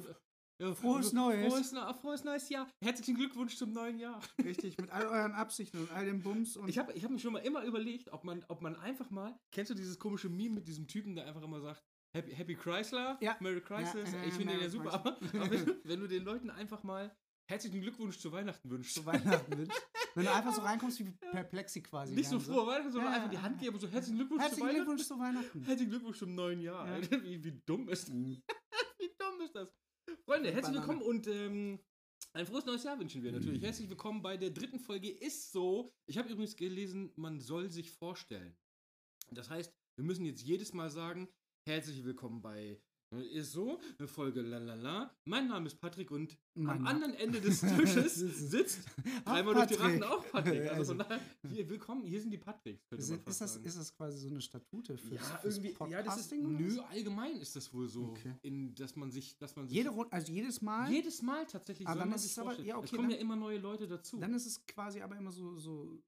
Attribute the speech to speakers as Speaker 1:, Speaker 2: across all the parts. Speaker 1: Ja, frohes Neues.
Speaker 2: äh, Also, Frohes, Neu- frohes neues Jahr. Herzlichen Glückwunsch zum neuen Jahr.
Speaker 1: Richtig, mit all euren Absichten und all dem Bums und
Speaker 2: Ich habe ich hab mir schon mal immer überlegt, ob man, ob man einfach mal. Kennst du dieses komische Meme mit diesem Typen, der einfach immer sagt, Happy, Happy Chrysler,
Speaker 1: Ja.
Speaker 2: Merry Chrysler?
Speaker 1: Ja, äh,
Speaker 2: ich finde den
Speaker 1: Merry
Speaker 2: ja super, aber, aber wenn, wenn du den Leuten einfach mal herzlichen Glückwunsch zu Weihnachten wünschst.
Speaker 1: zu Weihnachten mit. Wenn du einfach so reinkommst wie Perplexi quasi.
Speaker 2: Nicht so
Speaker 1: wären,
Speaker 2: frohe Weihnachten, sondern
Speaker 1: Ja,
Speaker 2: einfach die
Speaker 1: ja,
Speaker 2: Hand geben und so herzlichen Glückwunsch zu
Speaker 1: Herzlichen
Speaker 2: Weihnachten.
Speaker 1: Glückwunsch zu Weihnachten.
Speaker 2: Herzlichen Glückwunsch zum neuen Jahr.
Speaker 1: Ja.
Speaker 2: Alter, Wie, wie dumm ist das? Wie dumm ist das? Freunde, herzlich
Speaker 1: Banane.
Speaker 2: willkommen und ähm, ein frohes neues Jahr wünschen wir natürlich. Herzlich willkommen bei der dritten Folge Ist so. Ich habe übrigens gelesen, man soll sich vorstellen. Das heißt, wir müssen jetzt jedes Mal sagen, herzlich willkommen bei äh, Ist so, eine Folge lalala. Mein Name ist Patrick und
Speaker 1: Mein
Speaker 2: am
Speaker 1: Name.
Speaker 2: anderen Ende des Tisches
Speaker 1: Sitzt-
Speaker 2: sitzt
Speaker 1: Ach,
Speaker 2: dreimal durch die
Speaker 1: Patrick.
Speaker 2: Ratten auch Patrick. Also,
Speaker 1: Also.
Speaker 2: von daher, hier, willkommen, hier sind die Patricks. könnte man
Speaker 1: Sind,
Speaker 2: fast
Speaker 1: ist, das,
Speaker 2: sagen.
Speaker 1: ist das quasi so eine Statute für
Speaker 2: Ja, irgendwie, ja, das ist, nö, allgemein ist das wohl so,
Speaker 1: Okay.
Speaker 2: in, dass man sich, dass man sich
Speaker 1: Jede Runde, also jedes Mal,
Speaker 2: jedes Mal tatsächlich
Speaker 1: Aber
Speaker 2: soll
Speaker 1: dann
Speaker 2: man
Speaker 1: ist
Speaker 2: sich
Speaker 1: es aber-
Speaker 2: vorstellen.
Speaker 1: ja,
Speaker 2: es
Speaker 1: okay,
Speaker 2: kommen
Speaker 1: dann-
Speaker 2: ja immer neue Leute dazu.
Speaker 1: dann ist es quasi aber immer so, so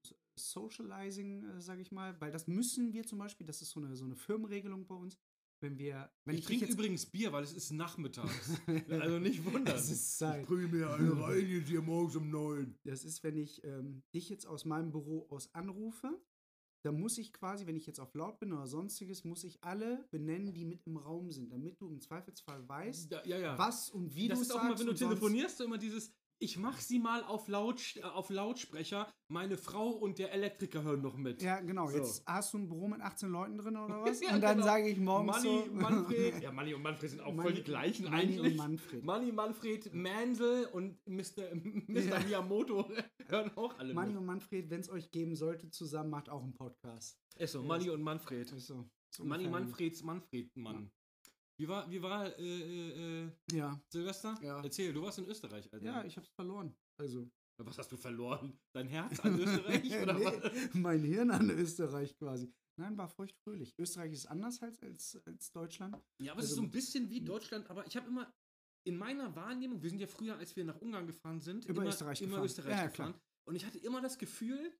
Speaker 1: Socializing, äh, sage ich mal, weil das müssen wir zum Beispiel, das ist so eine, so eine Firmenregelung bei uns, wenn wir,
Speaker 2: ich,
Speaker 1: wenn ich, dich
Speaker 2: trinke
Speaker 1: jetzt
Speaker 2: übrigens Bier, weil es ist nachmittags. also nicht wundern.
Speaker 1: Das ist Zeit.
Speaker 2: bringe mir
Speaker 1: eine
Speaker 2: rein jetzt hier morgens um neun.
Speaker 1: Das ist, wenn ich ähm, dich jetzt aus meinem Büro aus anrufe, dann muss ich quasi, wenn ich jetzt auf laut bin oder sonstiges, muss ich alle benennen, die mit im Raum sind, damit du im Zweifelsfall weißt,
Speaker 2: Ja, ja. ja.
Speaker 1: was und wie
Speaker 2: Ah. das
Speaker 1: du
Speaker 2: ist
Speaker 1: sagst.
Speaker 2: auch immer, wenn du
Speaker 1: und sonst-
Speaker 2: telefonierst, so immer dieses, ich mach sie mal auf, Laut, äh, auf Lautsprecher, meine Frau und der Elektriker hören noch mit.
Speaker 1: Ja, genau.
Speaker 2: So.
Speaker 1: Jetzt hast du ein Büro mit 18 Leuten drin oder was?
Speaker 2: Ja,
Speaker 1: und dann
Speaker 2: genau.
Speaker 1: sage ich morgens
Speaker 2: Manni,
Speaker 1: so,
Speaker 2: Manfred. Ja, Manni und Manfred sind auch voll
Speaker 1: Manni-
Speaker 2: die gleichen
Speaker 1: Manni und
Speaker 2: eigentlich.
Speaker 1: Manfred.
Speaker 2: Manni, Manfred, Mansell und Mr. Mr.
Speaker 1: Ja.
Speaker 2: Miyamoto hören auch alle
Speaker 1: Manni
Speaker 2: mit.
Speaker 1: und Manfred, wenn es euch geben sollte, zusammen macht auch einen Podcast.
Speaker 2: Ist so, Manni und Manfred.
Speaker 1: Ist so. So
Speaker 2: Manni,
Speaker 1: ungefähr.
Speaker 2: Manfreds, Manfred, Mann. Wie war, wie war äh, äh,
Speaker 1: Ja.
Speaker 2: Silvester?
Speaker 1: Ja.
Speaker 2: Erzähl, du warst in Österreich, Alter.
Speaker 1: Ja, ich hab's verloren. Also.
Speaker 2: Was hast du verloren? Dein Herz an Österreich? oder
Speaker 1: Nee,
Speaker 2: was?
Speaker 1: mein Hirn an Österreich quasi. Nein, war feuchtfröhlich. Österreich ist anders als, als, als Deutschland.
Speaker 2: Ja, aber es ist
Speaker 1: Also-
Speaker 2: so ein bisschen wie Deutschland, aber ich habe immer in meiner Wahrnehmung, wir sind ja früher, als wir nach Ungarn gefahren sind,
Speaker 1: Über
Speaker 2: immer
Speaker 1: Österreich
Speaker 2: immer
Speaker 1: gefahren.
Speaker 2: Österreich
Speaker 1: Ja, ja,
Speaker 2: gefahren. Und ich hatte immer das Gefühl,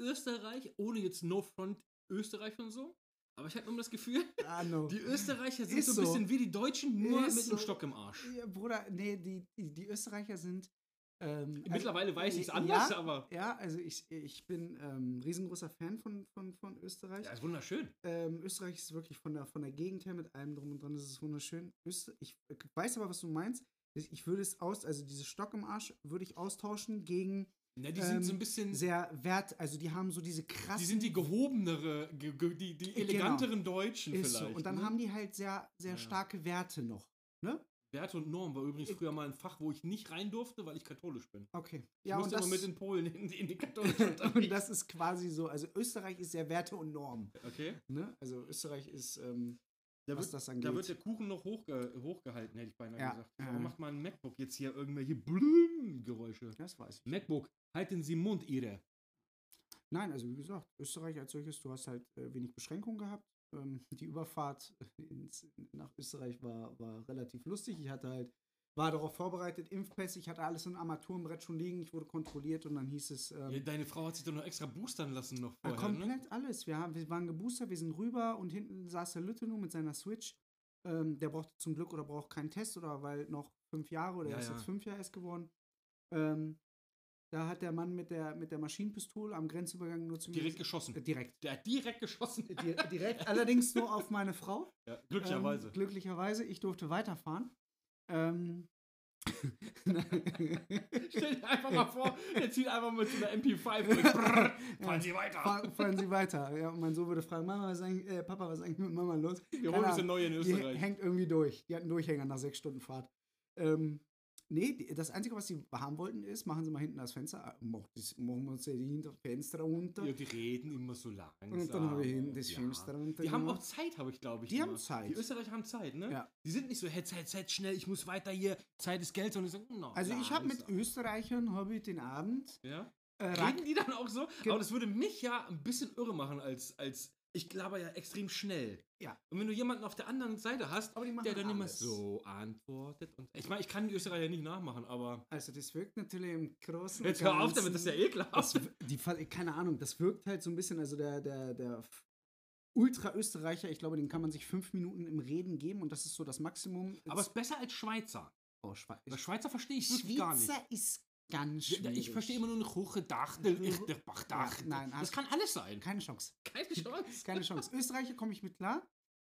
Speaker 2: Österreich, ohne jetzt No Front Österreich und so, aber ich hatte immer das Gefühl,
Speaker 1: Ah, no.
Speaker 2: die Österreicher sind
Speaker 1: Ist
Speaker 2: so ein
Speaker 1: so.
Speaker 2: bisschen wie die Deutschen, nur
Speaker 1: Ist
Speaker 2: mit einem
Speaker 1: so.
Speaker 2: Stock im Arsch.
Speaker 1: Ja, Bruder, nee, die, die, die Österreicher sind. Ähm, also-
Speaker 2: Mittlerweile weiß ich es
Speaker 1: ja,
Speaker 2: anders, aber.
Speaker 1: ja, also ich, ich bin ähm, riesengroßer Fan von, von, von Österreich.
Speaker 2: Ja, ist wunderschön.
Speaker 1: Ähm, Österreich ist wirklich von der, von der Gegend her mit allem drum und dran, das ist wunderschön. Öster ich äh, weiß aber, was du meinst. Ich ich würde es aus, also dieses Stock im Arsch würde ich austauschen gegen
Speaker 2: Na, Ne, die sind so ein
Speaker 1: Ähm,
Speaker 2: bisschen.
Speaker 1: sehr wert, also die haben so diese krassen.
Speaker 2: Hm. Die sind die gehobenere, ge, ge, die, die
Speaker 1: Genau.
Speaker 2: eleganteren Deutschen
Speaker 1: Ist so.
Speaker 2: vielleicht.
Speaker 1: Und dann
Speaker 2: ne?
Speaker 1: haben die halt sehr, sehr
Speaker 2: Ja.
Speaker 1: starke Werte noch. Ne?
Speaker 2: Werte und Norm war übrigens früher mal ein Fach, wo ich nicht rein durfte, weil ich katholisch bin.
Speaker 1: Okay.
Speaker 2: Ich
Speaker 1: Ja, und
Speaker 2: musste
Speaker 1: das,
Speaker 2: immer mit in Polen in, die- in die katholische
Speaker 1: und
Speaker 2: Unterricht.
Speaker 1: das ist quasi so, also Österreich ist sehr Werte und Norm.
Speaker 2: Okay.
Speaker 1: Ne? Also Österreich ist, ähm,
Speaker 2: Da
Speaker 1: was
Speaker 2: wird,
Speaker 1: das angeht.
Speaker 2: da wird der Kuchen noch hochge hochgehalten, hätte ich beinahe
Speaker 1: Ja,
Speaker 2: gesagt. Warum
Speaker 1: ja.
Speaker 2: macht man ein MacBook jetzt hier irgendwelche Blüm-Geräusche?
Speaker 1: das weiß ich.
Speaker 2: MacBook, halt halten Sie Mund, Ihre.
Speaker 1: Nein, also wie gesagt, Österreich als solches, du hast halt äh, wenig Beschränkungen gehabt. Ähm, die Überfahrt ins, nach Österreich war, war relativ lustig. Ich hatte halt, war darauf vorbereitet, Impfpässe, ich hatte alles im Armaturenbrett schon liegen, ich wurde kontrolliert und dann hieß es. Ähm,
Speaker 2: Ja, deine Frau hat sich doch noch extra boostern lassen noch
Speaker 1: Ja,
Speaker 2: vorher, ne?
Speaker 1: komplett alles. Wir, haben, wir waren geboostert, wir sind rüber und hinten saß der Lütte nur mit seiner Switch. Ähm, der brauchte zum Glück oder braucht keinen Test oder weil noch fünf Jahre oder
Speaker 2: Ja,
Speaker 1: er ist
Speaker 2: ja.
Speaker 1: jetzt fünf Jahre erst geworden. Ähm, da hat der Mann mit der, mit der Maschinenpistole am Grenzübergang nur zu mir.
Speaker 2: Direkt
Speaker 1: gesagt-
Speaker 2: geschossen.
Speaker 1: äh, direkt.
Speaker 2: Der hat direkt geschossen.
Speaker 1: Di direkt. Allerdings nur auf meine Frau.
Speaker 2: Ja, glücklicherweise.
Speaker 1: Ähm, glücklicherweise. Ich durfte weiterfahren. Ähm.
Speaker 2: Stell dir einfach mal vor, der zieht einfach mit so einer MP5 durch. Brrr, fahren Sie weiter.
Speaker 1: Fahr- fahren Sie weiter. Ja, und mein Sohn würde fragen, Mama, was ist eigentlich, äh, Papa, was ist eigentlich mit Mama los?
Speaker 2: Wir
Speaker 1: Keine
Speaker 2: holen uns eine
Speaker 1: Ahnung.
Speaker 2: neue in
Speaker 1: Die
Speaker 2: Österreich.
Speaker 1: hängt irgendwie durch. Die hat einen Durchhänger nach sechs Stunden Fahrt. Ähm, nee, die, das Einzige, was sie haben wollten, ist, machen sie mal hinten das Fenster, ah, mach das, machen wir uns hier hinten das Fenster runter.
Speaker 2: Ja, die reden immer so langsam.
Speaker 1: und dann haben wir hinten das
Speaker 2: Ja.
Speaker 1: Fenster runter.
Speaker 2: Die haben auch
Speaker 1: gemacht.
Speaker 2: Zeit, habe ich glaube ich.
Speaker 1: Die haben
Speaker 2: immer.
Speaker 1: Zeit.
Speaker 2: Die Österreicher haben Zeit, ne?
Speaker 1: Ja.
Speaker 2: Die sind nicht so, hey, Zeit, Zeit, schnell, ich muss weiter hier, Zeit ist Geld, sondern ich sage, no,
Speaker 1: also ich habe mit
Speaker 2: langsam.
Speaker 1: Österreichern habe ich den Abend
Speaker 2: Ja?
Speaker 1: äh, Rack-
Speaker 2: Reden die dann auch so?
Speaker 1: Ge-
Speaker 2: Aber das würde mich ja ein bisschen irre machen, als, als ich laber ja extrem schnell.
Speaker 1: Ja.
Speaker 2: Und wenn du jemanden auf der anderen Seite hast,
Speaker 1: Aber die machen
Speaker 2: der dann immer
Speaker 1: alles.
Speaker 2: so antwortet. Und ich meine, ich kann die Österreicher nicht nachmachen, aber.
Speaker 1: Also das wirkt natürlich im großen
Speaker 2: Jetzt hör auf damit, das ist ja eh
Speaker 1: Ganzen-
Speaker 2: ekelhaft.
Speaker 1: Das w- die, Ver- keine Ahnung, das wirkt halt so ein bisschen, also der, der, der F- Ultra-Österreicher, ich glaube, den kann man sich fünf Minuten im Reden geben und das ist so das Maximum.
Speaker 2: Aber es ist besser als Schweizer.
Speaker 1: Oh, Schweiz.
Speaker 2: Das Schweizer verstehe ich wirklich gar nicht.
Speaker 1: Schweizer ist ganz
Speaker 2: Ja,
Speaker 1: schwierig.
Speaker 2: Ich verstehe immer nur eine hohe Dachtel, ich der Bachdachtel.
Speaker 1: nein,
Speaker 2: das
Speaker 1: hast-
Speaker 2: kann alles sein.
Speaker 1: Keine Chance.
Speaker 2: Keine Chance.
Speaker 1: Keine Chance. Österreicher komme ich mit klar.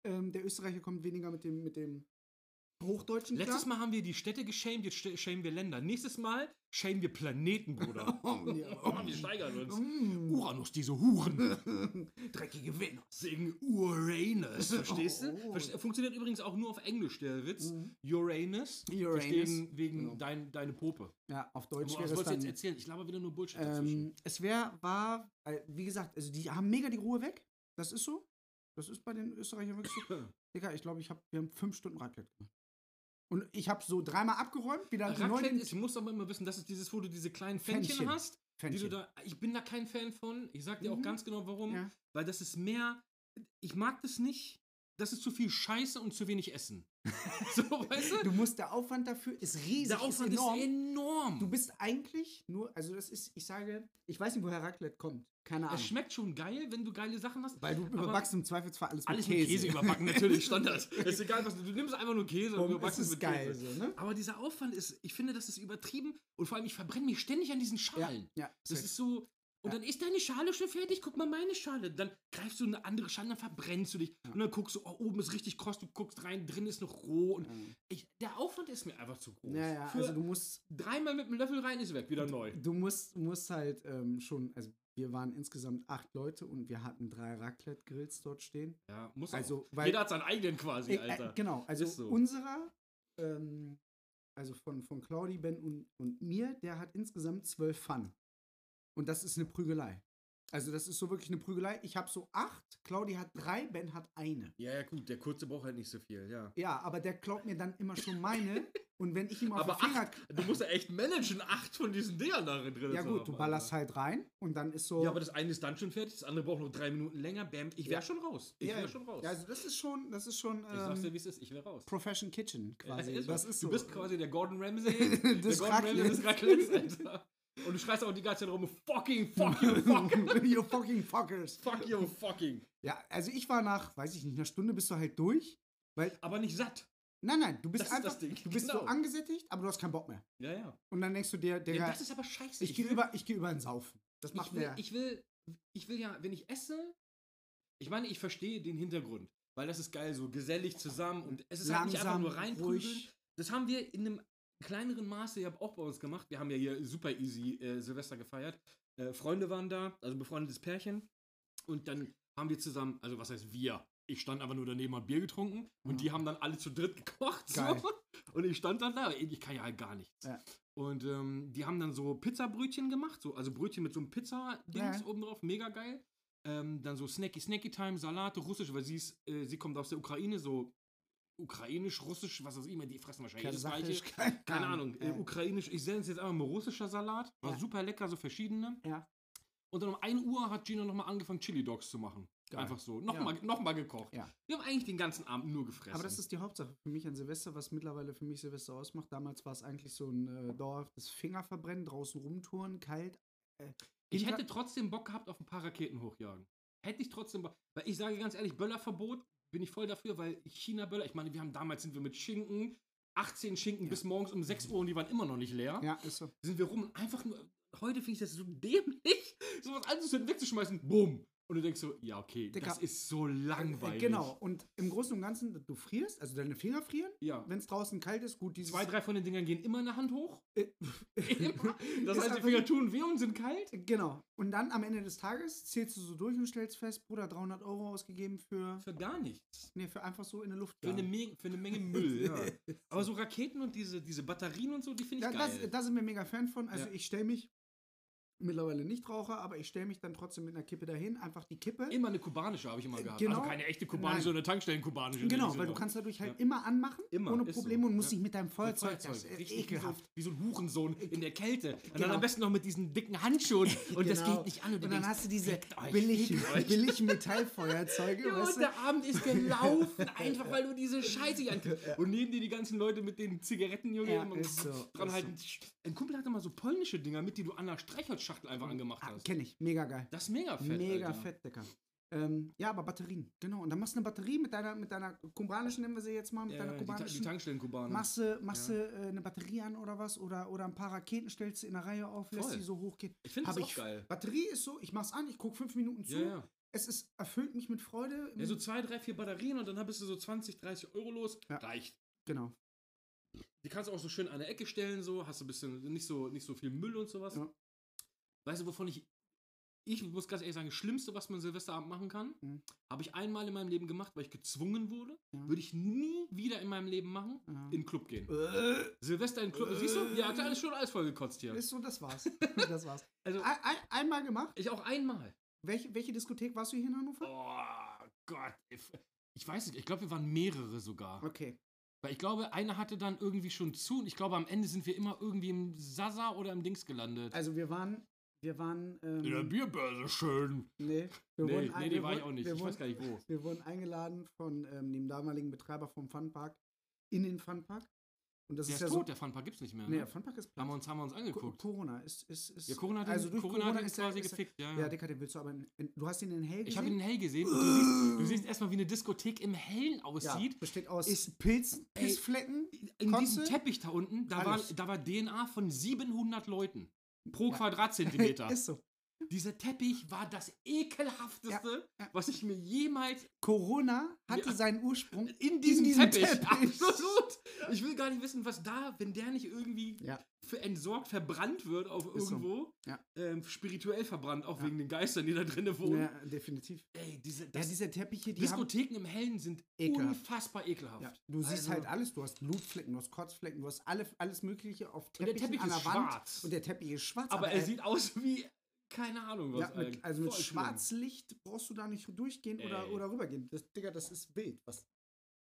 Speaker 1: Ähm, der Österreicher kommt weniger mit dem, mit dem Hochdeutschen
Speaker 2: Letztes
Speaker 1: klar.
Speaker 2: Mal haben wir die Städte geschämt, jetzt stä- schämen wir Länder. Nächstes Mal schämen wir Planeten, Bruder.
Speaker 1: Oh, ja.
Speaker 2: wir steigern uns.
Speaker 1: Mm.
Speaker 2: Uranus, diese Huren.
Speaker 1: Dreckige Venus.
Speaker 2: Singen Uranus, verstehst du?
Speaker 1: Oh.
Speaker 2: Verste- Funktioniert übrigens auch nur auf Englisch, der Witz.
Speaker 1: Mhm.
Speaker 2: Uranus.
Speaker 1: Uranus.
Speaker 2: Wegen, wegen
Speaker 1: Genau.
Speaker 2: dein, deine Pope.
Speaker 1: Ja, auf
Speaker 2: Was
Speaker 1: Deutsch wäre
Speaker 2: wolltest
Speaker 1: es
Speaker 2: du jetzt
Speaker 1: dann...
Speaker 2: erzählen? Ich laber wieder nur Bullshit dazwischen.
Speaker 1: Ähm, es wäre, war, äh, wie gesagt, also die haben mega die Ruhe weg. Das ist so. Das ist bei den Österreichern wirklich so. Digga, ich glaube, ich hab, wir haben fünf Stunden Raclette gemacht. Und ich habe so dreimal abgeräumt, wieder die
Speaker 2: Raclette
Speaker 1: neuen
Speaker 2: ist, du musst aber immer wissen, das ist dieses, wo du diese kleinen Fännchen,
Speaker 1: Fännchen.
Speaker 2: hast, die du
Speaker 1: Pfännchen.
Speaker 2: da. Ich bin da kein Fan von. Ich sag dir auch
Speaker 1: Mhm.
Speaker 2: ganz genau warum.
Speaker 1: Ja.
Speaker 2: Weil das ist mehr. Ich mag das nicht. Das ist zu viel Scheiße und zu wenig Essen. so, weißt du?
Speaker 1: Du musst, der Aufwand dafür ist riesig,
Speaker 2: Der Aufwand
Speaker 1: ist eh enorm.
Speaker 2: ist enorm.
Speaker 1: du bist eigentlich nur, also das ist, ich sage, ich weiß nicht, woher Raclette kommt. Keine
Speaker 2: es
Speaker 1: Ahnung.
Speaker 2: schmeckt schon geil, wenn du geile Sachen hast.
Speaker 1: Weil du
Speaker 2: aber
Speaker 1: überbackst im Zweifelsfall alles mit
Speaker 2: Alles
Speaker 1: Käse.
Speaker 2: mit Käse überbacken, natürlich, Standard. ist egal, was du, du nimmst einfach nur Käse und
Speaker 1: Und
Speaker 2: überbackst
Speaker 1: das
Speaker 2: es
Speaker 1: ist
Speaker 2: mit
Speaker 1: geil
Speaker 2: Käse.
Speaker 1: so, ne?
Speaker 2: Aber dieser Aufwand ist, ich finde, das ist übertrieben und vor allem, ich verbrenne mich ständig an diesen
Speaker 1: Ja,
Speaker 2: Schalen.
Speaker 1: ja.
Speaker 2: Das ist so. Und
Speaker 1: Ja.
Speaker 2: dann ist deine Schale schon fertig, guck mal meine Schale. Dann greifst du eine andere Schale, dann verbrennst du dich. Und dann guckst du, oh, oben ist richtig kross, du guckst rein, drin ist noch roh. Und
Speaker 1: Ähm,
Speaker 2: ich, der Aufwand ist mir einfach zu groß.
Speaker 1: ja, ja,
Speaker 2: Für
Speaker 1: also du musst,
Speaker 2: dreimal mit dem Löffel rein ist weg, wieder neu.
Speaker 1: du musst, musst halt ähm, schon, also wir waren insgesamt acht Leute und wir hatten drei Raclette-Grills dort stehen.
Speaker 2: Ja, muss also,
Speaker 1: Also,
Speaker 2: auch.
Speaker 1: weil
Speaker 2: Jeder hat seinen eigenen quasi,
Speaker 1: Äh,
Speaker 2: Alter.
Speaker 1: Äh, genau, also
Speaker 2: Ist so.
Speaker 1: unserer, ähm, also von, von Claudi, Ben und, und mir, der hat insgesamt zwölf Pfannen. Und das ist eine Prügelei. Also das ist so wirklich eine Prügelei. Ich habe so acht, Claudi hat drei, Ben hat eine.
Speaker 2: Ja, ja, gut, der kurze braucht halt nicht so viel, ja.
Speaker 1: Ja, aber der klaut mir dann immer schon meine. und wenn ich ihm auf
Speaker 2: Aber
Speaker 1: den Finger...
Speaker 2: acht, du musst ja echt managen, acht von diesen Dingern darin drin
Speaker 1: ja
Speaker 2: zu
Speaker 1: gut,
Speaker 2: haben,
Speaker 1: du ballerst
Speaker 2: Alter.
Speaker 1: halt rein und dann ist so...
Speaker 2: Ja, aber das eine ist dann schon fertig, das andere braucht noch drei Minuten länger. Bam, ich wäre
Speaker 1: Ja.
Speaker 2: schon raus. Ich
Speaker 1: Ja,
Speaker 2: wäre schon raus.
Speaker 1: Ja, also das ist schon, das ist schon
Speaker 2: ich sag's dir,
Speaker 1: ähm,
Speaker 2: wie es ist, ich wäre raus.
Speaker 1: Profession Kitchen quasi.
Speaker 2: Ja, ist so.
Speaker 1: das ist
Speaker 2: du
Speaker 1: so.
Speaker 2: bist quasi der Gordon Ramsay.
Speaker 1: Des
Speaker 2: der Gordon Ramsay des Raclettes,
Speaker 1: Raclettes.
Speaker 2: Alter. Und du schreist auch die ganze Zeit rum, fucking, fuck you, fuck,
Speaker 1: you fucking fuckers.
Speaker 2: fuck you, fucking.
Speaker 1: Ja, also ich war nach, weiß ich nicht, einer Stunde bist du halt durch. Weil,
Speaker 2: Aber nicht satt.
Speaker 1: nein, nein, du bist
Speaker 2: Das ist
Speaker 1: einfach,
Speaker 2: das Ding,
Speaker 1: du bist
Speaker 2: genau.
Speaker 1: so angesättigt, aber du hast keinen Bock mehr.
Speaker 2: Ja, ja.
Speaker 1: Und dann denkst du dir,
Speaker 2: ja
Speaker 1: Digga,
Speaker 2: das ist aber scheiße.
Speaker 1: ich gehe
Speaker 2: will-
Speaker 1: über, ich geh über den Saufen. Das macht
Speaker 2: ich will,
Speaker 1: mir,
Speaker 2: ich will, ich will ja, wenn ich esse, ich meine, ich verstehe den Hintergrund, weil das ist geil, so gesellig zusammen und es ist halt nicht einfach
Speaker 1: Langsam,
Speaker 2: nur reinprügeln.
Speaker 1: ruhig.
Speaker 2: Das haben wir in einem kleineren Maße ja auch bei uns gemacht. Wir haben ja hier super easy äh, Silvester gefeiert. Äh, Freunde waren da, also ein befreundetes Pärchen. Und dann haben wir zusammen, also was heißt wir? Ich stand einfach nur daneben, hab Bier getrunken und die
Speaker 1: Ja.
Speaker 2: haben dann alle zu dritt gekocht. So.
Speaker 1: Geil.
Speaker 2: Und ich stand dann da, ich kann ja halt gar nichts.
Speaker 1: Ja.
Speaker 2: Und ähm, die haben dann so Pizzabrötchen gemacht, so, also Brötchen mit so einem Pizza-Dings
Speaker 1: Ja.
Speaker 2: oben drauf, mega geil. Ähm, dann so Snacky Snacky Time, Salate, Russisch, weil sie ist, äh, sie kommt aus der Ukraine, so ukrainisch, russisch, was weiß ich immer, die fressen wahrscheinlich jedes
Speaker 1: Kasachisch,
Speaker 2: Gleiche. Keine Ahnung, äh, ukrainisch, ich nenne es jetzt einfach mal russischer Salat, war
Speaker 1: Ja.
Speaker 2: super lecker, so verschiedene.
Speaker 1: Ja.
Speaker 2: Und dann um 1 Uhr hat Gina nochmal angefangen, Chili Dogs zu machen.
Speaker 1: Geil.
Speaker 2: Einfach so, nochmal noch mal gekocht.
Speaker 1: Ja.
Speaker 2: Wir haben eigentlich den ganzen Abend nur gefressen.
Speaker 1: Aber das ist die Hauptsache für mich an Silvester, was mittlerweile für mich Silvester ausmacht. Damals war es eigentlich so ein äh, dauerhaftes Fingerverbrennen, draußen rumtouren, kalt. Äh,
Speaker 2: Ich
Speaker 1: hinter-
Speaker 2: hätte trotzdem Bock gehabt auf ein paar Raketen hochjagen. Hätte ich trotzdem Bock. Weil ich sage ganz ehrlich, Böllerverbot bin ich voll dafür, weil China-Böller, ich meine, wir haben damals sind wir mit Schinken, 18 Schinken
Speaker 1: Ja.
Speaker 2: bis morgens um 6 Uhr und die waren immer noch nicht leer.
Speaker 1: Ja, ist so.
Speaker 2: Sind wir rum und einfach nur. Heute finde ich das so dämlich, sowas anzuzünden, wegzuschmeißen. Bumm. Und du denkst so, ja, okay,
Speaker 1: Digga.
Speaker 2: das ist so langweilig.
Speaker 1: Genau, und im Großen und Ganzen, du frierst, also deine Finger frieren,
Speaker 2: Ja.
Speaker 1: wenn es draußen kalt ist, gut, dieses
Speaker 2: Zwei, drei von den Dingern gehen immer in der Hand hoch. Immer. Das heißt, die
Speaker 1: Äh, Ist einfach-
Speaker 2: Finger tun weh und sind kalt.
Speaker 1: Genau. Und dann am Ende des Tages zählst du so durch und stellst fest, Bruder, 300 Euro ausgegeben für,
Speaker 2: Für gar nichts.
Speaker 1: nee, für einfach so in der Luft.
Speaker 2: Für, eine,
Speaker 1: jagen.
Speaker 2: Me- für eine Menge Müll.
Speaker 1: Ja.
Speaker 2: Aber so Raketen und diese, diese Batterien und so, die finde
Speaker 1: da,
Speaker 2: ich geil.
Speaker 1: das, da sind wir mega Fan von. Also
Speaker 2: Ja.
Speaker 1: ich stelle mich, mittlerweile nicht Raucher, aber ich stelle mich dann trotzdem mit einer Kippe dahin, einfach die Kippe.
Speaker 2: immer eine kubanische habe ich immer gehabt.
Speaker 1: Genau.
Speaker 2: Also keine echte kubanische,
Speaker 1: Nein.
Speaker 2: sondern Tankstellen-kubanische.
Speaker 1: Genau, weil du kannst dadurch halt immer anmachen,
Speaker 2: Immer,
Speaker 1: ohne
Speaker 2: ist so.
Speaker 1: Probleme und musst
Speaker 2: Ja.
Speaker 1: nicht mit deinem
Speaker 2: Mit
Speaker 1: Feuerzeug,
Speaker 2: Feuerzeug.
Speaker 1: das ist
Speaker 2: Richtig
Speaker 1: ekelhaft.
Speaker 2: Wie so, wie so ein Hurensohn in der Kälte. Und dann
Speaker 1: Genau.
Speaker 2: am besten noch mit diesen dicken Handschuhen. Und das
Speaker 1: Genau.
Speaker 2: geht nicht an.
Speaker 1: Und,
Speaker 2: du
Speaker 1: dann
Speaker 2: denkst,
Speaker 1: hast du diese
Speaker 2: fickt euch,
Speaker 1: billigen,
Speaker 2: fickt euch.
Speaker 1: billigen Metallfeuerzeuge.
Speaker 2: Ja,
Speaker 1: weißt
Speaker 2: und
Speaker 1: du?
Speaker 2: der Abend ist gelaufen, einfach weil du diese Scheiße hier anguckst. Und neben dir die ganzen Leute mit den Zigaretten, Junge,
Speaker 1: Ja,
Speaker 2: und
Speaker 1: ist so,
Speaker 2: dran
Speaker 1: ist
Speaker 2: halten. Ein Kumpel hatte mal so polnische Dinger mit, die du an der Streichholzschachtel einfach angemacht
Speaker 1: Ah,
Speaker 2: hast.
Speaker 1: Kenn ich, mega geil.
Speaker 2: Das ist mega fett.
Speaker 1: Mega
Speaker 2: Alter.
Speaker 1: fett, Dicker. Ähm, ja, aber Batterien, genau. Und dann machst du eine Batterie mit deiner, mit deiner kubanischen, nennen wir sie jetzt mal, mit
Speaker 2: Ja,
Speaker 1: deiner
Speaker 2: die, Ta- die
Speaker 1: kubanischen.
Speaker 2: Tankstellen-Kubaner.
Speaker 1: Machst du, machst du äh, eine Batterie an oder was? Oder, oder ein paar Raketen stellst du in der Reihe auf, lässt
Speaker 2: Voll.
Speaker 1: sie so hochgehen.
Speaker 2: Ich finde das
Speaker 1: Hab
Speaker 2: auch
Speaker 1: ich-
Speaker 2: geil.
Speaker 1: Batterie ist so, ich mach's an, ich guck fünf Minuten zu.
Speaker 2: Ja, ja.
Speaker 1: Es ist, erfüllt mich mit Freude.
Speaker 2: ja, so zwei, drei, vier Batterien und dann bist du so 20, 30 Euro los.
Speaker 1: Ja.
Speaker 2: Reicht.
Speaker 1: genau.
Speaker 2: Die kannst du auch so schön an der Ecke stellen, so hast du ein bisschen nicht so, nicht so viel Müll und sowas.
Speaker 1: Ja.
Speaker 2: Weißt du, wovon ich. Ich muss ganz ehrlich sagen, das Schlimmste, was man Silvesterabend machen kann,
Speaker 1: Mhm.
Speaker 2: habe ich einmal in meinem Leben gemacht, weil ich gezwungen wurde.
Speaker 1: Ja.
Speaker 2: Würde ich nie wieder in meinem Leben machen,
Speaker 1: Ja.
Speaker 2: in den Club gehen.
Speaker 1: Äh,
Speaker 2: Silvester in den Club.
Speaker 1: Äh.
Speaker 2: Siehst du? Ja, hat alles schon alles vollgekotzt hier.
Speaker 1: ist so, das war's. das war's.
Speaker 2: Also-
Speaker 1: ein, ein, einmal gemacht.
Speaker 2: Ich auch einmal.
Speaker 1: Welche, welche Diskothek warst du hier in Hannover?
Speaker 2: Oh Gott. Ich- Ich weiß nicht, ich glaube, wir waren mehrere sogar.
Speaker 1: Okay.
Speaker 2: Weil ich glaube, einer hatte dann irgendwie schon zu und ich glaube, am Ende sind wir immer irgendwie im Sasa oder im Dings gelandet.
Speaker 1: Also wir waren, wir waren, ähm,
Speaker 2: Bierbörse schön.
Speaker 1: nee, wir
Speaker 2: Nee,
Speaker 1: wurden ein-
Speaker 2: nee,
Speaker 1: wir
Speaker 2: die war ich
Speaker 1: wurden-
Speaker 2: auch nicht.
Speaker 1: Wir
Speaker 2: Ich weiß
Speaker 1: wurden,
Speaker 2: gar nicht wo.
Speaker 1: wir wurden eingeladen von ähm, dem damaligen Betreiber vom Funpark in den Funpark. Und das
Speaker 2: Der
Speaker 1: ist
Speaker 2: ist
Speaker 1: ja
Speaker 2: tot,
Speaker 1: so.
Speaker 2: der Funpark gibt's nicht mehr.
Speaker 1: Nee,
Speaker 2: Ne?
Speaker 1: der Funpark ist
Speaker 2: haben, wir uns, haben wir uns
Speaker 1: Co-
Speaker 2: angeguckt.
Speaker 1: Corona ist, ist, ist.
Speaker 2: Ja, Corona hat ihn,
Speaker 1: also durch
Speaker 2: Corona hat ihn
Speaker 1: ist der-
Speaker 2: quasi
Speaker 1: ist der-
Speaker 2: gefickt, ja.
Speaker 1: Ja,
Speaker 2: ja.
Speaker 1: Dicker, den willst du aber. In, in, du hast ihn in Hell gesehen?
Speaker 2: ich habe ihn in hell gesehen. Und du, siehst, du siehst erstmal, wie eine Diskothek im Hellen aussieht.
Speaker 1: Ja, besteht aus
Speaker 2: Ist-
Speaker 1: Pilzen,
Speaker 2: Ey,
Speaker 1: Pissflecken.
Speaker 2: In diesem
Speaker 1: Kotze?
Speaker 2: Teppich da unten, da war,
Speaker 1: Alles.
Speaker 2: da war DNA von 700 Leuten pro
Speaker 1: Ja.
Speaker 2: Quadratzentimeter.
Speaker 1: ist so.
Speaker 2: Dieser Teppich war das ekelhafteste,
Speaker 1: Ja, ja.
Speaker 2: was ich mir jemals
Speaker 1: Corona hatte
Speaker 2: Ja.
Speaker 1: seinen Ursprung.
Speaker 2: in diesem,
Speaker 1: diesem
Speaker 2: Teppich.
Speaker 1: Teppich.
Speaker 2: Absolut. Ich will gar nicht wissen, was da, wenn der nicht irgendwie
Speaker 1: Ja.
Speaker 2: für entsorgt, verbrannt wird auf
Speaker 1: Ist so.
Speaker 2: irgendwo,
Speaker 1: Ja.
Speaker 2: ähm, spirituell verbrannt, auch
Speaker 1: Ja.
Speaker 2: wegen den Geistern, die da drinnen wohnen.
Speaker 1: Ja, definitiv.
Speaker 2: Ey, diese
Speaker 1: Ja,
Speaker 2: das,
Speaker 1: diese Teppiche, die haben.
Speaker 2: Diskotheken im Hellen sind
Speaker 1: Ekelhaft.
Speaker 2: unfassbar ekelhaft.
Speaker 1: Ja, du siehst
Speaker 2: Also-
Speaker 1: halt alles. Du hast Blutflecken, du hast Kotzflecken, du hast alle, alles Mögliche auf
Speaker 2: der
Speaker 1: Teppichen
Speaker 2: Teppich
Speaker 1: an der
Speaker 2: ist
Speaker 1: Wand.
Speaker 2: schwarz.
Speaker 1: Und der Teppich ist schwarz.
Speaker 2: aber er
Speaker 1: äh,
Speaker 2: sieht aus wie keine Ahnung was.
Speaker 1: ja, mit,
Speaker 2: Alter.
Speaker 1: also mit
Speaker 2: Voll schlimm.
Speaker 1: Schwarzlicht brauchst du da nicht durchgehen oder,
Speaker 2: Ey.
Speaker 1: oder rübergehen. Das, Digga, das ist wild. Was.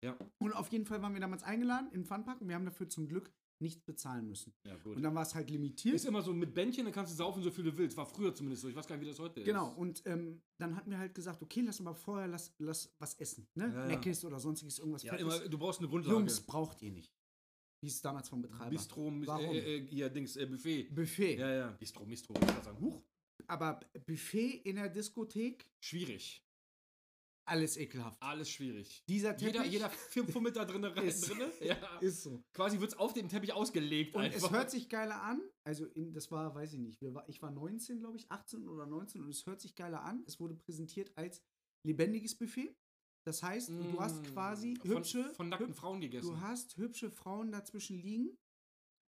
Speaker 2: Ja.
Speaker 1: Und auf jeden Fall waren wir damals eingeladen im Funpark und wir haben dafür zum Glück nichts bezahlen müssen.
Speaker 2: Ja,
Speaker 1: Und
Speaker 2: gut.
Speaker 1: dann war es halt limitiert.
Speaker 2: Ist immer so mit Bändchen, dann kannst du saufen, so viel du willst. War früher zumindest so. Ich weiß gar nicht, wie das heute
Speaker 1: Genau,
Speaker 2: ist.
Speaker 1: und ähm, dann hatten wir halt gesagt, okay, lass aber vorher lass, lass was essen. Ne?
Speaker 2: Ja, ja.
Speaker 1: Leckeres oder sonstiges, irgendwas
Speaker 2: Ja,
Speaker 1: Fettes.
Speaker 2: immer, du brauchst eine Grundlage.
Speaker 1: Jungs, braucht ihr nicht. Hieß es damals vom Betreiber.
Speaker 2: Bistro, Mis-
Speaker 1: Warum?
Speaker 2: Äh, äh, hier, Dings, äh, Buffet.
Speaker 1: Buffet.
Speaker 2: Ja, ja. Bistro, Bistro. Ich kann sagen, huch,
Speaker 1: Aber Buffet in der Diskothek,
Speaker 2: schwierig.
Speaker 1: alles ekelhaft.
Speaker 2: Alles schwierig.
Speaker 1: Dieser Teppich
Speaker 2: Jeder, jeder fummelt da drinne rein.
Speaker 1: Ist-
Speaker 2: Drinne. Ja.
Speaker 1: ist so.
Speaker 2: Quasi wird es auf dem Teppich ausgelegt.
Speaker 1: Und
Speaker 2: einfach.
Speaker 1: es hört sich geiler an. Also, in, das war, weiß ich nicht, wir war, ich war 19, glaube ich, 18 oder 19 und es hört sich geiler an. Es wurde präsentiert als lebendiges Buffet. Das heißt, du hast
Speaker 2: Mm,
Speaker 1: quasi
Speaker 2: von,
Speaker 1: hübsche,
Speaker 2: Von nackten Frauen gegessen.
Speaker 1: du hast hübsche Frauen dazwischen liegen.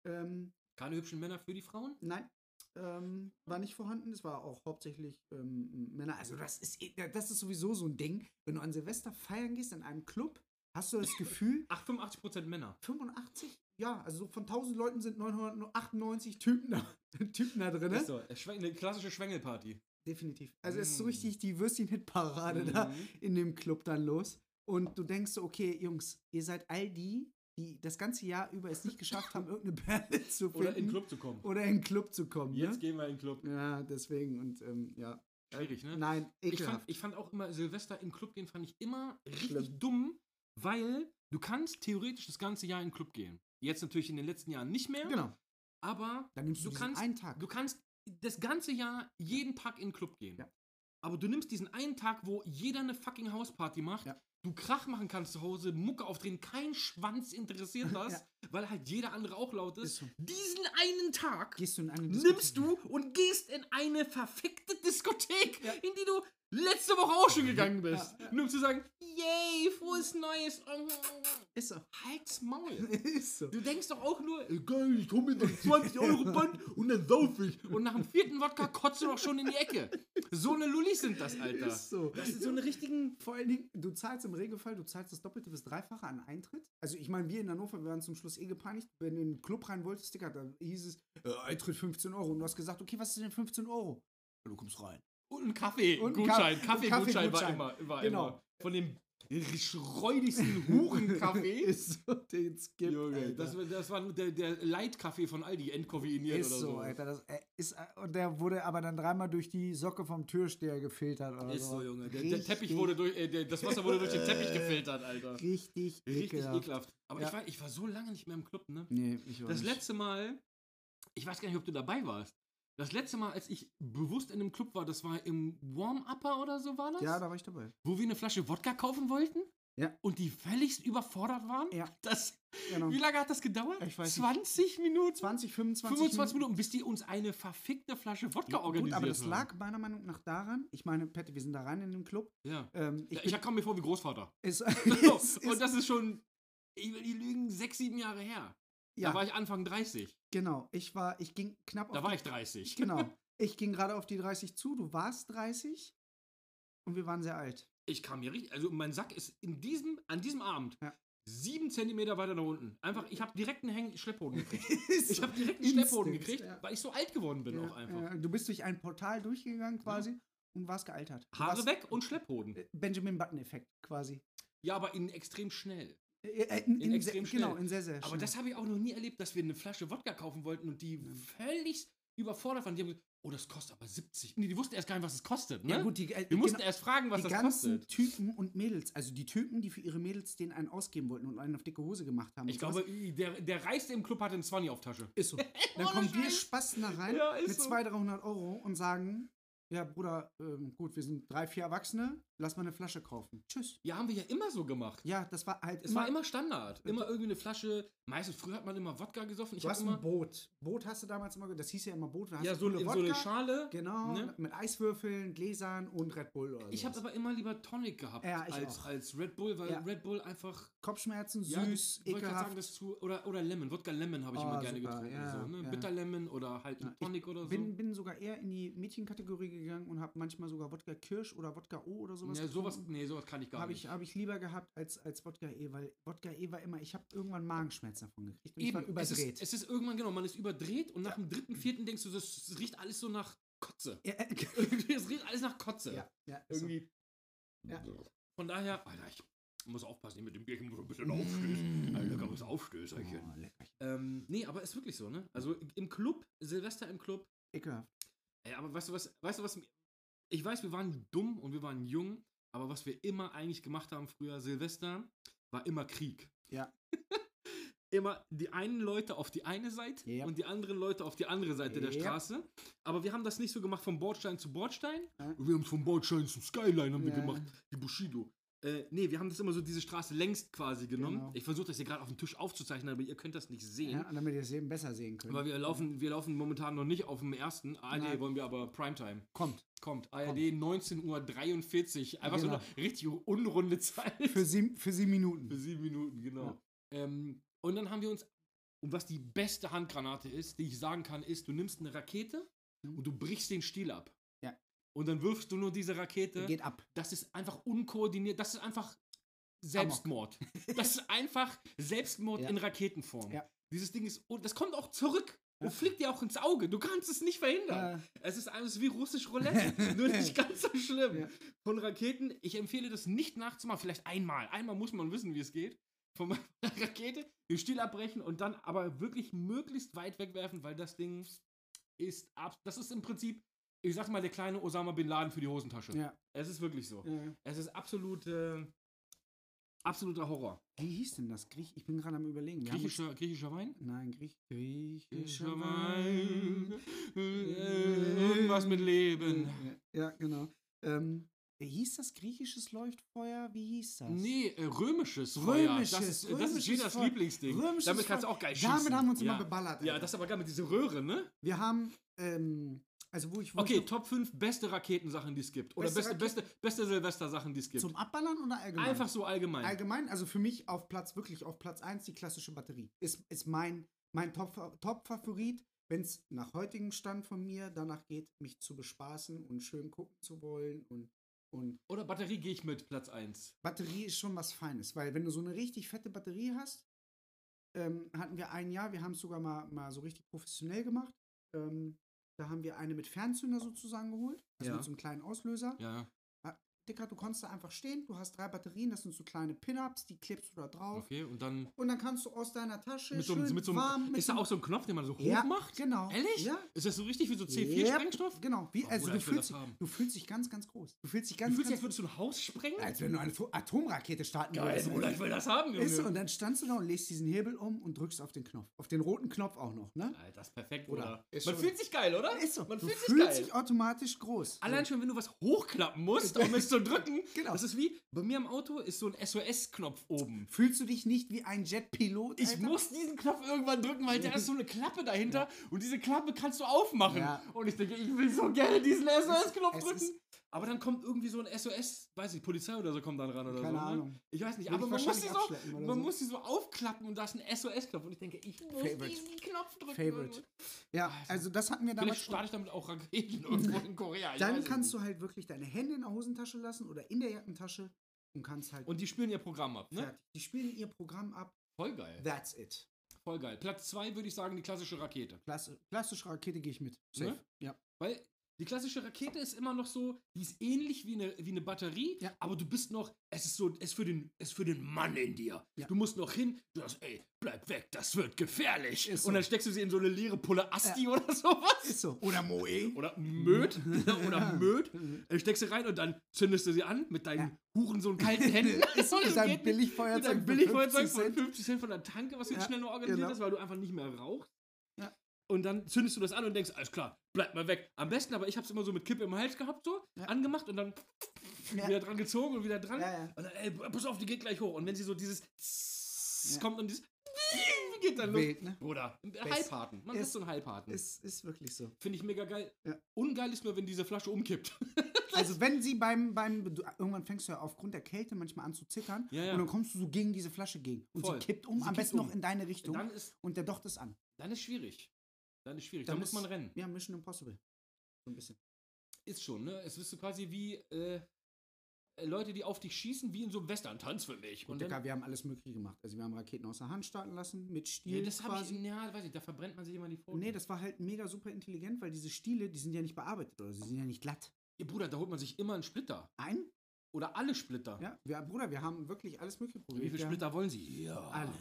Speaker 1: Ähm,
Speaker 2: Keine hübschen Männer für die Frauen?
Speaker 1: nein, ähm, war nicht vorhanden. Es war auch hauptsächlich ähm, Männer. Also das ist, eh- das ist sowieso so ein Ding. Wenn du an Silvester feiern gehst in einem Club, hast du das Gefühl,
Speaker 2: Ach, 85% Männer.
Speaker 1: 85? Ja, also so von 1000 Leuten sind 998 Typen da, Typen da drin.
Speaker 2: Ist so. Es schwe- Eine klassische Schwengelparty.
Speaker 1: Definitiv. Also es ist so
Speaker 2: Mm.
Speaker 1: richtig die Würstchen-Hit-Parade da
Speaker 2: Mhm.
Speaker 1: in dem Club dann los. Und du denkst so, okay, Jungs, ihr seid all die, die das ganze Jahr über es nicht geschafft haben, irgendeine Perle zu finden.
Speaker 2: Oder in den Club zu kommen.
Speaker 1: oder in den Club zu kommen.
Speaker 2: Jetzt
Speaker 1: Ne?
Speaker 2: gehen wir in den Club.
Speaker 1: Ja, deswegen und ähm, ja.
Speaker 2: Schwierig, ne?
Speaker 1: Nein,
Speaker 2: Ich fand,
Speaker 1: ekelhaft.
Speaker 2: ich fand auch immer Silvester in den Club gehen, fand ich immer richtig
Speaker 1: Schlimm.
Speaker 2: dumm, weil du kannst theoretisch das ganze Jahr in den Club gehen. Jetzt natürlich in den letzten Jahren nicht mehr,
Speaker 1: genau.
Speaker 2: aber
Speaker 1: Dann nimmst du,
Speaker 2: Du
Speaker 1: diesen
Speaker 2: kannst-
Speaker 1: einen Tag.
Speaker 2: du kannst das ganze Jahr jeden Tag in den Club gehen.
Speaker 1: Ja.
Speaker 2: Aber du nimmst diesen einen Tag, wo jeder eine fucking Hausparty macht,
Speaker 1: Ja.
Speaker 2: du Krach machen kannst zu Hause, Mucke aufdrehen, kein Schwanz interessiert das, weil halt jeder andere auch laut
Speaker 1: Ist
Speaker 2: ist.
Speaker 1: so.
Speaker 2: Diesen einen Tag
Speaker 1: Gehst du in eine
Speaker 2: nimmst
Speaker 1: Diskothek?
Speaker 2: du und gehst in eine verfickte Diskothek,
Speaker 1: Ja.
Speaker 2: in die du letzte Woche auch schon gegangen bist.
Speaker 1: Ja, ja.
Speaker 2: Nur um zu sagen, yay, frohes Neues.
Speaker 1: Ist so.
Speaker 2: Halt's Maul.
Speaker 1: ist so.
Speaker 2: Du denkst doch auch nur,
Speaker 1: Äh,
Speaker 3: Ey, Geil, ich komme mit einem 20-Euro-Band und dann sauf ich.
Speaker 2: und nach dem vierten Wodka kotzt du doch schon in die Ecke. So eine Lullis sind das, Alter.
Speaker 1: Ist so.
Speaker 2: Das sind so eine richtigen...
Speaker 1: Vor allen Dingen, du zahlst im Regelfall, du zahlst das Doppelte bis Dreifache an Eintritt. Also ich meine, wir in Hannover, wir waren zum Schluss eh gepeinigt. Wenn du in den Club rein wolltest, Digga, da hieß es, äh, Eintritt 15 Euro. Und du hast gesagt, okay, was ist denn 15 Euro? Ja, Du kommst rein.
Speaker 2: Und ein Kaffee.
Speaker 1: Und ein
Speaker 2: Gutschein.
Speaker 1: Kaff- und
Speaker 2: Kaffeegutschein war
Speaker 1: Kaffeegutschein.
Speaker 2: immer. War
Speaker 1: Genau.
Speaker 2: immer. Von dem räudigsten Hurenkaffee.
Speaker 1: ist so, den es gibt.
Speaker 2: Junge,
Speaker 1: Alter.
Speaker 2: das, war- das war der, der Leitkaffee von Aldi, entkoffeiniert
Speaker 1: ist
Speaker 2: oder
Speaker 1: so,
Speaker 2: so.
Speaker 1: Alter. Das, äh, ist, äh, und der wurde aber dann dreimal durch die Socke vom Türsteher gefiltert. Oder
Speaker 2: Ist so,
Speaker 1: so,
Speaker 2: Junge. Der, der Teppich wurde durch, äh, der, das Wasser wurde durch den Teppich gefiltert, Alter.
Speaker 1: Richtig,
Speaker 2: Richtig ekelhaft. Aber
Speaker 1: Ja.
Speaker 2: ich, war, ich war so lange nicht mehr im Club, ne?
Speaker 1: Nee, ich war
Speaker 2: Das
Speaker 1: nicht.
Speaker 2: letzte Mal, ich weiß gar nicht, ob du dabei warst. Das letzte Mal, als ich bewusst in einem Club war, das war im Warm-Upper oder so war das?
Speaker 1: Ja, da war ich dabei.
Speaker 2: wo wir eine Flasche Wodka kaufen wollten?
Speaker 1: Ja.
Speaker 2: Und die völligst überfordert waren?
Speaker 1: Ja.
Speaker 2: Das,
Speaker 1: Genau.
Speaker 2: wie lange hat das gedauert?
Speaker 1: Ich weiß nicht.
Speaker 2: 20 Minuten?
Speaker 1: 20, 25
Speaker 2: 25 Minuten, bis die uns eine verfickte Flasche Wodka
Speaker 1: Gut,
Speaker 2: organisiert ne? haben.
Speaker 1: aber das lag meiner Meinung nach daran, ich meine, Pette, wir sind da rein in den Club.
Speaker 2: Ja.
Speaker 1: Ähm, ich
Speaker 2: Ich, ich
Speaker 1: bin-
Speaker 2: kam mir vor wie Großvater.
Speaker 1: es-
Speaker 2: So,
Speaker 1: es ist-
Speaker 2: und das ist schon, ich will die lügen, sechs, sieben Jahre her.
Speaker 1: ja,
Speaker 2: Da
Speaker 1: Oh.
Speaker 2: war ich Anfang 30.
Speaker 1: genau. Ich war, ich ging knapp
Speaker 2: Da
Speaker 1: auf
Speaker 2: war
Speaker 1: die,
Speaker 2: ich 30.
Speaker 1: Genau. Ich ging gerade auf die 30 zu, du warst 30 und wir waren sehr alt.
Speaker 2: Ich kam mir richtig, also mein Sack ist in diesem, an diesem Abend
Speaker 1: Ja.
Speaker 2: sieben Zentimeter weiter nach unten. Einfach, ich habe direkt einen Häng Schlepphoden gekriegt. Ich habe direkt einen
Speaker 1: Instinkt,
Speaker 2: Schlepphoden gekriegt,
Speaker 1: ja.
Speaker 2: weil ich so alt geworden bin
Speaker 1: Ja,
Speaker 2: auch einfach.
Speaker 1: ja, du bist durch ein Portal durchgegangen quasi und warst gealtert. Du
Speaker 2: Haare
Speaker 1: warst
Speaker 2: weg und Schlepphoden.
Speaker 1: Benjamin Button-Effekt quasi.
Speaker 2: Ja, aber in extrem schnell.
Speaker 1: Äh, äh, In,
Speaker 2: In
Speaker 1: in
Speaker 2: extrem
Speaker 1: sehr, genau,
Speaker 2: schnell.
Speaker 1: in sehr, sehr
Speaker 2: Aber das habe ich auch noch nie erlebt, dass wir eine Flasche Wodka kaufen wollten und die völlig überfordert waren. Die haben gesagt, oh, das kostet aber 70. Nee, die wussten erst gar nicht, was es kostet, ne?
Speaker 1: ja, gut, die, äh,
Speaker 2: wir mussten
Speaker 1: genau-
Speaker 2: erst fragen, was
Speaker 1: die
Speaker 2: das
Speaker 1: ganzen
Speaker 2: kostet.
Speaker 1: Typen und Mädels, also die Typen, die für ihre Mädels den einen ausgeben wollten und einen auf dicke Hose gemacht haben.
Speaker 2: Ich
Speaker 1: und sowas.
Speaker 2: glaube, der, der Reiste im Club hatte einen 20 auf Tasche.
Speaker 1: ist so. Dann
Speaker 2: Ohne
Speaker 1: kommen wir
Speaker 2: Scheiß.
Speaker 1: Spasten da rein
Speaker 2: Ja, ist
Speaker 1: mit
Speaker 2: so.
Speaker 1: 200, 300 Euro und sagen, ja Bruder, ähm, gut, wir sind drei, vier Erwachsene, lass mal eine Flasche kaufen. Tschüss.
Speaker 2: Ja, haben wir ja immer so gemacht.
Speaker 1: Ja, das war halt
Speaker 2: Es war immer Standard. Immer irgendwie eine Flasche. Meistens, früher hat man immer Wodka gesoffen. Ich
Speaker 1: Du
Speaker 2: habe
Speaker 1: hast ein
Speaker 2: immer.
Speaker 1: Boot. Boot hast du damals immer, ge- das hieß ja immer Boot. Da hast
Speaker 2: Ja,
Speaker 1: du
Speaker 2: so,
Speaker 1: coole
Speaker 2: in so eine Schale.
Speaker 1: Genau,
Speaker 2: ne?
Speaker 1: mit Eiswürfeln, Gläsern und Red Bull oder
Speaker 2: Ich habe
Speaker 1: sowas.
Speaker 2: aber immer lieber Tonic gehabt
Speaker 1: Ja, ich
Speaker 2: als,
Speaker 1: auch.
Speaker 2: als Red Bull, weil
Speaker 1: Ja.
Speaker 2: Red Bull einfach
Speaker 1: Kopfschmerzen,
Speaker 2: Ja,
Speaker 1: süß,
Speaker 2: ich wollte gerade sagen,
Speaker 1: ekelhaft.
Speaker 2: das zu, oder, oder Lemon, Wodka Lemon habe ich
Speaker 1: Ah,
Speaker 2: immer gerne
Speaker 1: super,
Speaker 2: getrunken.
Speaker 1: ja,
Speaker 2: so, ne?
Speaker 1: ja.
Speaker 2: Bitter Lemon oder halt
Speaker 1: Ja,
Speaker 2: ein Tonic oder so.
Speaker 1: bin, bin sogar eher in die Mädchenkategorie gegangen und habe manchmal sogar Wodka Kirsch oder Wodka O oder sowas.
Speaker 2: ja, sowas,
Speaker 1: getrunken.
Speaker 2: nee, sowas kann ich gar
Speaker 1: Habe
Speaker 2: nicht.
Speaker 1: ich, hab ich lieber gehabt als, als Wodka E, weil Wodka E war immer, ich habe irgendwann Magenschmerzen davon gekriegt. und ich war
Speaker 2: es
Speaker 1: überdreht.
Speaker 2: ist, es ist irgendwann, genau, man ist überdreht und nach dem dritten, vierten denkst du, das, das riecht alles so nach Kotze.
Speaker 1: ja, äh,
Speaker 2: Irgendwie, es riecht alles nach Kotze.
Speaker 1: ja, ja, ist so.
Speaker 2: Irgendwie.
Speaker 1: Ja.
Speaker 2: Von daher, Alter, ich muss aufpassen hier mit dem Bier, ich muss ein bisschen aufstößen. Ein leckeres Aufstößerchen.
Speaker 1: Mm. Oh, lecker.
Speaker 2: Ähm, nee, aber ist wirklich so, ne? Also im Club, Silvester im Club,
Speaker 1: Ekelhaft.
Speaker 2: Ey, aber weißt du was, weißt du was, ich weiß, wir waren dumm und wir waren jung, aber was wir immer eigentlich gemacht haben früher, Silvester, war immer Krieg.
Speaker 1: Ja.
Speaker 2: immer die einen Leute auf die eine Seite
Speaker 1: Yep.
Speaker 2: und die anderen Leute auf die andere Seite der
Speaker 1: Yep.
Speaker 2: Straße. Aber wir haben das nicht so gemacht von Bordstein zu Bordstein.
Speaker 1: Ja.
Speaker 2: Wir haben es von Bordstein zu Skyline haben wir
Speaker 1: Ja.
Speaker 2: gemacht, die Bushido. Äh, nee, wir haben das immer so diese Straße längst quasi genommen.
Speaker 1: Genau.
Speaker 2: Ich versuche das hier gerade auf dem Tisch aufzuzeichnen, aber ihr könnt das nicht sehen.
Speaker 1: Ja, damit ihr es eben besser sehen könnt.
Speaker 2: Weil wir laufen, wir laufen momentan noch nicht auf dem ersten. ARD
Speaker 1: Nein.
Speaker 2: wollen wir aber Primetime.
Speaker 1: Kommt.
Speaker 2: Kommt. ARD 19.43 Uhr. Einfach
Speaker 1: Genau.
Speaker 2: so eine richtig unrunde Zeit.
Speaker 1: Für sieben, für sieben
Speaker 2: Für
Speaker 1: Minuten.
Speaker 2: sieben Minuten, genau. Ähm, und dann haben wir uns, und was die beste Handgranate ist, die ich sagen kann, ist, du nimmst eine Rakete
Speaker 1: Mhm.
Speaker 2: und du brichst den Stiel ab.
Speaker 1: Ja.
Speaker 2: Und dann wirfst du nur diese Rakete.
Speaker 1: Geht ab.
Speaker 2: Das ist einfach unkoordiniert. Das ist einfach Selbstmord. Das ist einfach Selbstmord
Speaker 1: Ja.
Speaker 2: in Raketenform.
Speaker 1: Ja.
Speaker 2: Dieses Ding ist, und das kommt auch zurück.
Speaker 1: Ja.
Speaker 2: Und fliegt dir auch ins Auge. Du kannst es nicht verhindern.
Speaker 1: Äh,
Speaker 2: Es ist alles wie russisch Roulette, nur nicht ganz so schlimm.
Speaker 1: Ja.
Speaker 2: Von Raketen, ich empfehle das nicht nachzumachen, vielleicht einmal. Einmal muss man wissen, wie es geht. Von einer Rakete, den Stiel abbrechen und dann aber wirklich möglichst weit wegwerfen, weil das Ding ist ab. Das ist im Prinzip, ich sag mal, der kleine Osama Bin Laden für die Hosentasche.
Speaker 1: ja,
Speaker 2: Es ist wirklich so.
Speaker 1: ja.
Speaker 2: Es ist absolute, absoluter Horror.
Speaker 1: Wie hieß denn das? Griech ich bin gerade am überlegen. Wir haben uns-
Speaker 2: Griechischer, griechischer Wein?
Speaker 1: Nein, Griech griechischer
Speaker 2: Griechischer
Speaker 1: Wein.
Speaker 2: Wein. Äh, Irgendwas mit Leben.
Speaker 1: Ja, genau. Ähm, hieß das griechisches Leuchtfeuer? Wie hieß das?
Speaker 2: Nee, äh, römisches
Speaker 1: Römisches,
Speaker 2: Feuer. Das ist, das
Speaker 1: römisches
Speaker 2: ist Jedas
Speaker 1: Feuer.
Speaker 2: Lieblingsding.
Speaker 1: Römisches
Speaker 2: Damit kannst du auch geil schießen.
Speaker 1: Damit haben wir uns
Speaker 2: ja.
Speaker 1: immer geballert.
Speaker 2: Ja,
Speaker 1: Alter.
Speaker 2: das aber gar mit diese Röhre, ne?
Speaker 1: wir haben, ähm, also wo ich wo
Speaker 2: Okay,
Speaker 1: ich
Speaker 2: Top 5 beste Raketensachen, die es gibt. Oder
Speaker 1: Beste
Speaker 2: beste, beste, beste Silvester-Sachen, die es gibt.
Speaker 1: zum Abballern oder allgemein?
Speaker 2: Einfach so allgemein.
Speaker 1: allgemein, also für mich auf Platz, wirklich auf Platz 1 die klassische Batterie. Ist, ist mein, mein Top- Top-Favorit. Wenn es nach heutigem Stand von mir danach geht, mich zu bespaßen und schön gucken zu wollen. Und, und
Speaker 2: Oder Batterie gehe ich mit, Platz 1.
Speaker 1: Batterie ist schon was Feines, weil wenn du so eine richtig fette Batterie hast, ähm, hatten wir ein Jahr, wir haben es sogar mal, mal so richtig professionell gemacht. Ähm, da haben wir eine mit Fernzünder sozusagen geholt, also
Speaker 2: Ja.
Speaker 1: mit so einem kleinen Auslöser.
Speaker 2: Ja.
Speaker 1: Dicker, du konntest da einfach stehen, du hast drei Batterien, das sind so kleine Pin-Ups, die klebst du da drauf.
Speaker 2: Okay, und dann
Speaker 1: Und dann kannst du aus deiner Tasche
Speaker 2: mit so,
Speaker 1: schön
Speaker 2: einem- mit so einem.
Speaker 1: warm...
Speaker 2: ist da auch so ein Knopf, den man so hoch
Speaker 1: ja,
Speaker 2: macht?
Speaker 1: Genau.
Speaker 2: Ehrlich?
Speaker 1: Ja.
Speaker 2: Ist das so richtig wie so
Speaker 1: Yep,
Speaker 2: C4-Sprengstoff?
Speaker 1: Genau. Wie,
Speaker 2: Oh,
Speaker 1: also
Speaker 2: Bruder,
Speaker 1: du
Speaker 2: ich will
Speaker 1: fühlst,
Speaker 2: das haben.
Speaker 1: du fühlst dich ganz, ganz groß. Du fühlst dich
Speaker 2: Du
Speaker 1: ganz,
Speaker 2: fühlst dich, als
Speaker 1: ganz...
Speaker 2: würdest du ein Haus sprengen?
Speaker 1: Als wenn du eine Atom- Atomrakete starten
Speaker 2: Geil,
Speaker 1: würdest.
Speaker 2: Bruder, ich will das haben, Junge.
Speaker 1: Also, Ist, und dann standst du da und legst diesen Hebel um und drückst auf den Knopf. Auf den roten Knopf auch noch, ne?
Speaker 2: Alter, das ist perfekt,
Speaker 1: Bruder,
Speaker 2: Bruder.
Speaker 1: ist
Speaker 2: Man
Speaker 1: schon-
Speaker 2: fühlt sich geil, oder?
Speaker 1: Ist so.
Speaker 2: Man
Speaker 1: du
Speaker 2: fühlt sich
Speaker 1: fühlst
Speaker 2: geil.
Speaker 1: dich automatisch groß.
Speaker 2: Allein schon, wenn du was hochklappen musst, um es zu drücken.
Speaker 1: Genau.
Speaker 2: Das ist wie, bei mir im Auto ist so ein SOS-Knopf oben.
Speaker 1: Fühlst du dich nicht wie ein Jetpilot?
Speaker 2: Ich
Speaker 1: Alter?
Speaker 2: muss diesen Knopf irgendwann drücken, weil da ist so eine Klappe dahinter und diese Klappe kannst du aufmachen.
Speaker 1: Ja.
Speaker 2: Und ich denke, ich will so gerne diesen SOS-Knopf
Speaker 1: es
Speaker 2: drücken.
Speaker 1: ist-
Speaker 2: Aber dann kommt irgendwie so ein SOS, weiß ich, Polizei oder so kommt dann ran oder
Speaker 1: Keine
Speaker 2: so. Ne?
Speaker 1: Ahnung.
Speaker 2: Ich weiß nicht,
Speaker 1: Würde
Speaker 2: aber man,
Speaker 1: ich
Speaker 2: muss
Speaker 1: wahrscheinlich
Speaker 2: sie,
Speaker 1: abschleppen
Speaker 2: so,
Speaker 1: oder
Speaker 2: man
Speaker 1: so.
Speaker 2: muss sie so aufklappen und da ist ein SOS-Knopf. Und ich denke, ich muss
Speaker 1: Favorite.
Speaker 2: diesen Knopf drücken.
Speaker 1: Favorite. Ja, also das hatten wir
Speaker 2: Vielleicht
Speaker 1: damals.
Speaker 2: starte ich also damit auch Raketen irgendwo in Korea. ich weiß
Speaker 1: Dann
Speaker 2: es
Speaker 1: kannst
Speaker 2: nicht.
Speaker 1: du halt wirklich deine Hände in der Hosentasche lassen oder in der Jackentasche und kannst halt
Speaker 2: Und die spielen ihr Programm ab, ne?
Speaker 1: fertig. Die spielen ihr Programm ab.
Speaker 2: Voll geil.
Speaker 1: That's it.
Speaker 2: Voll geil. Platz 2 würde ich sagen, die klassische Rakete.
Speaker 1: Klasse, klassische Rakete gehe ich mit. Safe.
Speaker 2: Ne?
Speaker 1: Ja.
Speaker 2: Weil die klassische Rakete ist immer noch so, die ist ähnlich wie eine, wie eine Batterie,
Speaker 1: Ja.
Speaker 2: aber du bist noch, es ist so, es ist für den, es ist für den Mann in dir.
Speaker 1: Ja.
Speaker 2: Du musst noch hin, du sagst, ey, bleib weg, das wird gefährlich.
Speaker 1: Ist so.
Speaker 2: Und dann steckst du sie in so eine leere Pulle Asti oder sowas.
Speaker 1: Ist so. Oder Moe.
Speaker 2: Oder Möd. oder
Speaker 1: Ja.
Speaker 2: Möd.
Speaker 1: Mhm.
Speaker 2: Dann steckst du rein und dann zündest du sie an mit deinen Hurensohn kalten Händen.
Speaker 1: Ist so,
Speaker 2: Und dann
Speaker 1: mit seinem
Speaker 2: geht nicht. Mit
Speaker 1: Billigfeuerzeug.
Speaker 2: einem
Speaker 1: für
Speaker 2: Billigfeuerzeug
Speaker 1: 50
Speaker 2: von
Speaker 1: Cent.
Speaker 2: 50 Cent von der Tanke, was du
Speaker 1: Ja,
Speaker 2: schnell noch organisiert
Speaker 1: genau.
Speaker 2: hast, weil du einfach nicht mehr rauchst.
Speaker 1: Ja.
Speaker 2: Und dann zündest du das an und denkst, alles klar, bleib mal weg. Am besten, aber ich hab's immer so mit Kippe im Hals gehabt, so,
Speaker 1: Ja.
Speaker 2: angemacht und dann
Speaker 1: Ja.
Speaker 2: wieder dran gezogen und wieder dran.
Speaker 1: Ja, ja.
Speaker 2: Und dann, ey, pass auf, die geht gleich hoch. Und wenn sie so dieses Zzzz
Speaker 1: Ja.
Speaker 2: kommt und dieses geht dann los.
Speaker 1: Wild, ne?
Speaker 2: Oder Halbharten. Man ist
Speaker 1: Ist-
Speaker 2: so ein Halbharten.
Speaker 1: Ist, ist wirklich so.
Speaker 2: Finde ich mega geil.
Speaker 1: Ja.
Speaker 2: Ungeil ist nur, wenn diese Flasche umkippt.
Speaker 1: Also wenn sie beim, beim, du, irgendwann fängst du ja aufgrund der Kälte manchmal an zu zittern
Speaker 2: Ja, ja.
Speaker 1: und dann kommst du so gegen diese Flasche gegen und
Speaker 2: Voll.
Speaker 1: sie kippt um,
Speaker 2: Sie
Speaker 1: am
Speaker 2: kippt
Speaker 1: besten
Speaker 2: um.
Speaker 1: noch in deine Richtung
Speaker 2: dann ist
Speaker 1: und der docht es an.
Speaker 2: dann ist schwierig. Dann ist schwierig.
Speaker 1: Dann
Speaker 2: dann muss
Speaker 1: ist-
Speaker 2: man rennen.
Speaker 1: Ja, Mission Impossible. So ein bisschen.
Speaker 2: Ist schon, ne? Es bist du quasi wie äh, Leute, die auf dich schießen, wie in so einem Western-Tanz für mich.
Speaker 1: Gut,
Speaker 2: Und dann,
Speaker 1: Dicker, wir haben alles mögliche gemacht. Also wir haben Raketen aus der Hand starten lassen, mit Stiel
Speaker 2: nee, das habe ich,
Speaker 1: quasi.
Speaker 2: ja, weiß ich, da verbrennt man sich immer die Pfoten.
Speaker 1: nee, das war halt mega super intelligent, weil diese Stiele, die sind ja nicht bearbeitet oder sie sind ja nicht glatt.
Speaker 2: Ihr Bruder, da holt man sich immer einen Splitter.
Speaker 1: Ein?
Speaker 2: Oder alle Splitter.
Speaker 1: Ja, wir, Bruder, wir haben wirklich alles mögliche probiert.
Speaker 2: Wie viele
Speaker 1: wir haben-
Speaker 2: Splitter wollen sie? Ja.
Speaker 1: Alle.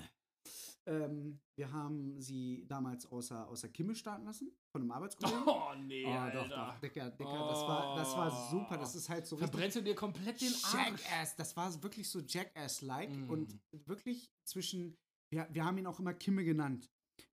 Speaker 1: Ähm, wir haben sie damals außer, außer Kimmel starten lassen, von einem Arbeitskollegen.
Speaker 2: Oh, nee,
Speaker 1: Oh,
Speaker 2: Alter.
Speaker 1: doch, doch, Dicker, Dicker, das, war, das war super. Das ist halt so richtig
Speaker 2: Verbrennst du dir komplett den Arsch.
Speaker 1: Jackass. Das war wirklich so Jackass-like
Speaker 2: Mm.
Speaker 1: und wirklich zwischen, wir, wir haben ihn auch immer Kimme genannt,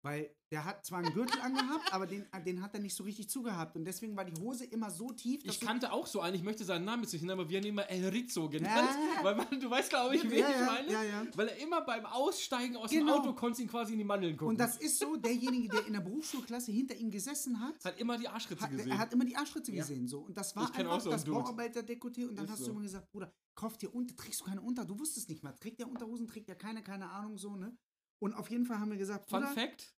Speaker 1: weil der hat zwar einen Gürtel angehabt, aber den, den hat er nicht so richtig zugehabt und deswegen war die Hose immer so tief, dass
Speaker 2: Ich
Speaker 1: du-
Speaker 2: kannte auch so einen, ich möchte seinen Namen jetzt nicht nennen, aber wir haben ihn immer El Rizzo genannt.
Speaker 1: Ja.
Speaker 2: Weil man, du weißt, glaube ich, wen
Speaker 1: ja,
Speaker 2: ich
Speaker 1: ja,
Speaker 2: meine.
Speaker 1: ja, ja.
Speaker 2: Weil er immer beim Aussteigen aus
Speaker 1: Genau.
Speaker 2: dem Auto konntest ihn quasi in die Mandeln gucken.
Speaker 1: Und das ist so, derjenige, der in der Berufsschulklasse hinter ihm gesessen hat,
Speaker 2: hat immer die Arschritze
Speaker 1: hat,
Speaker 2: gesehen.
Speaker 1: er hat immer die Arschritze
Speaker 2: Ja.
Speaker 1: gesehen so und das war
Speaker 2: Ich kenn auch
Speaker 1: einfach
Speaker 2: so einen
Speaker 1: das
Speaker 2: Dude.
Speaker 1: Bauarbeiter-Dekoté und dann
Speaker 2: Ist
Speaker 1: hast
Speaker 2: so.
Speaker 1: du immer gesagt, Bruder, kauf dir unter, trägst du keine unter, du wusstest nicht mal, trägt der Unterhosen, trägt der keine, keine Ahnung so, ne? Und auf jeden Fall haben wir gesagt,
Speaker 2: Fun
Speaker 1: Bruder,
Speaker 2: Fact,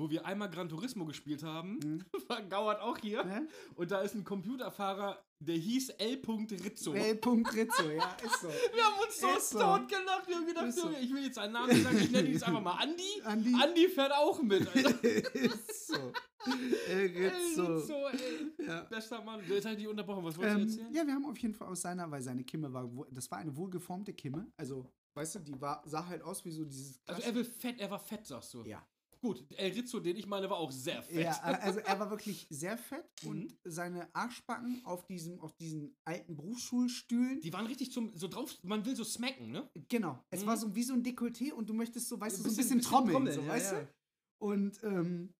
Speaker 2: wo wir einmal Gran Turismo gespielt haben,
Speaker 1: Mhm.
Speaker 2: war Gauert auch hier.
Speaker 1: ne?
Speaker 2: Und da ist ein Computerfahrer, der hieß L. Rizzo.
Speaker 1: L. Rizzo, ja, ist so.
Speaker 2: wir haben uns so
Speaker 1: Ist so.
Speaker 2: stoned gelacht. Wir haben gedacht,
Speaker 1: Ist so.
Speaker 2: Junge, ich will jetzt einen Namen nicht sagen, ich nenne ihn jetzt einfach mal Andi.
Speaker 1: Andi,
Speaker 2: Andi fährt auch mit. Also, Alter.
Speaker 1: ist so. L.
Speaker 2: L.
Speaker 1: Rizzo.
Speaker 2: Rizzo, ey.
Speaker 1: Ja.
Speaker 2: Bester Mann. Jetzt habe ich dich unterbrochen. Was wolltest
Speaker 1: Ähm,
Speaker 2: du erzählen?
Speaker 1: ja, wir haben auf jeden Fall aus seiner, weil seine Kimme war, wohl- das war eine wohlgeformte Kimme, also, weißt du, die war, sah halt aus wie so dieses...
Speaker 2: Also er will fett, er war fett, sagst du.
Speaker 1: Ja.
Speaker 2: Gut, El Rizzo, den ich meine, war auch sehr fett. Mhm.
Speaker 1: Ja, a- also er war wirklich sehr fett und seine Arschbacken auf diesem, auf diesen alten Berufsschulstühlen.
Speaker 2: Die waren richtig zum, so drauf, man will so smacken, ne?
Speaker 1: genau. Es
Speaker 2: Mhm.
Speaker 1: war so wie so ein Dekolleté und du möchtest so, weißt du, so ein bisschen, trommeln, so,
Speaker 2: ja,
Speaker 1: weißt
Speaker 2: ja.
Speaker 1: du? Und ähm,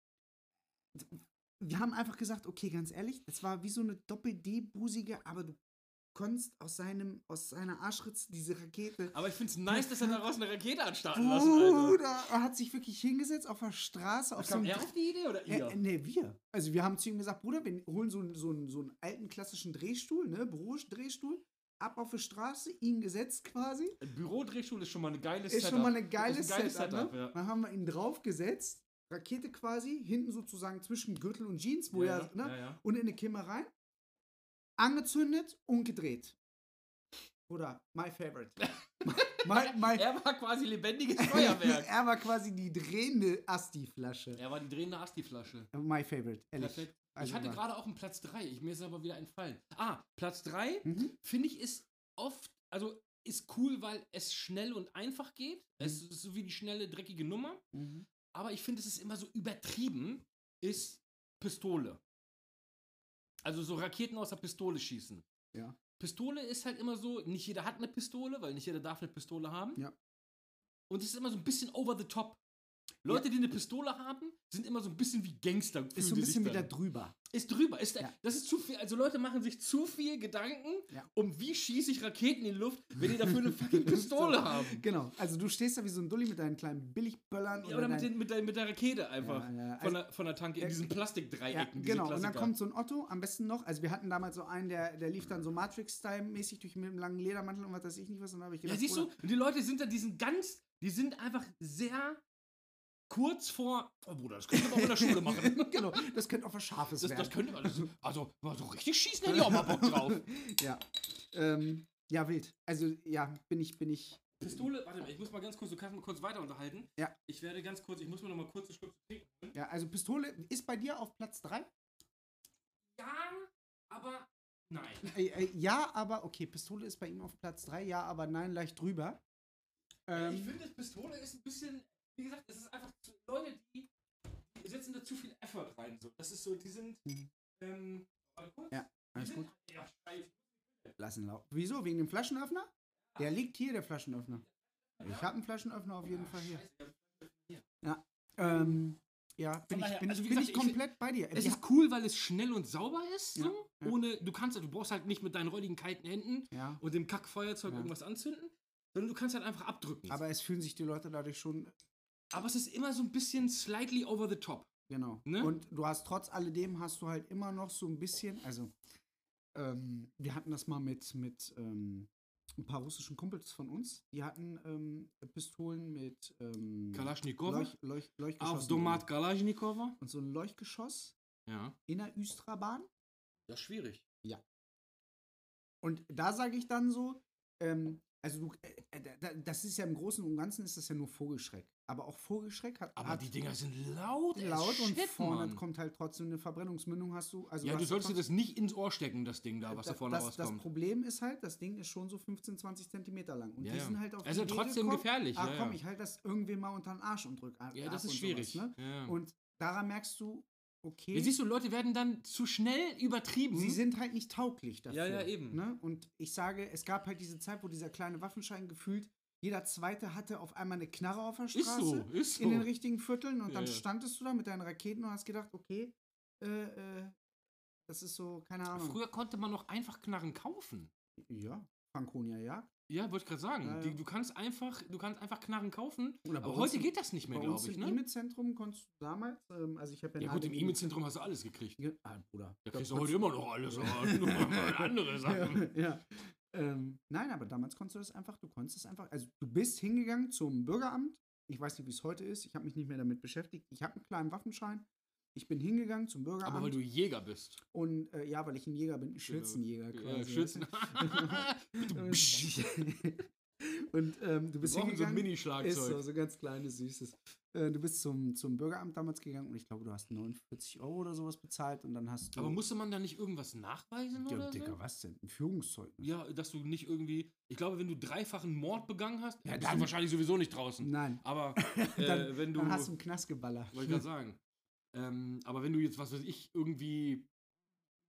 Speaker 1: wir haben einfach gesagt, okay, ganz ehrlich, es war wie so eine Doppel-D-busige, aber du konntest aus seinem, aus seiner Arschritze diese Rakete.
Speaker 2: Aber ich find's nice, dass er daraus eine Rakete hat starten lassen, also. Alter.
Speaker 1: Bruder, er hat sich wirklich hingesetzt auf der Straße, auf so
Speaker 2: Kam
Speaker 1: einem
Speaker 2: er auf die Idee oder ihr?
Speaker 1: Äh, äh, nee, wir. Also wir haben zu ihm gesagt, Bruder, wir holen so, einen- so, einen- so einen alten klassischen Drehstuhl, ne, Büro-Drehstuhl, ab auf die Straße, ihn gesetzt quasi.
Speaker 2: Ein Bürodrehstuhl ist schon mal eine geile
Speaker 1: Ist schon mal eine geile
Speaker 2: Ist ein geiles
Speaker 1: Setup,
Speaker 2: Setup,
Speaker 1: ne?
Speaker 2: ja.
Speaker 1: Dann haben wir ihn draufgesetzt, Rakete quasi, hinten sozusagen zwischen Gürtel und Jeans, wo
Speaker 2: ja,
Speaker 1: er, ne,
Speaker 2: ja, ja.
Speaker 1: und in eine Kimme rein, angezündet und gedreht. Bruder, my favorite. my, my,
Speaker 2: Er war quasi lebendiges Feuerwerk.
Speaker 1: er war quasi die drehende Asti-Flasche.
Speaker 2: er war die drehende Asti-Flasche.
Speaker 1: My favorite, ehrlich.
Speaker 2: Perfekt.
Speaker 1: Also
Speaker 2: ich hatte
Speaker 1: war-
Speaker 2: gerade auch einen Platz 3. Ich, mir ist aber wieder entfallen. Ah, Platz 3,
Speaker 1: Mhm.
Speaker 2: finde ich, ist oft, also ist cool, weil es schnell und einfach geht. Es ist so wie die schnelle, dreckige Nummer.
Speaker 1: Mhm.
Speaker 2: Aber ich finde, es ist immer so übertrieben, ist Pistole. Also so Raketen aus der Pistole schießen.
Speaker 1: Ja.
Speaker 2: Pistole ist halt immer so, nicht jeder hat eine Pistole, weil nicht jeder darf eine Pistole haben.
Speaker 1: Ja.
Speaker 2: Und es ist immer so ein bisschen over the top. Leute, die eine Pistole haben, sind immer so ein bisschen wie Gangster. fühlen
Speaker 1: Ist so ein
Speaker 2: die sich
Speaker 1: bisschen wieder
Speaker 2: dann.
Speaker 1: drüber.
Speaker 2: Ist drüber. Ist,
Speaker 1: Ja.
Speaker 2: Das ist zu viel. Also Leute machen sich zu viel Gedanken
Speaker 1: Ja.
Speaker 2: um, wie schieße ich Raketen in die Luft, wenn die dafür eine fucking Pistole haben.
Speaker 1: Genau. Also du stehst da wie so ein Dulli mit deinen kleinen Billigböllern.
Speaker 2: Ja, oder mit,
Speaker 1: deinen-
Speaker 2: den, mit, der, mit der Rakete einfach.
Speaker 1: Ja, ja,
Speaker 2: von,
Speaker 1: also-
Speaker 2: der, von der Tanke in
Speaker 1: Ja,
Speaker 2: diesen
Speaker 1: ja,
Speaker 2: Plastikdreiecken. diese
Speaker 1: genau. Und dann
Speaker 2: Klassiker.
Speaker 1: kommt so ein Otto, am besten noch. Also wir hatten damals so einen, der, der lief dann so Matrix-Style-mäßig durch mit einem langen Ledermantel und was weiß ich nicht was. Und dann habe ich
Speaker 2: Ja,
Speaker 1: gedacht,
Speaker 2: siehst du,
Speaker 1: Bruder,
Speaker 2: und die Leute sind da diesen ganz, die sind einfach sehr kurz vor. Oh Bruder, das könnte man auch in der Schule machen.
Speaker 1: genau, das könnte auch was Scharfes
Speaker 2: Das,
Speaker 1: werden.
Speaker 2: das könnte man. Das, also, mal so richtig schießen hätte ich auch mal Bock drauf.
Speaker 1: ja. Ähm, ja, wild. Also ja, bin ich, bin ich.
Speaker 2: Pistole, warte mal, ich muss mal ganz kurz, du kannst mal kurz weiter unterhalten.
Speaker 1: Ja.
Speaker 2: Ich werde ganz kurz, ich muss mir noch mal kurz einen Schluck trinken.
Speaker 1: Ja, also Pistole ist bei dir auf Platz 3?
Speaker 2: Ja, aber nein.
Speaker 1: Äh, äh, ja, aber okay, Pistole ist bei ihm auf Platz 3, ja, aber nein, leicht drüber.
Speaker 2: ich
Speaker 1: Ähm,
Speaker 2: finde, das Pistole ist ein bisschen, wie gesagt, es ist einfach zu, Leute, die, die setzen da zu viel Effort rein. So. Das ist so, die sind.
Speaker 1: Mhm.
Speaker 2: Ähm, warte kurz.
Speaker 1: Ja,
Speaker 2: Die
Speaker 1: alles
Speaker 2: sind-
Speaker 1: gut.
Speaker 2: Ja, scheiße.
Speaker 1: Lassen laufen. Wieso? Wegen dem Flaschenöffner? Der liegt hier, der Flaschenöffner. Ich habe einen Flaschenöffner auf
Speaker 2: Ah,
Speaker 1: jeden Fall hier. Ähm, ja, bin,
Speaker 2: daher,
Speaker 1: ich, bin,
Speaker 2: also wie
Speaker 1: ich, bin
Speaker 2: gesagt,
Speaker 1: ich
Speaker 2: ich find-
Speaker 1: komplett bei dir.
Speaker 2: Es
Speaker 1: Ja,
Speaker 2: ist cool, weil es schnell und sauber ist.
Speaker 1: Ja,
Speaker 2: So.
Speaker 1: ja.
Speaker 2: Ohne, du kannst, halt- du brauchst halt nicht mit deinen räudigen kalten Händen
Speaker 1: ja.
Speaker 2: und dem Kackfeuerzeug
Speaker 1: Ja.
Speaker 2: irgendwas anzünden, sondern du kannst halt einfach abdrücken.
Speaker 1: Aber es fühlen sich die Leute dadurch schon,
Speaker 2: Aber es ist immer so ein bisschen slightly over the top.
Speaker 1: genau.
Speaker 2: Ne?
Speaker 1: Und du hast trotz alledem, hast du halt immer noch so ein bisschen, also, ähm, wir hatten das mal mit, mit ähm, ein paar russischen Kumpels von uns. Die hatten ähm, Pistolen mit ähm,
Speaker 2: Kalaschnikow,
Speaker 1: Leuch, Leuch, Leuchgeschossen.
Speaker 2: auf Domat Kalaschnikow.
Speaker 1: Und so ein Leuchtgeschoss
Speaker 2: Ja.
Speaker 1: in der Üstrabahn.
Speaker 2: Das ist schwierig.
Speaker 1: Und da sage ich dann so, ähm, also du, äh, äh, da- da- das ist ja im Großen und Ganzen ist das ja nur Vogelschreck. Aber auch Vogelschreck hat,
Speaker 2: Aber
Speaker 1: hat
Speaker 2: die Dinger sind laut, as
Speaker 1: laut und
Speaker 2: shit,
Speaker 1: vorne
Speaker 2: Mann.
Speaker 1: kommt halt trotzdem eine Verbrennungsmündung hast du. Also
Speaker 2: Ja,
Speaker 1: hast
Speaker 2: du solltest dir das
Speaker 1: trotzdem-
Speaker 2: nicht ins Ohr stecken, das Ding da, was da
Speaker 1: Äh, das-
Speaker 2: vorne
Speaker 1: das, das
Speaker 2: rauskommt.
Speaker 1: Problem ist halt, das Ding ist schon so 15, 20 Zentimeter lang. Und
Speaker 2: Ja,
Speaker 1: die
Speaker 2: ja.
Speaker 1: sind halt auch.
Speaker 2: Also trotzdem gefährlich,
Speaker 1: Ah,
Speaker 2: ja,
Speaker 1: komm,
Speaker 2: ja.
Speaker 1: ich halte das irgendwie mal unter den Arsch und drücke
Speaker 2: ja, das ist schwierig.
Speaker 1: Sowas, ne?
Speaker 2: ja.
Speaker 1: Und daran merkst du, okay.
Speaker 2: ja, siehst du, Leute werden dann zu schnell übertrieben.
Speaker 1: Sie sind halt nicht tauglich dafür.
Speaker 2: Hm? Ja, ja, eben.
Speaker 1: Ne? Und ich sage, es gab halt diese Zeit, wo dieser kleine Waffenschein gefühlt, jeder Zweite hatte auf einmal eine Knarre auf der
Speaker 2: ist
Speaker 1: Straße.
Speaker 2: so, ist so.
Speaker 1: In den richtigen Vierteln. Und
Speaker 2: Ja,
Speaker 1: dann
Speaker 2: ja.
Speaker 1: standest du da mit deinen Raketen und hast gedacht, okay, äh, äh, das ist so, keine Ahnung.
Speaker 2: Früher konnte man noch einfach Knarren kaufen.
Speaker 1: Ja, Franconia Jagd.
Speaker 2: Ja, wollte ich gerade sagen.
Speaker 1: Ja, ja.
Speaker 2: Die, du, kannst einfach, du kannst einfach Knarren kaufen.
Speaker 1: Oder bei
Speaker 2: Aber
Speaker 1: uns
Speaker 2: heute
Speaker 1: im-
Speaker 2: geht das nicht
Speaker 1: Bei
Speaker 2: mehr,
Speaker 1: uns
Speaker 2: glaube ich.
Speaker 1: im
Speaker 2: Ne?
Speaker 1: E-Mail-Zentrum konntest du damals, ähm, also ich habe ja
Speaker 2: Ja,
Speaker 1: nahe
Speaker 2: gut, im
Speaker 1: dem
Speaker 2: E-Mail-Zentrum hast du alles gekriegt.
Speaker 1: E-Mail- Ah, Bruder.
Speaker 2: Da kriegst du heute immer noch alles. aber nur mal andere Sachen.
Speaker 1: ja. ja. Ähm, nein, aber damals konntest du das einfach, du konntest es einfach, also du bist hingegangen zum Bürgeramt, ich weiß nicht, wie es heute ist, ich habe mich nicht mehr damit beschäftigt, ich habe einen kleinen Waffenschein, ich bin hingegangen zum Bürgeramt
Speaker 2: Aber weil du Jäger bist.
Speaker 1: und äh, ja, weil ich ein Jäger bin, ein Schürzenjäger
Speaker 2: Ja,
Speaker 1: quasi.
Speaker 2: Schützen.
Speaker 1: und ähm, du
Speaker 2: Wir
Speaker 1: bist
Speaker 2: brauchen so ein
Speaker 1: hingegangen, ist so,
Speaker 2: Mini-Schlagzeug.
Speaker 1: so ganz kleines, süßes. Äh, du bist zum, zum Bürgeramt damals gegangen und ich glaube, du hast 49 Euro oder sowas bezahlt und dann hast du...
Speaker 2: Aber musste man da nicht irgendwas nachweisen
Speaker 1: ja,
Speaker 2: oder
Speaker 1: Dicker,
Speaker 2: so?
Speaker 1: was denn? Ein Führungszeugnis?
Speaker 2: Ja, dass du nicht irgendwie. Ich glaube, wenn du dreifachen Mord begangen hast,
Speaker 1: Ja,
Speaker 2: bist
Speaker 1: dann-
Speaker 2: du wahrscheinlich sowieso nicht draußen.
Speaker 1: Nein.
Speaker 2: Aber äh,
Speaker 1: Dann-
Speaker 2: wenn du.
Speaker 1: Dann hast du einen Knast geballert.
Speaker 2: Wollte ich gerade sagen. Ähm, aber wenn du jetzt, was weiß ich, irgendwie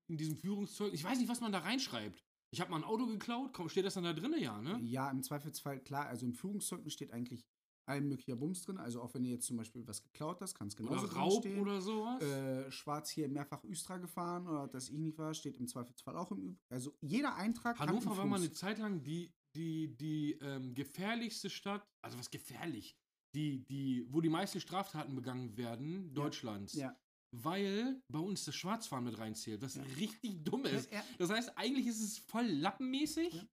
Speaker 2: in diesem Führungszeug, ich weiß nicht, was man da reinschreibt. Ich habe mal ein Auto geklaut, komm, steht das dann da drin, ja, ne?
Speaker 1: Ja, im Zweifelsfall, klar, also im Führungszeugnis steht eigentlich ein möglicher Bums drin. Also auch wenn du jetzt zum Beispiel was geklaut hast, kann es
Speaker 2: Oder
Speaker 1: genauso
Speaker 2: Raub
Speaker 1: drinstehen.
Speaker 2: oder sowas.
Speaker 1: äh, schwarz hier mehrfach Östra gefahren oder dass ich nicht war, steht im Zweifelsfall auch im Übrigen. Also jeder Eintrag
Speaker 2: Hannover
Speaker 1: im
Speaker 2: war mal eine
Speaker 1: Führungs-
Speaker 2: Zeit lang die, die, die ähm, gefährlichste Stadt, also was gefährlich, die, die, wo die meisten Straftaten begangen werden, Deutschlands.
Speaker 1: Ja.
Speaker 2: Weil bei uns das Schwarzfahren mit reinzählt, was
Speaker 1: Ja.
Speaker 2: richtig dumm ist.
Speaker 1: Ja,
Speaker 2: Das heißt, eigentlich ist es voll lappenmäßig.
Speaker 1: Ja.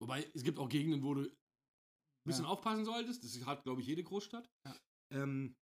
Speaker 2: Wobei, es gibt auch Gegenden, wo du ein bisschen
Speaker 1: Ja.
Speaker 2: aufpassen solltest. Das hat, glaube ich, jede Großstadt.
Speaker 1: Ja.
Speaker 2: Ähm,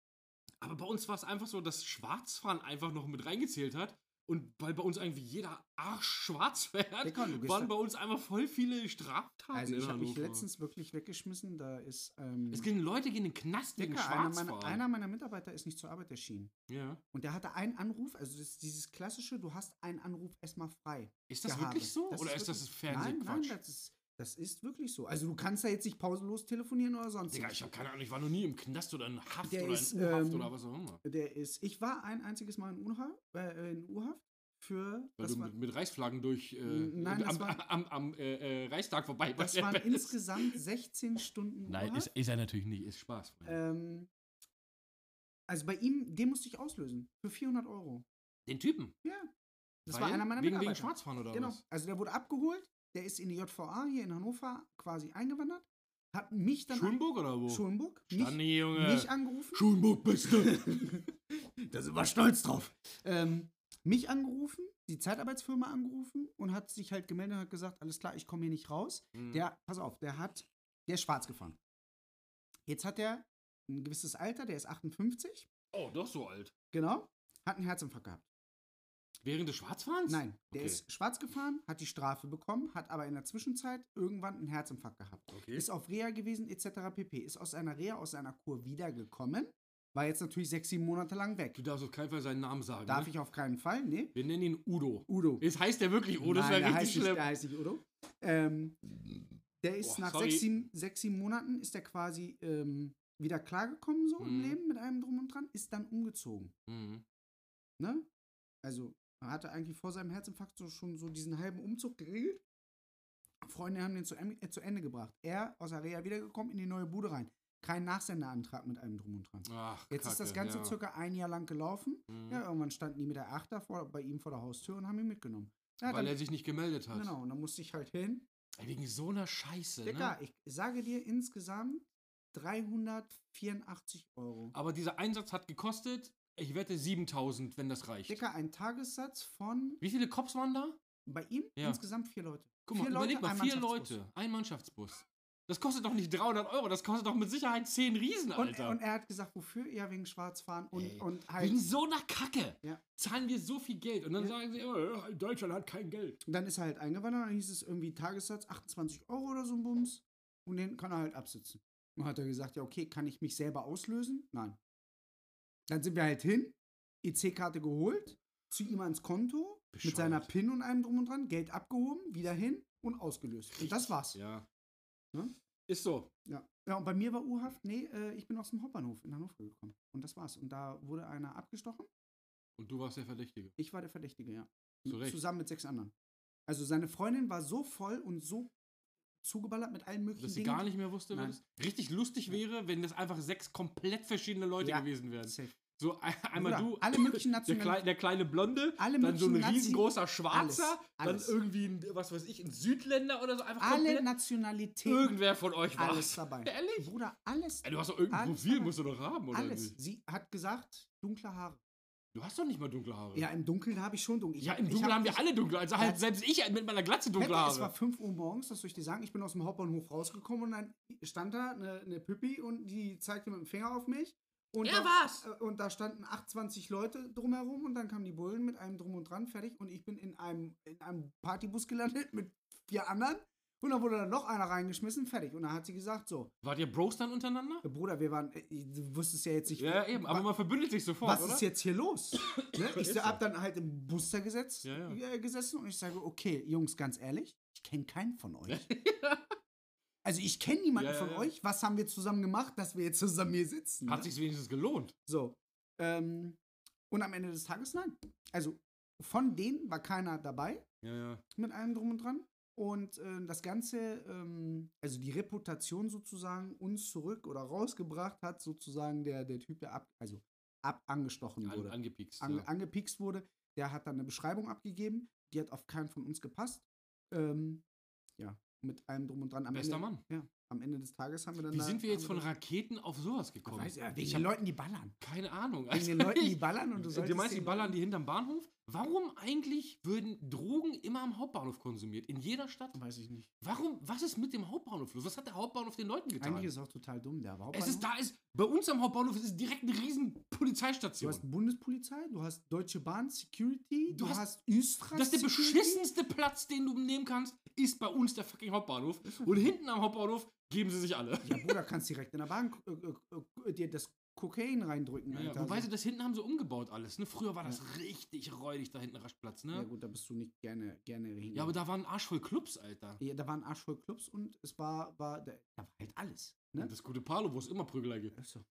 Speaker 2: aber bei uns war es einfach so, dass Schwarzfahren einfach noch mit reingezählt hat. Und weil bei uns eigentlich jeder Arsch schwarz fährt,
Speaker 1: Dicker, du gehst
Speaker 2: waren
Speaker 1: da-
Speaker 2: bei uns einmal voll viele Straftaten.
Speaker 1: also ich
Speaker 2: in
Speaker 1: habe mich
Speaker 2: Hannover.
Speaker 1: letztens wirklich weggeschmissen. Da ist ähm,
Speaker 2: Es gehen Leute gehen in den Knast wegen
Speaker 1: Dicker, einer,
Speaker 2: Schwarzfahren.
Speaker 1: meiner, einer meiner Mitarbeiter ist nicht zur Arbeit erschienen.
Speaker 2: ja.
Speaker 1: Und der hatte einen Anruf, also das ist dieses klassische, du hast einen Anruf erstmal frei.
Speaker 2: Ist das
Speaker 1: gehabt.
Speaker 2: wirklich so?
Speaker 1: Das
Speaker 2: oder ist, das
Speaker 1: wirklich-
Speaker 2: Fernsehquatsch?
Speaker 1: Nein, nein, das ist, das ist wirklich so. Also du kannst da jetzt nicht pausenlos telefonieren oder sonst
Speaker 2: Digga,
Speaker 1: was.
Speaker 2: ich habe keine Ahnung, ich war noch nie im Knast oder in Haft
Speaker 1: Der
Speaker 2: oder
Speaker 1: ist,
Speaker 2: in U-Haft
Speaker 1: ähm,
Speaker 2: oder was auch immer.
Speaker 1: Der ist, ich war ein einziges Mal in U-Haft, äh, in U-Haft für,
Speaker 2: Weil
Speaker 1: das,
Speaker 2: du
Speaker 1: war,
Speaker 2: mit, mit Reichsflaggen durch äh,
Speaker 1: Nein, das
Speaker 2: am,
Speaker 1: war-
Speaker 2: am, am äh, äh, Reichstag vorbei.
Speaker 1: das waren insgesamt 16 Stunden
Speaker 2: Nein,
Speaker 1: U-Haft.
Speaker 2: ist, ist er natürlich nicht, ist Spaß.
Speaker 1: Ähm, also bei ihm, den musste ich auslösen. Für 400 Euro.
Speaker 2: Den Typen.
Speaker 1: Das
Speaker 2: Weil?
Speaker 1: war einer meiner
Speaker 2: wegen, wegen
Speaker 1: Mitarbeiter.
Speaker 2: Schwarzfahren oder
Speaker 1: genau.
Speaker 2: was?
Speaker 1: Also der wurde abgeholt, der ist in die JVA hier in Hannover quasi eingewandert, hat mich dann...
Speaker 2: Schulenburg oder wo?
Speaker 1: an, Schulenburg?
Speaker 2: Stani,
Speaker 1: Mich,
Speaker 2: Junge.
Speaker 1: mich angerufen.
Speaker 2: Schulenburg Beste.
Speaker 1: da sind wir stolz drauf. Ähm, mich angerufen, die Zeitarbeitsfirma angerufen und hat sich halt gemeldet und hat gesagt, alles klar, ich komme hier nicht raus.
Speaker 2: Mhm.
Speaker 1: Der, pass auf, der hat, der ist schwarz gefahren. Jetzt hat er ein gewisses Alter, der ist 58,
Speaker 2: oh, doch so alt.
Speaker 1: genau, hat einen Herzinfarkt gehabt.
Speaker 2: Während des Schwarzfahrens?
Speaker 1: Nein, der
Speaker 2: Okay.
Speaker 1: ist schwarz gefahren, hat die Strafe bekommen, hat aber in der Zwischenzeit irgendwann einen Herzinfarkt gehabt.
Speaker 2: Okay.
Speaker 1: Ist auf Reha gewesen, etc. pp. Ist aus einer Reha, aus einer Kur wiedergekommen, war jetzt natürlich sechs, sieben Monate lang weg.
Speaker 2: Du darfst auf keinen Fall seinen Namen sagen.
Speaker 1: Darf
Speaker 2: ne?
Speaker 1: ich auf keinen Fall, nee.
Speaker 2: Wir nennen ihn Udo.
Speaker 1: Udo.
Speaker 2: Jetzt heißt der wirklich Udo, das wäre
Speaker 1: Nein,
Speaker 2: richtig
Speaker 1: der heißt nicht,
Speaker 2: schlimm.
Speaker 1: der heißt nicht Udo. Ähm, der ist
Speaker 2: Boah,
Speaker 1: nach
Speaker 2: sorry.
Speaker 1: sechs sieben, sechs, sieben Monaten ist er quasi ähm, wieder klargekommen so im
Speaker 2: Mhm.
Speaker 1: Leben mit einem drum und dran, ist dann umgezogen.
Speaker 2: Mhm.
Speaker 1: Ne? Also er hatte eigentlich vor seinem Herzinfarkt so schon so diesen halben Umzug geregelt. Freunde haben den zu, em- äh, zu Ende gebracht. Er aus Area wiedergekommen in die neue Bude rein. Kein Nachsenderantrag mit einem drum und dran.
Speaker 2: Ach,
Speaker 1: Jetzt ist das
Speaker 2: Kacke,
Speaker 1: Ganze
Speaker 2: ja.
Speaker 1: circa ein Jahr lang gelaufen.
Speaker 2: Mhm.
Speaker 1: Ja, irgendwann standen die mit der Achter vor, bei ihm vor der Haustür und haben ihn mitgenommen. Ja,
Speaker 2: Weil
Speaker 1: dann-
Speaker 2: er sich nicht gemeldet hat.
Speaker 1: Genau, und dann musste ich halt hin.
Speaker 2: Ey, Wegen so einer Scheiße.
Speaker 1: Digga,
Speaker 2: Ne?
Speaker 1: ich sage dir insgesamt 384 Euro.
Speaker 2: Aber dieser Einsatz hat gekostet, ich wette 7000, wenn das reicht.
Speaker 1: Dicker, ein Tagessatz von
Speaker 2: Wie viele Cops waren da?
Speaker 1: bei ihm
Speaker 2: Ja.
Speaker 1: insgesamt vier Leute.
Speaker 2: Guck mal,
Speaker 1: Vier
Speaker 2: überleg
Speaker 1: Leute,
Speaker 2: mal,
Speaker 1: ein
Speaker 2: vier
Speaker 1: Mannschaftsbus.
Speaker 2: Leute, ein Mannschaftsbus. Das kostet doch nicht 300 Euro, das kostet doch mit Sicherheit 10 Riesen,
Speaker 1: Und,
Speaker 2: Alter.
Speaker 1: und er hat gesagt, wofür? Ja, wegen Schwarzfahren und,
Speaker 2: Ey,
Speaker 1: und halt.
Speaker 2: Wegen so einer Kacke
Speaker 1: Ja.
Speaker 2: zahlen wir so viel Geld. Und dann
Speaker 1: Ja.
Speaker 2: sagen sie, oh, Deutschland hat kein Geld.
Speaker 1: Und dann ist er halt eingewandert, dann hieß es irgendwie Tagessatz 28 Euro oder so ein Bums. Und den kann er halt absitzen. Und hat er gesagt, ja, okay, kann ich mich selber auslösen? Nein. Dann sind wir halt hin, EC-Karte geholt, zu ihm ans Konto, mit
Speaker 2: Bescheuert.
Speaker 1: seiner PIN und allem drum und dran, Geld abgehoben, wieder hin und ausgelöst. Und das war's. Ja,
Speaker 2: Ja.
Speaker 1: Ne?
Speaker 2: Ist so.
Speaker 1: ja. und bei mir war Urhaft, nee, äh, ich bin aus dem Hauptbahnhof in Hannover gekommen. Und das war's. Und da wurde einer abgestochen.
Speaker 2: Und du warst der Verdächtige.
Speaker 1: Ich war der Verdächtige, ja. Hm,
Speaker 2: Zu Recht.
Speaker 1: Zusammen mit sechs anderen. Also seine Freundin war so voll und so zugeballert mit allen möglichen
Speaker 2: Dass sie
Speaker 1: Dingen.
Speaker 2: gar nicht mehr wusste,
Speaker 1: Nein.
Speaker 2: was richtig lustig wäre, wenn das einfach sechs komplett verschiedene Leute
Speaker 1: Ja.
Speaker 2: gewesen wären.
Speaker 1: Safe.
Speaker 2: So ein- einmal
Speaker 1: Bruder,
Speaker 2: du,
Speaker 1: alle möglichen
Speaker 2: der,
Speaker 1: Nationalitäten.
Speaker 2: Klei der kleine Blonde,
Speaker 1: Alle
Speaker 2: dann so ein
Speaker 1: möglichen Nazi-
Speaker 2: riesengroßer Schwarzer,
Speaker 1: Alles, alles.
Speaker 2: dann irgendwie ein, was weiß ich, ein Südländer oder so, einfach
Speaker 1: Alle
Speaker 2: komplett
Speaker 1: Nationalitäten.
Speaker 2: irgendwer von euch war
Speaker 1: alles dabei.
Speaker 2: Ehrlich?
Speaker 1: Bruder, alles.
Speaker 2: Ey, du hast doch irgendein
Speaker 1: Alles
Speaker 2: Profil,
Speaker 1: dabei.
Speaker 2: musst du doch haben, oder
Speaker 1: alles.
Speaker 2: nicht?
Speaker 1: Sie hat gesagt, dunkle Haare.
Speaker 2: Du hast doch nicht mal dunkle Haare.
Speaker 1: Ja, im Dunkeln habe ich schon dunkel. Ich
Speaker 2: Ja,
Speaker 1: hab-
Speaker 2: im
Speaker 1: ich
Speaker 2: Dunkeln
Speaker 1: hab-
Speaker 2: haben wir alle dunkle, also halt
Speaker 1: Ja.
Speaker 2: selbst ich mit meiner Glatze dunkle
Speaker 1: Peppe, Es war
Speaker 2: Haare.
Speaker 1: 5 Uhr morgens, das soll ich dir sagen. Ich bin aus dem Hauptbahnhof rausgekommen und dann stand da eine, eine Püppi und die zeigte mit dem Finger auf mich. Und
Speaker 2: Er
Speaker 1: da,
Speaker 2: war's.
Speaker 1: äh, Und da standen 28 Leute drumherum und dann kamen die Bullen mit einem drum und dran, fertig. Und ich bin in einem, in einem Partybus gelandet mit vier anderen. Und dann wurde dann noch einer reingeschmissen, fertig. Und dann hat sie gesagt: So,
Speaker 2: Wart ihr Bros dann untereinander?
Speaker 1: äh, Bruder, wir waren, äh, du wusstest ja jetzt nicht,
Speaker 2: Ja, eben, aber
Speaker 1: wa-
Speaker 2: man verbündet sich sofort,
Speaker 1: was
Speaker 2: oder?
Speaker 1: ist jetzt hier los? ne? Ich
Speaker 2: Ist so.
Speaker 1: hab dann halt im Bus da gesetzt,
Speaker 2: Ja, ja.
Speaker 1: äh, gesessen und ich sage, okay, Jungs, ganz ehrlich, ich kenne keinen von euch. also ich kenne niemanden
Speaker 2: Ja, ja,
Speaker 1: von
Speaker 2: ja.
Speaker 1: euch. Was haben wir zusammen gemacht, dass wir jetzt zusammen hier sitzen?
Speaker 2: Hat
Speaker 1: ne?
Speaker 2: sich's wenigstens gelohnt.
Speaker 1: So. Ähm, und am Ende des Tages nein. Also von denen war keiner dabei
Speaker 2: Ja, ja.
Speaker 1: mit allem drum und dran. Und äh, das Ganze, ähm, also die Reputation sozusagen uns zurück oder rausgebracht hat, sozusagen der, der Typ, der ab, also ab angestochen
Speaker 2: An,
Speaker 1: wurde
Speaker 2: angepiekst.
Speaker 1: ange
Speaker 2: ja.
Speaker 1: angepikst wurde. Der hat dann eine Beschreibung abgegeben, die hat auf keinen von uns gepasst. Ähm, ja, mit allem drum und dran. Am
Speaker 2: Bester
Speaker 1: Ende,
Speaker 2: Mann.
Speaker 1: Ja, am Ende des Tages haben wir dann.
Speaker 2: Wie
Speaker 1: da-
Speaker 2: sind wir jetzt
Speaker 1: haben
Speaker 2: von Raketen auf sowas gekommen?
Speaker 1: Weiß, ja, wegen
Speaker 2: ich
Speaker 1: den
Speaker 2: habe
Speaker 1: Leuten, die ballern.
Speaker 2: keine Ahnung.
Speaker 1: Wegen den
Speaker 2: Also
Speaker 1: Leuten, die
Speaker 2: ich-
Speaker 1: ballern und du solltest.
Speaker 2: Du meinst, die
Speaker 1: den
Speaker 2: ballern
Speaker 1: Leuten-
Speaker 2: die hinterm Bahnhof? Warum eigentlich würden Drogen immer am Hauptbahnhof konsumiert? In jeder Stadt?
Speaker 1: Weiß ich nicht.
Speaker 2: Warum? Was ist mit dem Hauptbahnhof los? Was hat der Hauptbahnhof den Leuten getan?
Speaker 1: Eigentlich ist es auch total dumm, der
Speaker 2: es ist da ist bei uns am Hauptbahnhof ist direkt eine riesen
Speaker 1: Du
Speaker 2: Polizeistation.
Speaker 1: hast Bundespolizei, du hast Deutsche Bahn Security,
Speaker 2: Du
Speaker 1: du,
Speaker 2: hast-
Speaker 1: hast Östra
Speaker 2: Das ist der
Speaker 1: Security.
Speaker 2: beschissenste Platz, den du nehmen kannst, ist bei uns der fucking Hauptbahnhof. Und hinten am Hauptbahnhof geben sie sich alle.
Speaker 1: Ja, Bruder, kannst direkt in der Bahn äh, äh, äh, dir das Kokain reindrücken,
Speaker 2: Ja,
Speaker 1: Alter.
Speaker 2: wobei sie das hinten haben sie umgebaut alles. Ne? Früher war das richtig räudig da hinten Raschplatz,
Speaker 1: ja
Speaker 2: ne?
Speaker 1: gut, da bist du nicht gerne, gerne hin.
Speaker 2: Ja, aber da waren Arsch voll Clubs, Alter.
Speaker 1: Ja, da waren arschvoll Clubs und es war, war da, da war halt alles. Ne?
Speaker 2: Und das gute Palo, wo es immer Prügler gibt.
Speaker 1: Achso.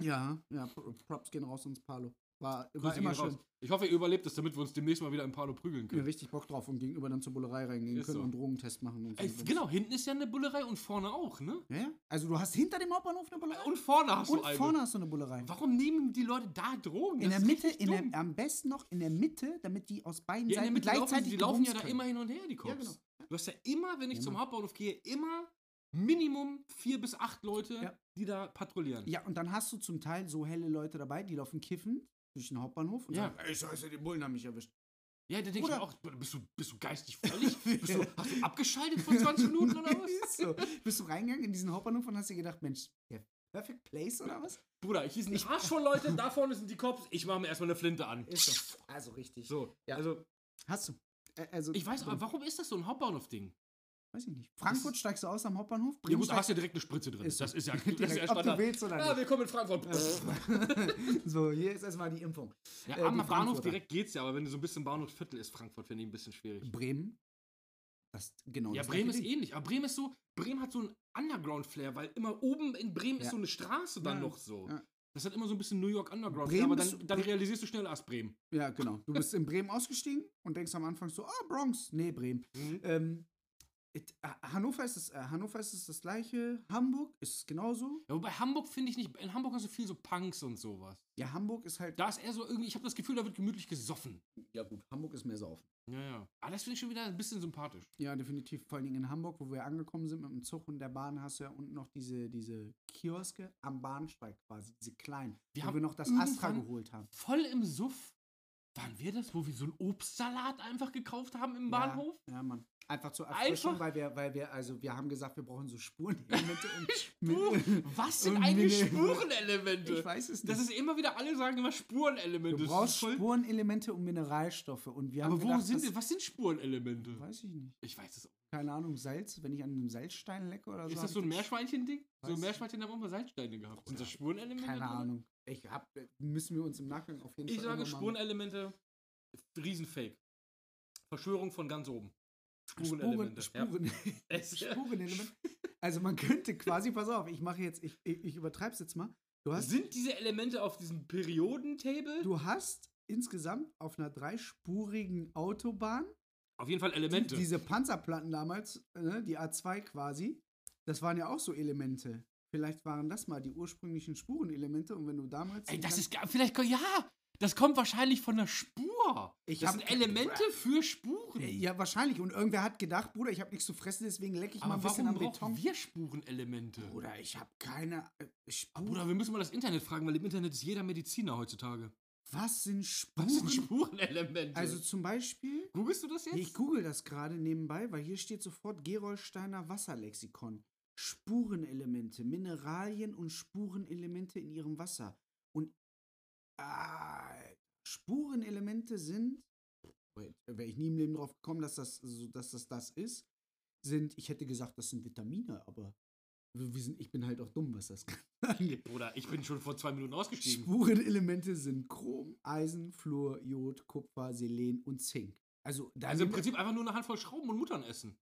Speaker 1: ja, ja, Pro- Props gehen raus ins Palo. War, war
Speaker 2: Grüße
Speaker 1: immer
Speaker 2: gehen raus.
Speaker 1: schön.
Speaker 2: Ich hoffe, ihr überlebt es, damit wir uns demnächst mal wieder im Palo prügeln
Speaker 1: Mir
Speaker 2: können.
Speaker 1: richtig Bock drauf und gegenüber dann zur Bullerei reingehen
Speaker 2: Ist
Speaker 1: können
Speaker 2: so.
Speaker 1: und Drogentest machen und so.
Speaker 2: Ey, genau, hinten ist ja eine Bullerei und vorne auch, ne?
Speaker 1: Ja, ja. Also du hast hinter dem Hauptbahnhof eine Bullerei
Speaker 2: Und vorne hast
Speaker 1: und,
Speaker 2: du eine.
Speaker 1: vorne hast du eine Bullerei.
Speaker 2: Warum nehmen die Leute da Drogen?
Speaker 1: In
Speaker 2: Das
Speaker 1: der
Speaker 2: ist
Speaker 1: Mitte,
Speaker 2: richtig
Speaker 1: in der,
Speaker 2: dumm.
Speaker 1: am besten noch in der Mitte, damit die aus beiden
Speaker 2: Ja, in der
Speaker 1: Seiten
Speaker 2: Mitte laufen,
Speaker 1: gleichzeitig
Speaker 2: sie- die laufen ja
Speaker 1: gebumst
Speaker 2: da
Speaker 1: können.
Speaker 2: immer hin und her, die Cops.
Speaker 1: Ja, genau.
Speaker 2: Du hast ja immer, wenn ich
Speaker 1: Ja,
Speaker 2: zum
Speaker 1: Mann.
Speaker 2: Hauptbahnhof gehe, immer Minimum vier bis acht Leute,
Speaker 1: Ja.
Speaker 2: die da patrouillieren.
Speaker 1: Ja, und dann hast du zum Teil so helle Leute dabei, die laufen kiffend durch den Hauptbahnhof und
Speaker 2: Ja.
Speaker 1: sagen, ey, scheiße, die Bullen haben mich erwischt.
Speaker 2: Ja, da denke ich
Speaker 1: Oder-
Speaker 2: mir auch, bist du, bist du geistig völlig? bist du, hast du abgeschaltet vor 20 Minuten oder was?
Speaker 1: Ist so. Bist du reingegangen in diesen Hauptbahnhof und hast dir gedacht, Mensch, der Perfect Place oder was?
Speaker 2: Bruder, hier sind ein Arsch voll Leute, da vorne sind die Cops, ich mache mir erstmal eine Flinte an.
Speaker 1: Ist so. Also richtig.
Speaker 2: So,
Speaker 1: Ja.
Speaker 2: also,
Speaker 1: Hast du. Ä- Also,
Speaker 2: ich weiß, aber
Speaker 1: warum.
Speaker 2: warum ist das so ein Hauptbahnhof-Ding?
Speaker 1: Weiß ich nicht. Frankfurt
Speaker 2: Das-
Speaker 1: steigst du aus am Hauptbahnhof,
Speaker 2: Ja gut,
Speaker 1: Bremen
Speaker 2: da hast
Speaker 1: steigst
Speaker 2: du ja direkt eine Spritze drin.
Speaker 1: halt Ist so.
Speaker 2: das ist ja, das ist ja
Speaker 1: direkt, ob du
Speaker 2: Standard.
Speaker 1: willst oder
Speaker 2: Ja,
Speaker 1: nicht.
Speaker 2: willkommen in Frankfurt.
Speaker 1: so, hier ist erstmal die Impfung.
Speaker 2: Ja,
Speaker 1: Äh, die
Speaker 2: am Bahnhof
Speaker 1: Frankfurter.
Speaker 2: direkt geht's ja, aber wenn du so ein bisschen Bahnhofviertel ist, Frankfurt finde ich ein bisschen schwierig.
Speaker 1: Bremen? Das, genau.
Speaker 2: Ja,
Speaker 1: das
Speaker 2: Bremen ist
Speaker 1: gleiche Ding.
Speaker 2: ähnlich. Aber Bremen ist so, Bremen hat so einen Underground-Flair, weil immer oben in Bremen ist
Speaker 1: Ja.
Speaker 2: so eine Straße dann
Speaker 1: Ja,
Speaker 2: noch so.
Speaker 1: ja.
Speaker 2: Das hat immer so ein bisschen New York Underground-Flair,
Speaker 1: Bremen
Speaker 2: aber
Speaker 1: ist
Speaker 2: dann,
Speaker 1: so-
Speaker 2: dann realisierst du schnell, ah, ist Bremen.
Speaker 1: Ja, genau. Du bist in Bremen ausgestiegen und denkst am Anfang so, ah, Bronx. Nee, Bremen. Ähm, it, ah, Hannover, ist das, äh, Hannover ist es das gleiche. Hamburg ist es genauso.
Speaker 2: Ja, wobei Hamburg finde ich nicht, in Hamburg hast du viel so Punks und sowas.
Speaker 1: Ja, Hamburg ist halt.
Speaker 2: Da ist eher so irgendwie, ich habe das Gefühl, da wird gemütlich gesoffen.
Speaker 1: Ja, gut, Hamburg ist mehr saufen.
Speaker 2: Ja, ja. Aber das finde ich schon wieder ein bisschen sympathisch.
Speaker 1: Ja, definitiv. Vor allen Dingen in Hamburg, wo wir angekommen sind mit dem Zug und der Bahn, hast du ja unten noch diese, diese Kioske am Bahnsteig quasi, diese kleinen,
Speaker 2: Wir
Speaker 1: wo
Speaker 2: haben
Speaker 1: wir noch das Astra
Speaker 2: irgendwann-
Speaker 1: geholt haben.
Speaker 2: Voll im Suff. Waren wir das, wo wir so einen Obstsalat einfach gekauft haben im Bahnhof?
Speaker 1: Ja, ja Mann. Einfach zur Erfrischung,
Speaker 2: Einfach-
Speaker 1: weil wir, weil wir, also wir haben gesagt, wir brauchen so Spurenelemente und
Speaker 2: Spuren? Was sind
Speaker 1: und
Speaker 2: eigentlich
Speaker 1: Mineral-
Speaker 2: Spurenelemente?
Speaker 1: Ich weiß es nicht.
Speaker 2: Das ist immer wieder, alle sagen immer Spurenelemente.
Speaker 1: du
Speaker 2: Das
Speaker 1: brauchst
Speaker 2: ist voll-
Speaker 1: Spurenelemente und Mineralstoffe und wir haben
Speaker 2: Aber wo
Speaker 1: gedacht,
Speaker 2: sind
Speaker 1: das-
Speaker 2: denn, was sind Spurenelemente?
Speaker 1: Weiß ich nicht.
Speaker 2: Ich weiß es auch.
Speaker 1: Keine Ahnung, Salz, wenn ich an einem Salzstein lecke oder so.
Speaker 2: Ist
Speaker 1: Also hab
Speaker 2: das so
Speaker 1: ich
Speaker 2: ein Meerschweinchen-Ding? So
Speaker 1: Weiß
Speaker 2: ein
Speaker 1: ich
Speaker 2: Meerschweinchen haben auch mal Salzsteine gehabt. Sind das Spurenelemente?
Speaker 1: Keine
Speaker 2: drin?
Speaker 1: Ahnung. Ich hab, müssen wir uns im Nachgang auf jeden
Speaker 2: Ich
Speaker 1: Fall
Speaker 2: sage
Speaker 1: irgendwann mal-
Speaker 2: Spurenelemente, Riesenfake. Verschwörung von ganz oben.
Speaker 1: Spuren,
Speaker 2: Spurenelemente.
Speaker 1: Spuren,
Speaker 2: ja. Es-
Speaker 1: Spurenelement. Also man könnte quasi, pass auf, ich mache jetzt, ich, ich, ich übertreib's jetzt mal. Du hast,
Speaker 2: Sind diese Elemente auf diesem Periodentable?
Speaker 1: du hast insgesamt auf einer dreispurigen Autobahn
Speaker 2: Auf jeden Fall
Speaker 1: die,
Speaker 2: Elemente.
Speaker 1: diese Panzerplatten damals, ne, die A2 quasi, das waren ja auch so Elemente. Vielleicht waren das mal die ursprünglichen Spurenelemente und wenn du damals.
Speaker 2: Ey, das ist gar, vielleicht, ja, das kommt wahrscheinlich von der Spur.
Speaker 1: Ich
Speaker 2: das
Speaker 1: hab-
Speaker 2: sind Elemente für Spuren.
Speaker 1: Ja, wahrscheinlich. Und irgendwer hat gedacht, Bruder, ich habe nichts zu fressen, deswegen lecke ich mal
Speaker 2: Aber
Speaker 1: ein bisschen
Speaker 2: warum
Speaker 1: am
Speaker 2: brauchen
Speaker 1: Beton.
Speaker 2: wir Spurenelemente?
Speaker 1: Bruder, ich habe keine äh, Spuren.
Speaker 2: Bruder, wir müssen mal das Internet fragen, weil im Internet ist jeder Mediziner heutzutage.
Speaker 1: was sind Spuren?
Speaker 2: Was sind Spurenelemente?
Speaker 1: also zum Beispiel,
Speaker 2: googelst du das jetzt?
Speaker 1: ich google das gerade nebenbei, weil hier steht sofort Gerolsteiner Wasserlexikon. Spurenelemente, Mineralien und Spurenelemente in ihrem Wasser. Und ah, Spurenelemente sind, wäre ich nie im Leben drauf gekommen, dass das, so, dass das das ist, sind, ich hätte gesagt, das sind Vitamine, aber wir wir sind, ich bin halt auch dumm, was das angeht.
Speaker 2: Bruder, ich bin schon vor zwei Minuten ausgestiegen.
Speaker 1: Spurenelemente sind Chrom, Eisen, Fluor, Jod, Kupfer, Selen und Zink. Also, da
Speaker 2: Also im
Speaker 1: sind-
Speaker 2: Prinzip einfach nur eine Handvoll Schrauben und Muttern essen.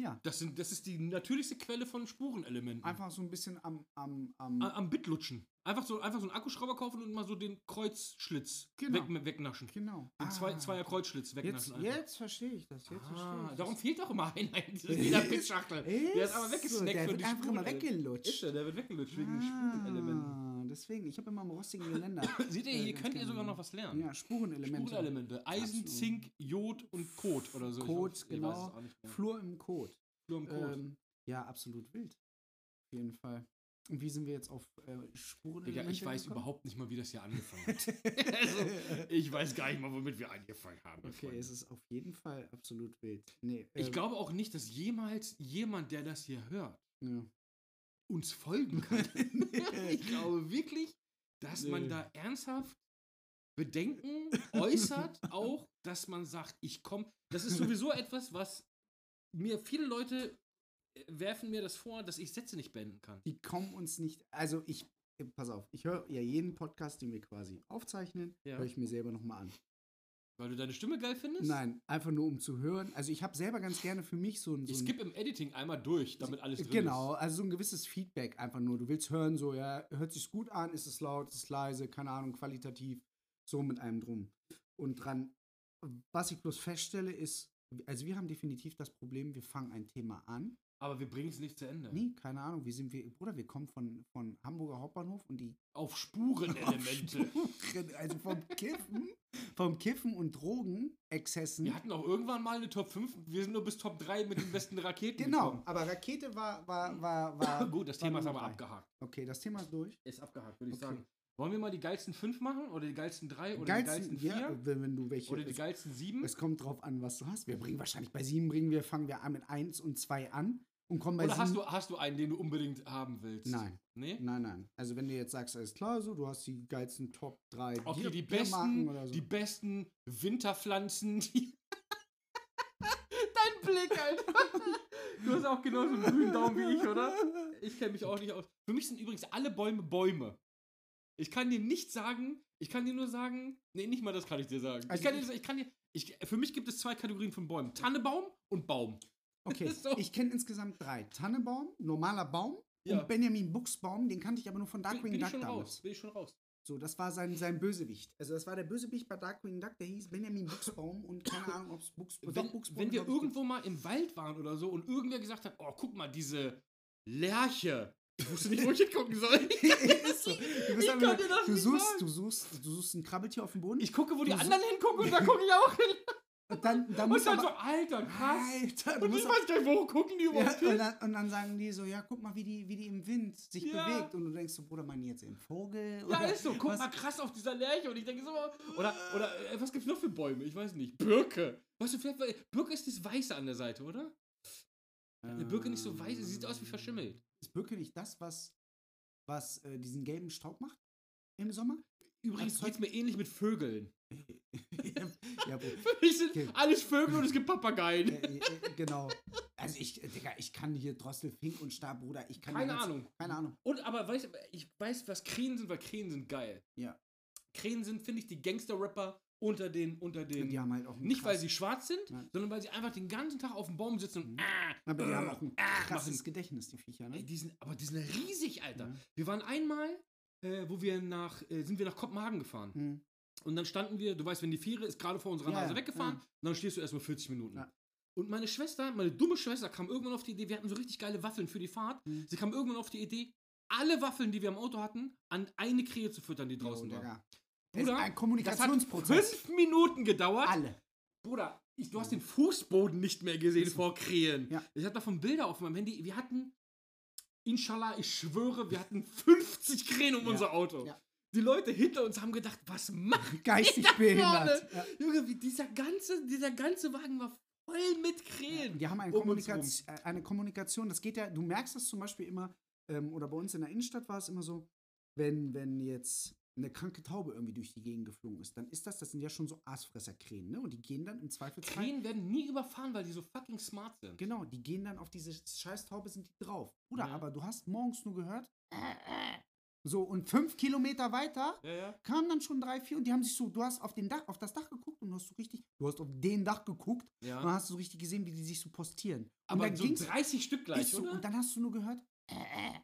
Speaker 1: ja,
Speaker 2: Das, sind, das ist die natürlichste Quelle von Spurenelementen.
Speaker 1: einfach so ein bisschen am, am, am
Speaker 2: A- am Bit lutschen. Einfach so, einfach so einen Akkuschrauber kaufen und mal so den Kreuzschlitz
Speaker 1: Genau.
Speaker 2: weg, wegnaschen.
Speaker 1: genau.
Speaker 2: Den zwei,
Speaker 1: Ah,
Speaker 2: Zweier Kreuzschlitz
Speaker 1: jetzt,
Speaker 2: wegnaschen. einfach.
Speaker 1: jetzt verstehe ich das. Jetzt verstehe
Speaker 2: Ah,
Speaker 1: ich
Speaker 2: darum
Speaker 1: das.
Speaker 2: fehlt doch immer einer in dieser Pitschachtel. Der ist aber
Speaker 1: so,
Speaker 2: weggesnackt
Speaker 1: der
Speaker 2: für
Speaker 1: wird
Speaker 2: die
Speaker 1: einfach immer
Speaker 2: Spurenelemente. Ist
Speaker 1: weggelutscht.
Speaker 2: er, der wird weggelutscht wegen den Spurenelementen.
Speaker 1: ah, deswegen, ich habe immer am rostigen Geländer.
Speaker 2: Seht ihr,
Speaker 1: äh,
Speaker 2: hier
Speaker 1: ganz
Speaker 2: könnt ihr
Speaker 1: gerne
Speaker 2: sogar
Speaker 1: mal.
Speaker 2: noch was lernen.
Speaker 1: Ja, Spurenelemente.
Speaker 2: Spurenelemente. Eisen,
Speaker 1: Absolut.
Speaker 2: Zink, Jod und Kot oder so. Ich
Speaker 1: Kot,
Speaker 2: weiß- ich
Speaker 1: genau. ähm,
Speaker 2: weiß es auch nicht mehr.
Speaker 1: Flur im Kot.
Speaker 2: Flur und Kot.
Speaker 1: Ähm, ja, absolut wild. Auf jeden Fall. Und wie sind wir jetzt auf äh, Spuren?
Speaker 2: Digga, ich weiß überhaupt nicht mal, wie das hier angefangen hat. also, ich weiß gar nicht mal, womit wir angefangen haben.
Speaker 1: Okay,
Speaker 2: Freunde.
Speaker 1: es ist auf jeden Fall absolut wild. Nee,
Speaker 2: ich
Speaker 1: ähm,
Speaker 2: glaube auch nicht, dass jemals jemand, der das hier hört,
Speaker 1: Ja.
Speaker 2: uns folgen kann. ich glaube wirklich, dass man
Speaker 1: Nee.
Speaker 2: da ernsthaft Bedenken äußert, auch, dass man sagt, ich komme. Das ist sowieso etwas, was mir viele Leute äh, werfen mir das vor, dass ich Sätze nicht beenden kann.
Speaker 1: Die kommen uns nicht. Also ich, äh, pass auf, ich höre ja jeden Podcast, den wir quasi aufzeichnen,
Speaker 2: Ja.
Speaker 1: höre ich mir selber nochmal an.
Speaker 2: Weil du deine Stimme geil findest?
Speaker 1: Nein, einfach nur um zu hören. Also ich habe selber ganz gerne für mich so ein. So
Speaker 2: Ich
Speaker 1: ein
Speaker 2: skippe im Editing einmal durch, damit alles drin
Speaker 1: Genau,
Speaker 2: ist.
Speaker 1: also so ein gewisses Feedback einfach nur. Du willst hören, so, ja, hört sich's gut an, ist es laut, ist es leise, keine Ahnung, qualitativ, so mit einem drum und dran. Was ich bloß feststelle ist, also wir haben definitiv das Problem, wir fangen ein Thema an.
Speaker 2: Aber wir bringen es nicht zu Ende.
Speaker 1: Nee, keine Ahnung, wie sind wir, Bruder, wir kommen von, von Hamburger Hauptbahnhof und die
Speaker 2: Auf Spurenelemente.
Speaker 1: Spuren, also vom Kiffen, vom Kiffen und Drogenexzessen.
Speaker 2: Wir hatten auch irgendwann mal eine Top 5. Wir sind nur bis Top 3 mit den besten Raketen.
Speaker 1: genau, aber Rakete war, war, war, war.
Speaker 2: gekommen. Gut, das
Speaker 1: war
Speaker 2: Thema ist
Speaker 1: Nummer
Speaker 2: aber
Speaker 1: drei.
Speaker 2: abgehakt.
Speaker 1: Okay, das Thema ist durch.
Speaker 2: Ist abgehakt, würde ich
Speaker 1: Okay.
Speaker 2: sagen. Wollen wir mal die geilsten 5 machen? Oder die geilsten 3? Oder
Speaker 1: Geilsten,
Speaker 2: die geilsten 4?
Speaker 1: ja, wenn, wenn du welche.
Speaker 2: oder die
Speaker 1: es-
Speaker 2: geilsten 7?
Speaker 1: Es kommt drauf an, was du hast. Wir bringen wahrscheinlich bei sieben bringen wir, fangen wir an mit eins und zwei an und kommen bei
Speaker 2: Oder hast
Speaker 1: sieben.
Speaker 2: du, hast du einen, den du unbedingt haben willst?
Speaker 1: Nein.
Speaker 2: Nee?
Speaker 1: Nein, nein. Also wenn du jetzt sagst, alles klar, so, du hast die geilsten Top 3
Speaker 2: Okay, die besten, die besten Winterpflanzen, die. Dein Blick, Alter. Du hast auch genauso einen grünen Daumen wie ich, oder? Ich kenne mich auch nicht aus. Für mich sind übrigens alle Bäume Bäume. Ich kann dir nicht sagen, ich kann dir nur sagen, nee, nicht mal das kann ich dir sagen.
Speaker 1: Also
Speaker 2: ich kann
Speaker 1: ich-
Speaker 2: dir, ich kann dir, ich, für mich gibt es zwei Kategorien von Bäumen. Tannebaum und Baum.
Speaker 1: Okay,
Speaker 2: So.
Speaker 1: ich kenne insgesamt drei. Tannebaum, normaler Baum
Speaker 2: Ja.
Speaker 1: und Benjamin Buchsbaum, den kannte ich aber nur von
Speaker 2: Bin,
Speaker 1: Darkwing
Speaker 2: bin ich
Speaker 1: Duck
Speaker 2: schon
Speaker 1: damals.
Speaker 2: raus, bin ich schon raus.
Speaker 1: So, das war sein, sein Bösewicht. Also das war der Bösewicht bei Darkwing Duck, der hieß Benjamin Buchsbaum und keine Ahnung, ob es Buchsbaum
Speaker 2: Wenn,
Speaker 1: Buchsbaum,
Speaker 2: wenn wir
Speaker 1: glaub ich,
Speaker 2: irgendwo mal im Wald waren oder so und irgendwer gesagt hat, oh, guck mal, diese Lerche. Ich wusste nicht, wo ich hingucken soll.
Speaker 1: ist so. Du, bist
Speaker 2: Ich kann
Speaker 1: einfach,
Speaker 2: dir das
Speaker 1: du,
Speaker 2: nicht
Speaker 1: suchst,
Speaker 2: sagen.
Speaker 1: du, suchst, du suchst ein Krabbeltier auf dem Boden
Speaker 2: Ich gucke, wo die
Speaker 1: Du so-
Speaker 2: anderen hingucken und da gucke ich auch hin.
Speaker 1: und dann, dann
Speaker 2: Und
Speaker 1: muss
Speaker 2: dann
Speaker 1: aber,
Speaker 2: so, Alter, krass.
Speaker 1: Alter, du
Speaker 2: Und ich
Speaker 1: musst
Speaker 2: weiß gar nicht, wo gucken die
Speaker 1: aber,
Speaker 2: überhaupt
Speaker 1: ja, und,
Speaker 2: hin.
Speaker 1: dann, und dann sagen die so, ja, guck mal, wie die, wie die im Wind sich
Speaker 2: Ja.
Speaker 1: bewegt. Und du denkst so, Bruder, meinen die jetzt einen Vogel?
Speaker 2: Ja, ist so. Guck
Speaker 1: was-
Speaker 2: mal krass auf dieser Lerche. Und ich denke so, oh. oder, oder äh, was gibt's noch für Bäume? Ich weiß nicht. Birke. Weißt du, vielleicht, weil- Birke ist das Weiße an der Seite, oder? Eine Birke nicht so weiß, sie sieht aus wie verschimmelt.
Speaker 1: Ist Birke nicht das, was, was äh, diesen gelben Staub macht im Sommer?
Speaker 2: Übrigens geht's
Speaker 1: Erzeugt-
Speaker 2: mir ähnlich mit Vögeln.
Speaker 1: ja, Bruder.
Speaker 2: Für mich sind
Speaker 1: Okay.
Speaker 2: alles Vögel und es gibt
Speaker 1: Äh,
Speaker 2: Papageien.
Speaker 1: äh, äh, genau. Also ich, äh, Digga, ich kann hier Drossel, Fink und Stab, Bruder. Ich kann die
Speaker 2: Keine
Speaker 1: ganze-
Speaker 2: Ahnung.
Speaker 1: Keine Ahnung.
Speaker 2: Und aber weißt, du, ich weiß, was Krähen sind, weil Krähen sind geil.
Speaker 1: Ja.
Speaker 2: Krähen sind, finde ich, die Gangster-Rapper unter den, unter den.
Speaker 1: Die haben halt auch einen
Speaker 2: Nicht, weil
Speaker 1: krassen-
Speaker 2: sie schwarz sind,
Speaker 1: Nein.
Speaker 2: sondern weil sie einfach den ganzen Tag auf dem Baum sitzen und. Ah,
Speaker 1: Aber die
Speaker 2: äh,
Speaker 1: haben auch ein
Speaker 2: ah,
Speaker 1: krasses
Speaker 2: machen.
Speaker 1: Gedächtnis, die Viecher,
Speaker 2: Ey,
Speaker 1: ne?
Speaker 2: die sind, aber die sind riesig, Alter.
Speaker 1: Ja.
Speaker 2: Wir waren einmal, äh, wo wir nach, äh, sind wir nach Kopenhagen gefahren.
Speaker 1: Hm.
Speaker 2: Und dann standen wir, du weißt, wenn die Fähre ist gerade vor unserer
Speaker 1: Ja,
Speaker 2: Nase
Speaker 1: ja,
Speaker 2: weggefahren,
Speaker 1: ja.
Speaker 2: und dann stehst du erstmal 40 Minuten.
Speaker 1: Ja.
Speaker 2: Und meine Schwester, meine dumme Schwester, kam irgendwann auf die Idee, wir hatten so richtig geile Waffeln für die Fahrt.
Speaker 1: Mhm.
Speaker 2: Sie kam irgendwann auf die Idee, alle Waffeln, die wir im Auto hatten, an eine Krähe zu füttern, die draußen
Speaker 1: Jo,
Speaker 2: war.
Speaker 1: Digga. Es ist
Speaker 2: Bruder,
Speaker 1: ein
Speaker 2: Das hat
Speaker 1: Kommunikationsprozess.
Speaker 2: fünf Minuten gedauert.
Speaker 1: Alle.
Speaker 2: Bruder, ich, du hast den Fußboden nicht mehr gesehen
Speaker 1: Ist so.
Speaker 2: vor Krähen.
Speaker 1: Ja.
Speaker 2: Ich hatte davon Bilder auf meinem Handy. Wir hatten, inshallah, ich schwöre, wir hatten 50 Krähen um
Speaker 1: Ja.
Speaker 2: unser Auto.
Speaker 1: Ja.
Speaker 2: Die Leute hinter uns haben gedacht, was macht
Speaker 1: Geistig behindert. Ja.
Speaker 2: Junge, wie dieser ganze, dieser ganze Wagen war voll mit Krähen.
Speaker 1: Die haben eine,
Speaker 2: Um uns
Speaker 1: Kommunikaz äh, eine Kommunikation, das geht ja, du merkst das zum Beispiel immer, ähm, oder bei uns in der Innenstadt war es immer so, wenn, wenn jetzt eine kranke Taube irgendwie durch die Gegend geflogen ist, dann ist das, das sind ja schon so Aasfresserkrähen, ne? Und die gehen dann im Zweifelsfall,
Speaker 2: Krähen werden nie überfahren, weil die so fucking smart sind.
Speaker 1: genau, die gehen dann auf diese scheiß Taube, sind die drauf. Bruder,
Speaker 2: Ja. Äh,
Speaker 1: aber du hast morgens nur gehört, so, und fünf Kilometer weiter
Speaker 2: Ja, ja.
Speaker 1: kamen dann schon drei, vier und die haben sich so, du hast auf, den Dach, auf das Dach geguckt und du hast so richtig, du hast auf den Dach geguckt und
Speaker 2: ja.
Speaker 1: dann hast du so richtig gesehen, wie die sich so postieren. Und
Speaker 2: Aber
Speaker 1: dann
Speaker 2: so
Speaker 1: ging's-
Speaker 2: 30 Stück gleich,
Speaker 1: ist so,
Speaker 2: oder? Äh,
Speaker 1: Und dann hast du nur gehört,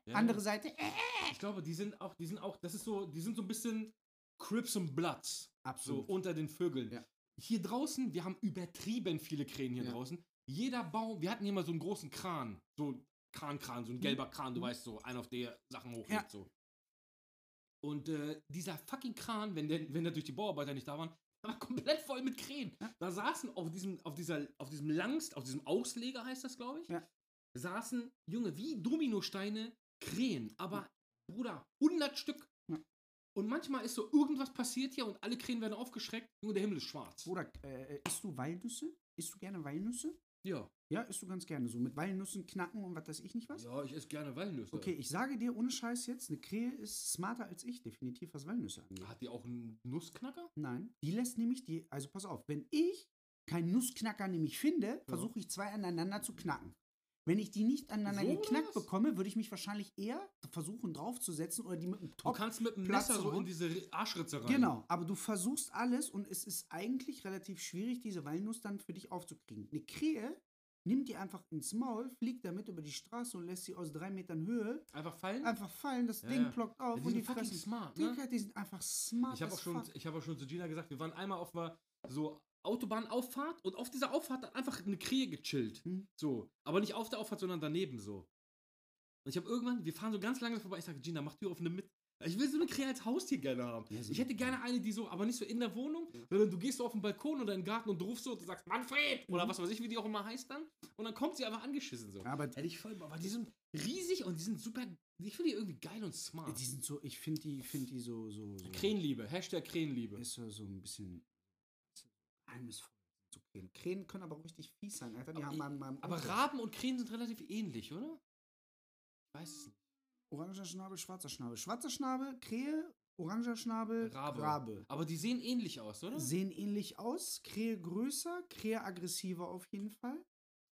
Speaker 2: Ja,
Speaker 1: andere
Speaker 2: ja.
Speaker 1: Seite, äh,
Speaker 2: Ich glaube, die sind auch, die sind auch, das ist so, die sind so ein bisschen Crips und Bloods. So oh.
Speaker 1: absolut.
Speaker 2: unter den Vögeln.
Speaker 1: Ja.
Speaker 2: Hier draußen, wir haben übertrieben viele Krähen hier
Speaker 1: Ja.
Speaker 2: draußen. Jeder Baum, wir hatten hier mal so einen großen Kran. So Krankran, so ein gelber Kran, du weißt so, einer auf der Sachen hochhebt
Speaker 1: Mhm. Ja.
Speaker 2: so. Und äh, dieser fucking Kran, wenn der, wenn der durch die Bauarbeiter nicht da waren, der war komplett voll mit Krähen.
Speaker 1: Ja.
Speaker 2: Da saßen auf diesem, auf dieser, auf diesem Langst, auf diesem Ausleger heißt das, glaube ich,
Speaker 1: Ja.
Speaker 2: saßen, Junge, wie Dominosteine Krähen, aber Bruder, 100 Stück.
Speaker 1: Ja.
Speaker 2: Und manchmal ist so, irgendwas passiert hier und alle Krähen werden aufgeschreckt. Junge, der Himmel ist schwarz.
Speaker 1: Bruder, äh, äh, isst du Walnüsse? Isst du gerne Walnüsse?
Speaker 2: Ja.
Speaker 1: Ja, isst du ganz gerne so. Mit Walnüssen knacken und was weiß ich nicht was?
Speaker 2: Ja, ich esse gerne Walnüsse.
Speaker 1: Okay, ich sage dir ohne Scheiß jetzt, eine Krähe ist smarter als ich, definitiv, was Walnüsse angeht.
Speaker 2: Hat die auch einen Nussknacker?
Speaker 1: Nein, die lässt nämlich die, also pass auf, wenn ich keinen Nussknacker nämlich finde, versuche ich zwei aneinander zu knacken. Wenn ich die nicht aneinander
Speaker 2: So oder
Speaker 1: geknackt
Speaker 2: was?
Speaker 1: bekomme, würde ich mich wahrscheinlich eher versuchen draufzusetzen oder die mit dem
Speaker 2: Du
Speaker 1: Top.
Speaker 2: kannst mit dem
Speaker 1: Platz
Speaker 2: Messer so
Speaker 1: holen.
Speaker 2: in diese Ri- Arschritze rein.
Speaker 1: Genau, aber du versuchst alles und es ist eigentlich relativ schwierig, diese Walnuss dann für dich aufzukriegen. Eine Krähe nimmt die einfach ins Maul, fliegt damit über die Straße und lässt sie aus drei Metern Höhe
Speaker 2: Einfach fallen?
Speaker 1: einfach fallen, das
Speaker 2: Ja,
Speaker 1: Ding
Speaker 2: ja.
Speaker 1: plockt
Speaker 2: Ja,
Speaker 1: auf
Speaker 2: die
Speaker 1: und
Speaker 2: sind
Speaker 1: die
Speaker 2: fucking
Speaker 1: fressen.
Speaker 2: smart, ne?
Speaker 1: Digga, die sind einfach smart.
Speaker 2: Ich habe
Speaker 1: as
Speaker 2: auch, schon-
Speaker 1: fuck.
Speaker 2: ich hab auch schon zu Gina gesagt, wir waren einmal auf mal so Autobahnauffahrt und auf dieser Auffahrt hat einfach eine Krähe gechillt.
Speaker 1: Hm.
Speaker 2: So. Aber nicht auf der Auffahrt, sondern daneben so. Und ich habe irgendwann, wir fahren so ganz lange vorbei, ich sage, Gina, mach Tür auf, nimm mit. Ich will so eine Krähe als Haustier gerne haben.
Speaker 1: Ja, so
Speaker 2: ich hätte gerne eine, die so, aber nicht so in der Wohnung, sondern du gehst so auf den Balkon oder in den Garten und rufst so und sagst, Manfred!
Speaker 1: Mhm.
Speaker 2: Oder was weiß ich, wie die auch immer heißt dann. Und dann kommt sie einfach angeschissen so.
Speaker 1: Aber
Speaker 2: Hätte ich voll, aber die sind riesig und die sind super, ich finde die irgendwie geil und smart.
Speaker 1: die sind so, ich finde die, find die so, so, so.
Speaker 2: Krähenliebe, Hashtag Krähenliebe.
Speaker 1: Ist so, so ein bisschen geheimnisvoll. So Krähen. Krähen können aber auch richtig fies sein, Alter. Die
Speaker 2: Aber
Speaker 1: haben
Speaker 2: ich-
Speaker 1: meinem, meinem
Speaker 2: Aber
Speaker 1: Onkel-
Speaker 2: Raben und Krähen sind relativ ähnlich, oder? Ich weiß es nicht.
Speaker 1: Oranger Schnabel, schwarzer Schnabel. Schwarzer Schnabel, Krähe, oranger Schnabel,
Speaker 2: Rabe.
Speaker 1: Rabe.
Speaker 2: Aber die sehen ähnlich aus, oder?
Speaker 1: Sehen ähnlich aus, Krähe größer, Krähe aggressiver auf jeden Fall.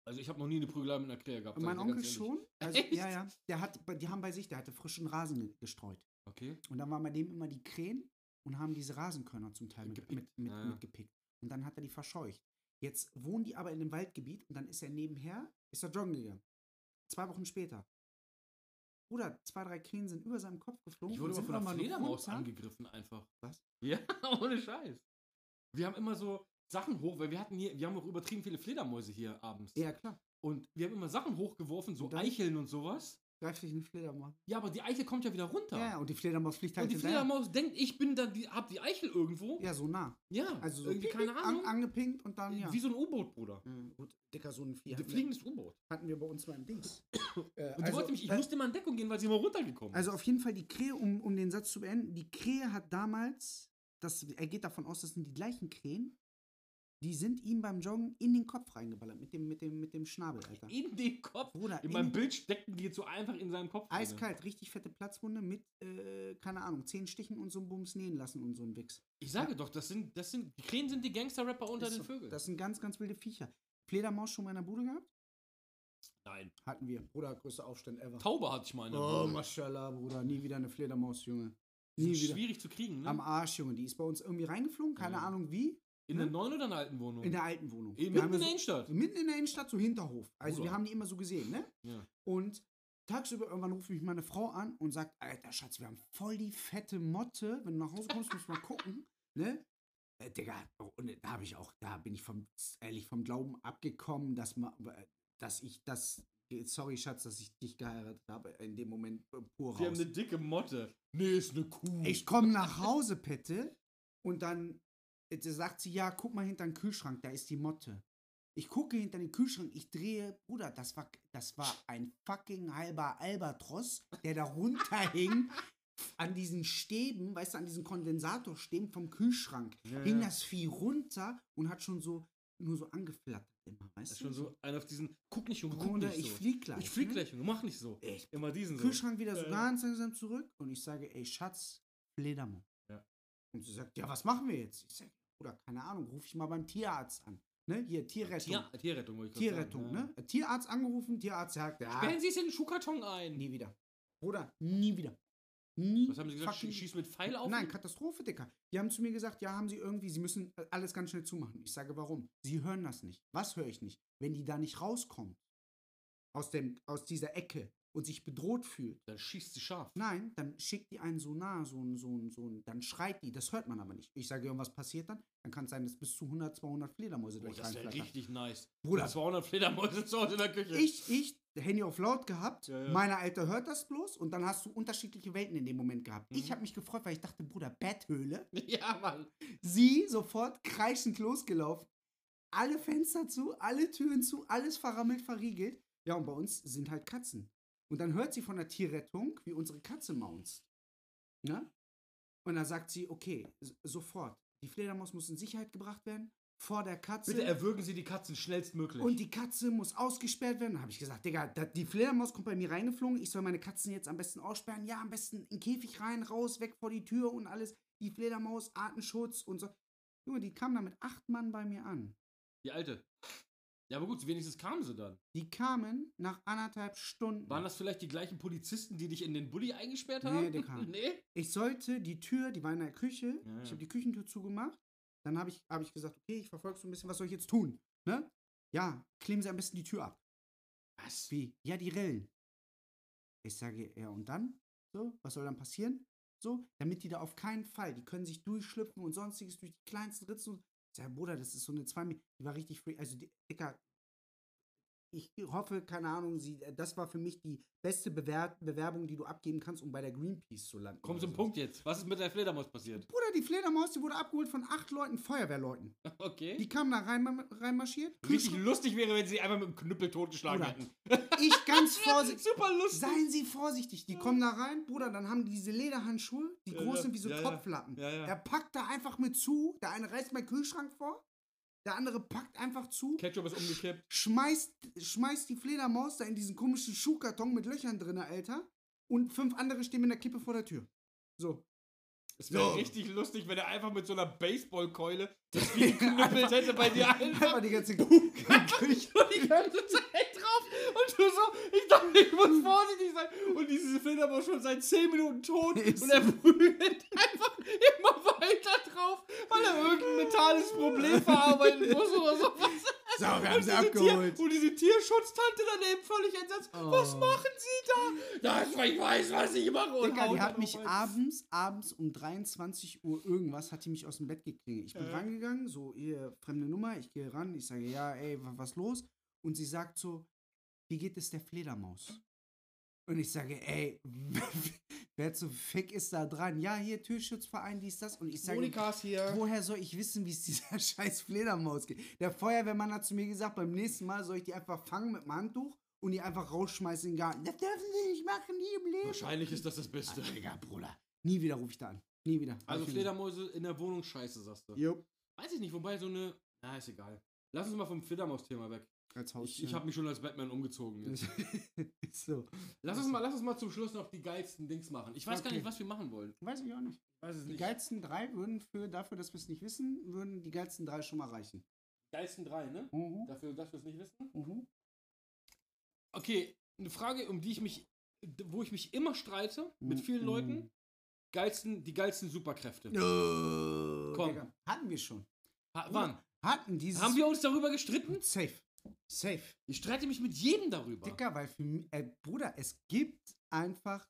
Speaker 2: Also ich habe noch nie eine Prügelei mit einer Krähe gehabt.
Speaker 1: Und mein
Speaker 2: sag ich dir
Speaker 1: Onkel
Speaker 2: ganz ehrlich.
Speaker 1: schon. Also,
Speaker 2: Echt?
Speaker 1: ja, ja. Der hat, die haben bei sich, der hatte frischen Rasen ge- gestreut.
Speaker 2: Okay.
Speaker 1: Und dann waren bei dem immer die Krähen und haben diese Rasenkörner zum Teil mit,
Speaker 2: Gepickt.
Speaker 1: mit, mit,
Speaker 2: Ja, ja.
Speaker 1: mitgepickt. Und dann hat er die verscheucht. Jetzt wohnen die aber in einem Waldgebiet und dann ist er nebenher, ist er joggen gegangen. Zwei Wochen später. Bruder, zwei, drei Krähen sind über seinem Kopf geflogen.
Speaker 2: Ich wurde
Speaker 1: und
Speaker 2: mal
Speaker 1: sind
Speaker 2: von einer
Speaker 1: nochmal nur
Speaker 2: Fledermaus
Speaker 1: runter.
Speaker 2: angegriffen einfach.
Speaker 1: Was?
Speaker 2: Ja, ohne Scheiß. Wir haben immer so Sachen hoch, weil wir hatten hier, wir haben auch übertrieben viele Fledermäuse hier abends.
Speaker 1: Ja, klar.
Speaker 2: Und wir haben immer Sachen hochgeworfen, so
Speaker 1: Und dann-
Speaker 2: Eicheln und sowas.
Speaker 1: Greift dich eine Fledermaus.
Speaker 2: Ja, aber die Eichel kommt ja wieder runter.
Speaker 1: Ja, ja, und die Fledermaus fliegt halt
Speaker 2: und die
Speaker 1: hinterher.
Speaker 2: Fledermaus denkt, ich bin da, die, hab die Eichel irgendwo.
Speaker 1: Ja, so nah.
Speaker 2: Ja,
Speaker 1: Also so
Speaker 2: irgendwie
Speaker 1: piep,
Speaker 2: keine
Speaker 1: piep,
Speaker 2: Ahnung. Äh,
Speaker 1: An, angepinkt und dann, ja. ne.
Speaker 2: Wie so ein U-Boot, Bruder.
Speaker 1: Mhm, Gut, dicker, so ein Vieh.
Speaker 2: Ein
Speaker 1: hatten wir-
Speaker 2: fliegendes U-Boot.
Speaker 1: Hatten wir bei uns mal im Dings. Äh,
Speaker 2: Und sie wollte mich, ich
Speaker 1: äh,
Speaker 2: musste mal in Deckung gehen, weil sie immer runtergekommen
Speaker 1: Also auf jeden Fall die Krähe, um, um den Satz zu beenden, die Krähe hat damals, das, er geht davon aus, das sind die gleichen Krähen, die sind ihm beim Joggen in den Kopf reingeballert mit dem, mit dem, mit dem Schnabel, Alter.
Speaker 2: ist. In den Kopf.
Speaker 1: Bruder,
Speaker 2: In
Speaker 1: in
Speaker 2: meinem
Speaker 1: den,
Speaker 2: Bild steckten die jetzt so einfach in seinem Kopf. drinne.
Speaker 1: eiskalt, richtig fette Platzwunde mit, äh, keine Ahnung, zehn Stichen und so einem Bums nähen lassen und so ein Wichs.
Speaker 2: Ich sage doch, das sind, das sind, die Krähen sind die Gangster-Rapper unter
Speaker 1: Ist
Speaker 2: den
Speaker 1: so.
Speaker 2: Vögeln.
Speaker 1: Das sind ganz, ganz wilde Viecher. Fledermaus schon mal in der Bude gehabt?
Speaker 2: Nein.
Speaker 1: Hatten wir. Bruder, größter Aufstand ever.
Speaker 2: Taube hatte ich meine.
Speaker 1: Oh,
Speaker 2: Bruder.
Speaker 1: Maschallah, Bruder. Nie wieder eine Fledermaus, Junge.
Speaker 2: Die sind
Speaker 1: Nie wieder.
Speaker 2: Schwierig zu kriegen,
Speaker 1: Am
Speaker 2: ne?
Speaker 1: Arsch, Junge. Die ist bei uns irgendwie reingeflogen, keine
Speaker 2: Ja.
Speaker 1: Ahnung wie.
Speaker 2: In der neuen oder in der alten Wohnung?
Speaker 1: ne? In der alten Wohnung.
Speaker 2: Eh,
Speaker 1: Wir haben
Speaker 2: Mitten in der
Speaker 1: ja so,
Speaker 2: Innenstadt.
Speaker 1: mitten in der Innenstadt, so Hinterhof. Also
Speaker 2: Bruder.
Speaker 1: wir haben die immer so gesehen, ne?
Speaker 2: Ja.
Speaker 1: Und tagsüber irgendwann ruft mich meine Frau an und sagt, Alter Schatz, wir haben voll die fette Motte. Wenn du nach Hause kommst, musst du mal gucken, ne? Äh, Digga, oh, und da habe ich auch, da bin ich vom, ehrlich vom Glauben abgekommen, dass, ma, äh, dass ich das, sorry Schatz, dass ich dich geheiratet habe, in dem Moment äh, pur
Speaker 2: Die haben
Speaker 1: raus.
Speaker 2: eine dicke Motte. Nee, ist eine Kuh.
Speaker 1: Ich komme nach Hause, Pette, und dann äh, sagt sie, ja, guck mal hinter den Kühlschrank, da ist die Motte. Ich gucke hinter den Kühlschrank, ich drehe, Bruder, das war, das war ein fucking halber Albatros, der da runterhing an diesen Stäben, weißt du, an diesen Kondensatorstäben vom Kühlschrank.
Speaker 2: Ja,
Speaker 1: Hing
Speaker 2: ja.
Speaker 1: das Vieh runter und hat schon so, nur so angeflattert immer,
Speaker 2: Das
Speaker 1: weißt
Speaker 2: ist
Speaker 1: du?
Speaker 2: schon so einer auf diesen. Guck nicht, Junge, guck
Speaker 1: Bruder,
Speaker 2: nicht.
Speaker 1: ich
Speaker 2: so.
Speaker 1: flieg gleich.
Speaker 2: Ich flieg
Speaker 1: ne?
Speaker 2: gleich, Junge, mach nicht so.
Speaker 1: Ich
Speaker 2: Immer diesen so.
Speaker 1: Kühlschrank wieder so
Speaker 2: Ja, ja.
Speaker 1: ganz langsam zurück und ich sage, ey Schatz, Fledermaus.
Speaker 2: Ja.
Speaker 1: Und sie sagt, ja, was machen wir jetzt? Ich sage, Bruder, keine Ahnung, ruf ich mal beim Tierarzt an. Ne? Hier, Tierrettung.
Speaker 2: Tier, Tierrettung, wollte ich gerade
Speaker 1: Tierrettung,
Speaker 2: sagen. Ja.
Speaker 1: ne? Ah. Tierarzt angerufen, Tierarzt sagt, ja,
Speaker 2: Sperren Sie es in den Schuhkarton ein.
Speaker 1: nie wieder. Bruder, nie wieder. Nie
Speaker 2: Was haben Sie gesagt?
Speaker 1: fucking-
Speaker 2: Sch schieß mit Pfeil auf?
Speaker 1: Nein, Katastrophe, Dicker. Die haben zu mir gesagt, ja, haben sie irgendwie, sie müssen äh, alles ganz schnell zumachen. Ich sage, warum? Sie hören das nicht. Was höre ich nicht? Wenn die da nicht rauskommt, aus, dem, aus dieser Ecke und sich bedroht fühlt,
Speaker 2: Dann schießt sie scharf.
Speaker 1: Nein, dann schickt die einen so nah, so ein, so ein, so ein, dann schreit die, das hört man aber nicht. Ich sage, irgendwas passiert dann, dann kann es sein, dass bis zu 100, 200 Fledermäuse
Speaker 2: Oh,
Speaker 1: durch
Speaker 2: das wäre
Speaker 1: reinflattern.
Speaker 2: richtig nice.
Speaker 1: Bruder.
Speaker 2: 200 Fledermäuse zu Hause in der Küche.
Speaker 1: Ich, ich, Handy auf laut gehabt,
Speaker 2: Ja, ja.
Speaker 1: meine Alte hört das bloß und dann hast du unterschiedliche Welten in dem Moment gehabt. Ich
Speaker 2: Mhm.
Speaker 1: habe mich gefreut, weil ich dachte, Bruder, Betthöhle.
Speaker 2: Ja, Mann.
Speaker 1: Sie sofort kreischend losgelaufen. Alle Fenster zu, alle Türen zu, alles verrammelt, verriegelt. Ja, und bei uns sind halt Katzen. Und dann hört sie von der Tierrettung, wie unsere Katze maunzt. Ne? Und dann sagt sie, okay, s- sofort. Die Fledermaus muss in Sicherheit gebracht werden, vor der Katze.
Speaker 2: Bitte erwürgen Sie die Katzen schnellstmöglich.
Speaker 1: Und die Katze muss ausgesperrt werden. Da habe ich gesagt, Digga, da, die Fledermaus kommt bei mir reingeflogen. Ich soll meine Katzen jetzt am besten aussperren. Ja, am besten in den Käfig rein, raus, weg vor die Tür und alles. Die Fledermaus, Artenschutz und so. Junge, die kam da mit acht Mann bei mir an.
Speaker 2: die alte. Ja, aber gut, wenigstens kamen sie dann.
Speaker 1: Die kamen nach anderthalb Stunden.
Speaker 2: Waren das vielleicht die gleichen Polizisten, die dich in den Bulli eingesperrt
Speaker 1: Nee,
Speaker 2: haben?
Speaker 1: der kam.
Speaker 2: Nee?
Speaker 1: Ich sollte die Tür, die war in der Küche,
Speaker 2: Ja, ja.
Speaker 1: ich habe die Küchentür zugemacht. Dann habe ich, hab ich gesagt, okay, ich verfolge so ein bisschen, was soll ich jetzt tun? Ne? Ja, kleben Sie am besten die Tür ab. Was? Wie? Ja, die Rillen. Ich sage, ja, und dann? So, was soll dann passieren? So, damit die da auf keinen Fall, die können sich durchschlüpfen und sonstiges durch die kleinsten Ritzen. Ich sage, Bruder, das ist so eine 2 Meter, die war richtig free. Also, die, Dicker, ich hoffe, keine Ahnung, sie, äh, das war für mich die beste Bewer Bewerbung, die du abgeben kannst, um bei der Greenpeace zu landen.
Speaker 2: Komm
Speaker 1: oder
Speaker 2: zum
Speaker 1: sowas.
Speaker 2: Punkt jetzt. Was ist mit der Fledermaus passiert?
Speaker 1: Bruder, die Fledermaus, die wurde abgeholt von acht Leuten, Feuerwehrleuten.
Speaker 2: Okay.
Speaker 1: Die kamen da rein, reinmarschiert.
Speaker 2: Richtig
Speaker 1: Kühlschrank-
Speaker 2: lustig wäre, wenn sie einmal mit dem Knüppel totgeschlagen
Speaker 1: Oder-
Speaker 2: hätten.
Speaker 1: Ich ganz vorsichtig.
Speaker 2: Super lustig.
Speaker 1: Seien Sie vorsichtig. Die kommen da rein, Bruder, dann haben die diese Lederhandschuhe, die
Speaker 2: Ja,
Speaker 1: groß
Speaker 2: ja.
Speaker 1: sind wie so
Speaker 2: Ja, ja.
Speaker 1: Topflappen.
Speaker 2: Ja, ja.
Speaker 1: Er packt da einfach mit zu. Der eine reißt meinen Kühlschrank vor. Der andere packt einfach zu.
Speaker 2: Ketchup ist umgekippt.
Speaker 1: Schmeißt, schmeißt die Fledermaus da in diesen komischen Schuhkarton mit Löchern drin, Alter. Und fünf andere stehen mit einer Kippe vor der Tür. So.
Speaker 2: Es wäre
Speaker 1: So.
Speaker 2: richtig lustig, wenn er einfach mit so einer Baseballkeule das wie geknüppelt hätte bei dir einfach.
Speaker 1: Einfach die ganze
Speaker 2: Ich war die ganze Zeit drauf und du so, ich dachte, ich muss vorsichtig sein. Und diese Fledermaus schon seit 10 Minuten tot
Speaker 1: Ist-
Speaker 2: und er prügelt einfach immer weiter drauf, weil er irgendein mentales Problem verarbeiten muss oder sowas.
Speaker 1: So, wir haben sie
Speaker 2: Diese Tier-
Speaker 1: abgeholt. Oh.
Speaker 2: Und diese Tierschutztante daneben völlig entsetzt. Was machen Sie da? Ja, ich- ich weiß, was ich mache. Und
Speaker 1: Digga,
Speaker 2: haut
Speaker 1: die
Speaker 2: dann
Speaker 1: hat mich
Speaker 2: nochmal.
Speaker 1: abends, abends um 23 Uhr irgendwas, hat die mich aus dem Bett geklingelt. Ich bin rangegangen, so, ihr fremde Nummer, ich gehe ran, ich sage, ja, ey, wa- was los? Und sie sagt so, wie geht es der Fledermaus? Und ich sage, ey, wer zum Fick ist da dran? Ja, hier, Türschutzverein, dies, das. Und ich sage,
Speaker 2: Monika ist hier.
Speaker 1: woher soll ich wissen, wie es dieser scheiß Fledermaus geht? Der Feuerwehrmann hat zu mir gesagt, beim nächsten Mal soll ich die einfach fangen mit dem Handtuch und die einfach rausschmeißen in den Garten. Das dürfen sie nicht machen, nie im Leben.
Speaker 2: Wahrscheinlich ist das das Beste.
Speaker 1: Alter, Digga, Bruder. Nie wieder rufe ich da an. Nie wieder.
Speaker 2: Also
Speaker 1: Hab ich
Speaker 2: Fledermäuse in der Wohnung scheiße, sagst du.
Speaker 1: mir- Jo,
Speaker 2: Weiß ich nicht, wobei so eine. Na, ist egal. Lass uns mal vom Fledermaus-Thema weg.
Speaker 1: als
Speaker 2: Ich,
Speaker 1: Haustier.
Speaker 2: ich habe mich schon als Batman umgezogen. Jetzt.
Speaker 1: so.
Speaker 2: Lass uns, mal, lass uns mal zum Schluss noch die geilsten Dings machen. Ich weiß gar
Speaker 1: Okay.
Speaker 2: nicht, was wir machen wollen.
Speaker 1: Weiß ich auch nicht.
Speaker 2: Weiß es
Speaker 1: Die
Speaker 2: nicht.
Speaker 1: geilsten drei würden für, dafür, dass wir es nicht wissen, würden die geilsten drei schon mal reichen.
Speaker 2: geilsten drei, ne?
Speaker 1: Mhm,
Speaker 2: Dafür, dass wir es nicht wissen.
Speaker 1: mhm.
Speaker 2: Okay, eine Frage, um die ich mich, wo ich mich immer streite mit
Speaker 1: Mhm.
Speaker 2: vielen Leuten. Geilsten, die geilsten Superkräfte. Komm.
Speaker 1: Digga, hatten wir schon.
Speaker 2: Ha, wann?
Speaker 1: Hatten dieses.
Speaker 2: Haben wir uns darüber gestritten?
Speaker 1: Safe. Safe.
Speaker 2: Ich streite mich mit jedem darüber.
Speaker 1: Dicker, weil für mich, äh, Bruder, es gibt einfach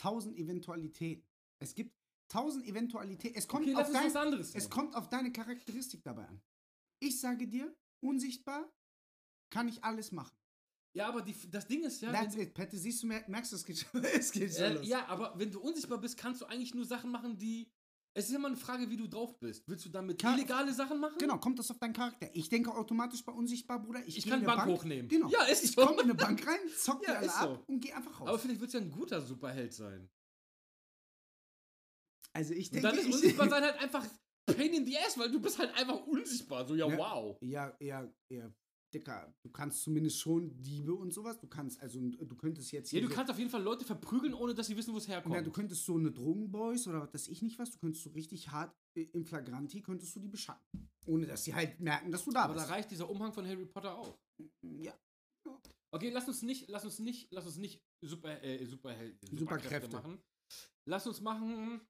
Speaker 1: tausend Eventualitäten. Es gibt tausend Eventualitäten. Es kommt
Speaker 2: okay,
Speaker 1: auf
Speaker 2: lass uns
Speaker 1: dein
Speaker 2: was anderes.
Speaker 1: Es
Speaker 2: nehmen.
Speaker 1: kommt auf deine Charakteristik dabei an. Ich sage dir, unsichtbar kann ich alles machen.
Speaker 2: ja, aber die, das Ding ist ja. wenn
Speaker 1: That's
Speaker 2: du-
Speaker 1: it. Pette, siehst du, mer- merkst du, es geht schon, es geht schon
Speaker 2: Äh,
Speaker 1: los.
Speaker 2: ja, aber wenn du unsichtbar bist, kannst du eigentlich nur Sachen machen, die. Es ist immer eine Frage, wie du drauf bist. Willst du damit
Speaker 1: Kann-
Speaker 2: illegale Sachen machen?
Speaker 1: Genau, kommt das auf deinen Charakter. Ich denke automatisch bei unsichtbar, Bruder. Ich,
Speaker 2: Ich
Speaker 1: gehe
Speaker 2: kann
Speaker 1: in eine
Speaker 2: Bank,
Speaker 1: Bank
Speaker 2: hochnehmen.
Speaker 1: Genau.
Speaker 2: Ja, ist so.
Speaker 1: Komm in eine Bank rein, zock
Speaker 2: Ja,
Speaker 1: die alle
Speaker 2: ist
Speaker 1: ab
Speaker 2: so.
Speaker 1: und geh einfach raus.
Speaker 2: Aber vielleicht wird es ja ein guter Superheld sein.
Speaker 1: also ich
Speaker 2: Und
Speaker 1: denke,
Speaker 2: dann ist
Speaker 1: ich-
Speaker 2: unsichtbar sein halt einfach Pain in the ass, weil du bist halt einfach unsichtbar. So, ja,
Speaker 1: Ja.
Speaker 2: wow.
Speaker 1: Ja, ja, ja, Dicker, du kannst zumindest schon Diebe und sowas. Du kannst, also du könntest jetzt
Speaker 2: Ja,
Speaker 1: hier
Speaker 2: du kannst auf jeden Fall Leute verprügeln, ohne dass sie wissen, wo es herkommt.
Speaker 1: Ja, du könntest so eine Drogenboys oder was weiß ich nicht was, du könntest so richtig hart äh, im Flagranti, könntest du die beschatten. Ohne dass sie halt merken, dass du da
Speaker 2: aber da
Speaker 1: bist.
Speaker 2: reicht dieser Umhang von Harry Potter auch.
Speaker 1: ja.
Speaker 2: Okay, lass uns nicht, lass uns nicht, lass uns nicht Super, äh, Superheld, Superkräfte,
Speaker 1: Superkräfte.
Speaker 2: machen. Lass uns machen.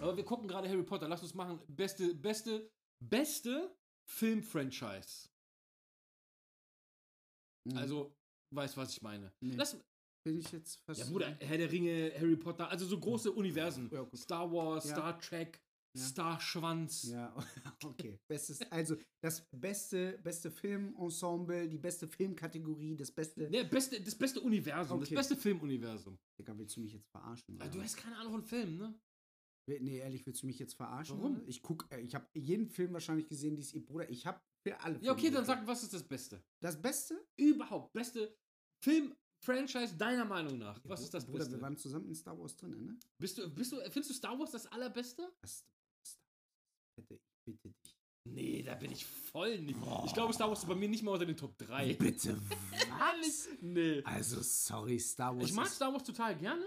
Speaker 2: Aber wir gucken gerade Harry Potter. Lass uns machen beste, beste, beste Film-Franchise.
Speaker 1: Mhm.
Speaker 2: Also weißt was ich meine.
Speaker 1: Nee.
Speaker 2: Lass,
Speaker 1: bin ich jetzt fast.
Speaker 2: ja, Bruder, Herr der Ringe, Harry Potter, also so große Universen.
Speaker 1: Ja, gut.
Speaker 2: Star Wars,
Speaker 1: Ja.
Speaker 2: Star Trek,
Speaker 1: Ja.
Speaker 2: Star Schwanz.
Speaker 1: Ja, okay. Bestes, also das beste, beste Filmensemble, die beste Filmkategorie, das beste.
Speaker 2: Ne, beste, das beste Universum, das
Speaker 1: Okay.
Speaker 2: beste Filmuniversum.
Speaker 1: Digga, willst du mich jetzt verarschen?
Speaker 2: Also, Du
Speaker 1: oder?
Speaker 2: hast keine Ahnung von Filmen, ne?
Speaker 1: nee, ehrlich, willst du mich jetzt verarschen?
Speaker 2: Warum?
Speaker 1: oder? Ich guck, äh, ich habe jeden Film wahrscheinlich gesehen, die es Bruder, ich habe für alle
Speaker 2: Ja, okay,
Speaker 1: Filme
Speaker 2: dann
Speaker 1: geguckt.
Speaker 2: sag, was ist das Beste?
Speaker 1: Das Beste?
Speaker 2: überhaupt beste Film Franchise deiner Meinung nach? Was ist das
Speaker 1: Bruder,
Speaker 2: Beste?
Speaker 1: wir waren zusammen in Star Wars drin, ne?
Speaker 2: Bist du, bist du, findest du Star Wars das allerbeste?
Speaker 1: Das, das, bitte, ich bitte dich.
Speaker 2: Nee, da bin ich voll nicht. Ich glaube, Star Wars ist bei mir nicht mal unter den Top 3.
Speaker 1: Bitte
Speaker 2: Alles? Nee.
Speaker 1: Also, sorry, Star Wars.
Speaker 2: Ich mag
Speaker 1: ist-
Speaker 2: Star Wars total gerne,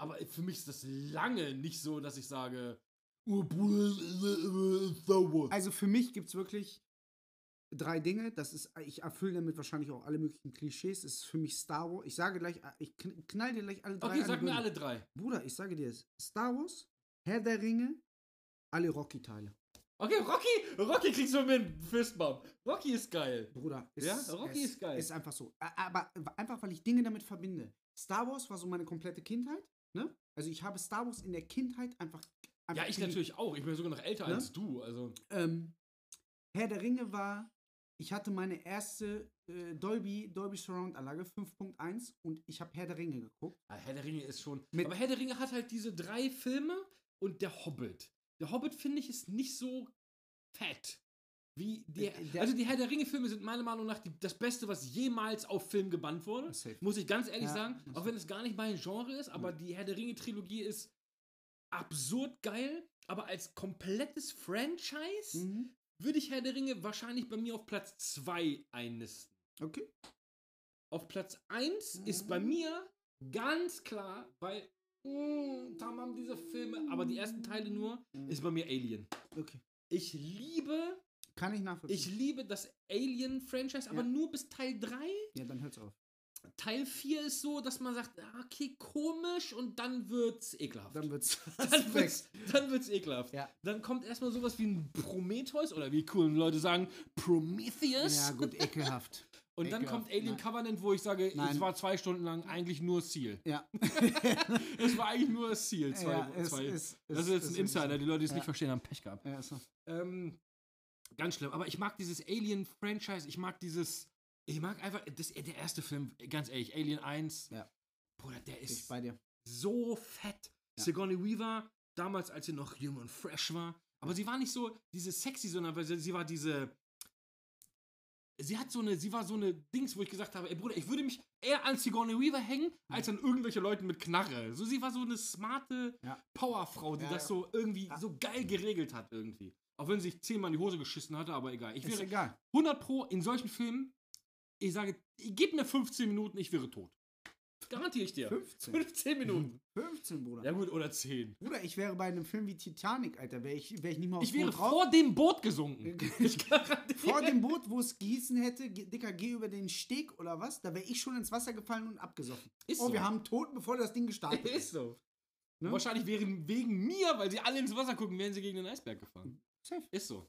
Speaker 2: aber für mich ist das lange nicht so, dass ich sage,
Speaker 3: Oh, Bruder, äh, äh, Star Wars.
Speaker 1: Also, für mich gibt es wirklich drei Dinge. Das ist, ich erfülle damit wahrscheinlich auch alle möglichen Klischees. Es ist für mich Star Wars. Ich sage gleich, äh, ich kn- knall dir gleich alle drei.
Speaker 2: okay,
Speaker 1: an die
Speaker 2: sag mir
Speaker 1: Birne.
Speaker 2: alle drei.
Speaker 1: Bruder, ich sage dir es. Star Wars, Herr der Ringe, alle Rocky-Teile.
Speaker 2: Okay, Rocky, Rocky kriegst du von mir einen Fistbump. Rocky ist geil.
Speaker 1: Bruder,
Speaker 2: Ja, Rocky
Speaker 1: es
Speaker 2: ist geil.
Speaker 1: Ist einfach so. A- Aber einfach, weil ich Dinge damit verbinde. Star Wars war so meine komplette Kindheit, ne? Also ich habe Star Wars in der Kindheit einfach. einfach
Speaker 2: Ja, ich
Speaker 1: geliebt.
Speaker 2: natürlich auch. Ich bin sogar noch älter
Speaker 1: Ne?
Speaker 2: als du. Also,
Speaker 1: Ähm, Herr der Ringe war, ich hatte meine erste äh, Dolby, Dolby Surround Anlage 5.1 und ich habe Herr der Ringe geguckt.
Speaker 2: ah, Herr der Ringe ist schon.
Speaker 1: Mit-
Speaker 2: aber Herr der Ringe hat halt diese drei Filme und der Hobbit. Der Hobbit, finde ich, ist nicht so fett. Wie die,
Speaker 1: Äh, der-
Speaker 2: also die Herr der Ringe-Filme sind meiner Meinung nach die, das Beste, was jemals auf Film gebannt wurde. Muss ich ganz ehrlich
Speaker 1: Ja, Hm.
Speaker 2: sagen,
Speaker 1: muss
Speaker 2: auch wenn es gar nicht mein Genre ist, aber die Herr der Ringe-Trilogie ist absurd geil. Aber als komplettes Franchise
Speaker 1: Mhm.
Speaker 2: würde ich Herr der Ringe wahrscheinlich bei mir auf Platz 2 einnisten.
Speaker 1: Okay.
Speaker 2: Auf Platz 1 ist
Speaker 1: Mhm.
Speaker 2: bei mir ganz klar, weil mh, tamam diese Filme, aber die ersten Teile nur, ist bei mir Alien.
Speaker 1: Okay.
Speaker 2: Ich liebe,
Speaker 1: Kann ich nachvollziehen.
Speaker 2: ich liebe das Alien-Franchise, aber
Speaker 1: Ja.
Speaker 2: nur bis Teil 3.
Speaker 1: ja, dann hört's auf.
Speaker 2: Teil 4 ist so, dass man sagt, ah, okay, komisch und dann wird's ekelhaft.
Speaker 1: Dann wird's.
Speaker 2: dann wird's, dann wird's ekelhaft.
Speaker 1: Ja.
Speaker 2: Dann kommt erstmal sowas wie ein Prometheus oder wie coolen Leute sagen, Prometheus.
Speaker 1: Ja, gut, ekelhaft.
Speaker 2: und dann
Speaker 1: ekelhaft,
Speaker 2: kommt Alien
Speaker 1: nein.
Speaker 2: Covenant, wo ich sage, es
Speaker 1: Nein.
Speaker 2: war zwei Stunden lang eigentlich nur Seal.
Speaker 1: Ja.
Speaker 2: Es war eigentlich nur Seal. Zwei,
Speaker 1: ja, es
Speaker 2: zwei.
Speaker 1: ist-
Speaker 2: das ist jetzt
Speaker 1: es
Speaker 2: ein
Speaker 1: wirklich so.
Speaker 2: Insider, die Leute, die es
Speaker 1: Ja.
Speaker 2: nicht verstehen, haben Pech gehabt.
Speaker 1: Ja, ist so.
Speaker 2: Ähm, ganz schlimm. Aber ich mag dieses Alien-Franchise. Ich mag dieses. Ich mag einfach. Das, der erste Film, ganz ehrlich, Alien 1.
Speaker 1: Ja.
Speaker 2: Bruder, der
Speaker 1: Bin ich
Speaker 2: ist
Speaker 1: bei dir.
Speaker 2: so fett.
Speaker 1: Ja.
Speaker 2: Sigourney Weaver, damals, als sie noch jung und fresh war. Aber sie war nicht so diese sexy, sondern weil sie, sie war diese. Sie hat so eine, sie war so eine Dings, wo ich gesagt habe, ey Bruder, ich würde mich eher an Sigourney Weaver hängen, als an irgendwelche Leuten mit Knarre. So, sie war so eine smarte
Speaker 1: Ja.
Speaker 2: Powerfrau, die
Speaker 1: Ja, Ah.
Speaker 2: das
Speaker 1: ja.
Speaker 2: so irgendwie
Speaker 1: Ja.
Speaker 2: so geil geregelt hat irgendwie. Auch wenn sie sich zehnmal in die Hose geschissen hatte, aber egal. Ich
Speaker 1: Ist
Speaker 2: wäre
Speaker 1: egal.
Speaker 2: 100 pro in solchen Filmen, ich sage, gib mir 15 Minuten, ich wäre tot. Garantiere ich dir.
Speaker 1: 15.
Speaker 2: 15 Minuten.
Speaker 1: 15, Bruder.
Speaker 2: Mhm. Ja gut, oder 10.
Speaker 1: Bruder, ich wäre bei einem Film wie Titanic, Alter, wäre ich, wär ich nicht mal aufs
Speaker 2: Ich wäre
Speaker 1: Boot rauf.
Speaker 2: vor dem Boot gesunken. Ich
Speaker 1: Vor
Speaker 2: garantiere.
Speaker 1: dem Boot, wo es gießen hätte, ge- Dicker, geh über den Steg oder was, da wäre ich schon ins Wasser gefallen und abgesoffen.
Speaker 2: Ist
Speaker 1: oh,
Speaker 2: so.
Speaker 1: wir haben einen Toten, bevor das Ding gestartet
Speaker 2: Ist
Speaker 1: ist.
Speaker 2: so.
Speaker 1: Ne?
Speaker 2: Wahrscheinlich wären wegen mir, weil sie alle ins Wasser gucken, wären sie gegen den Eisberg
Speaker 1: Mhm.
Speaker 2: gefahren.
Speaker 1: Safe.
Speaker 2: Ist so.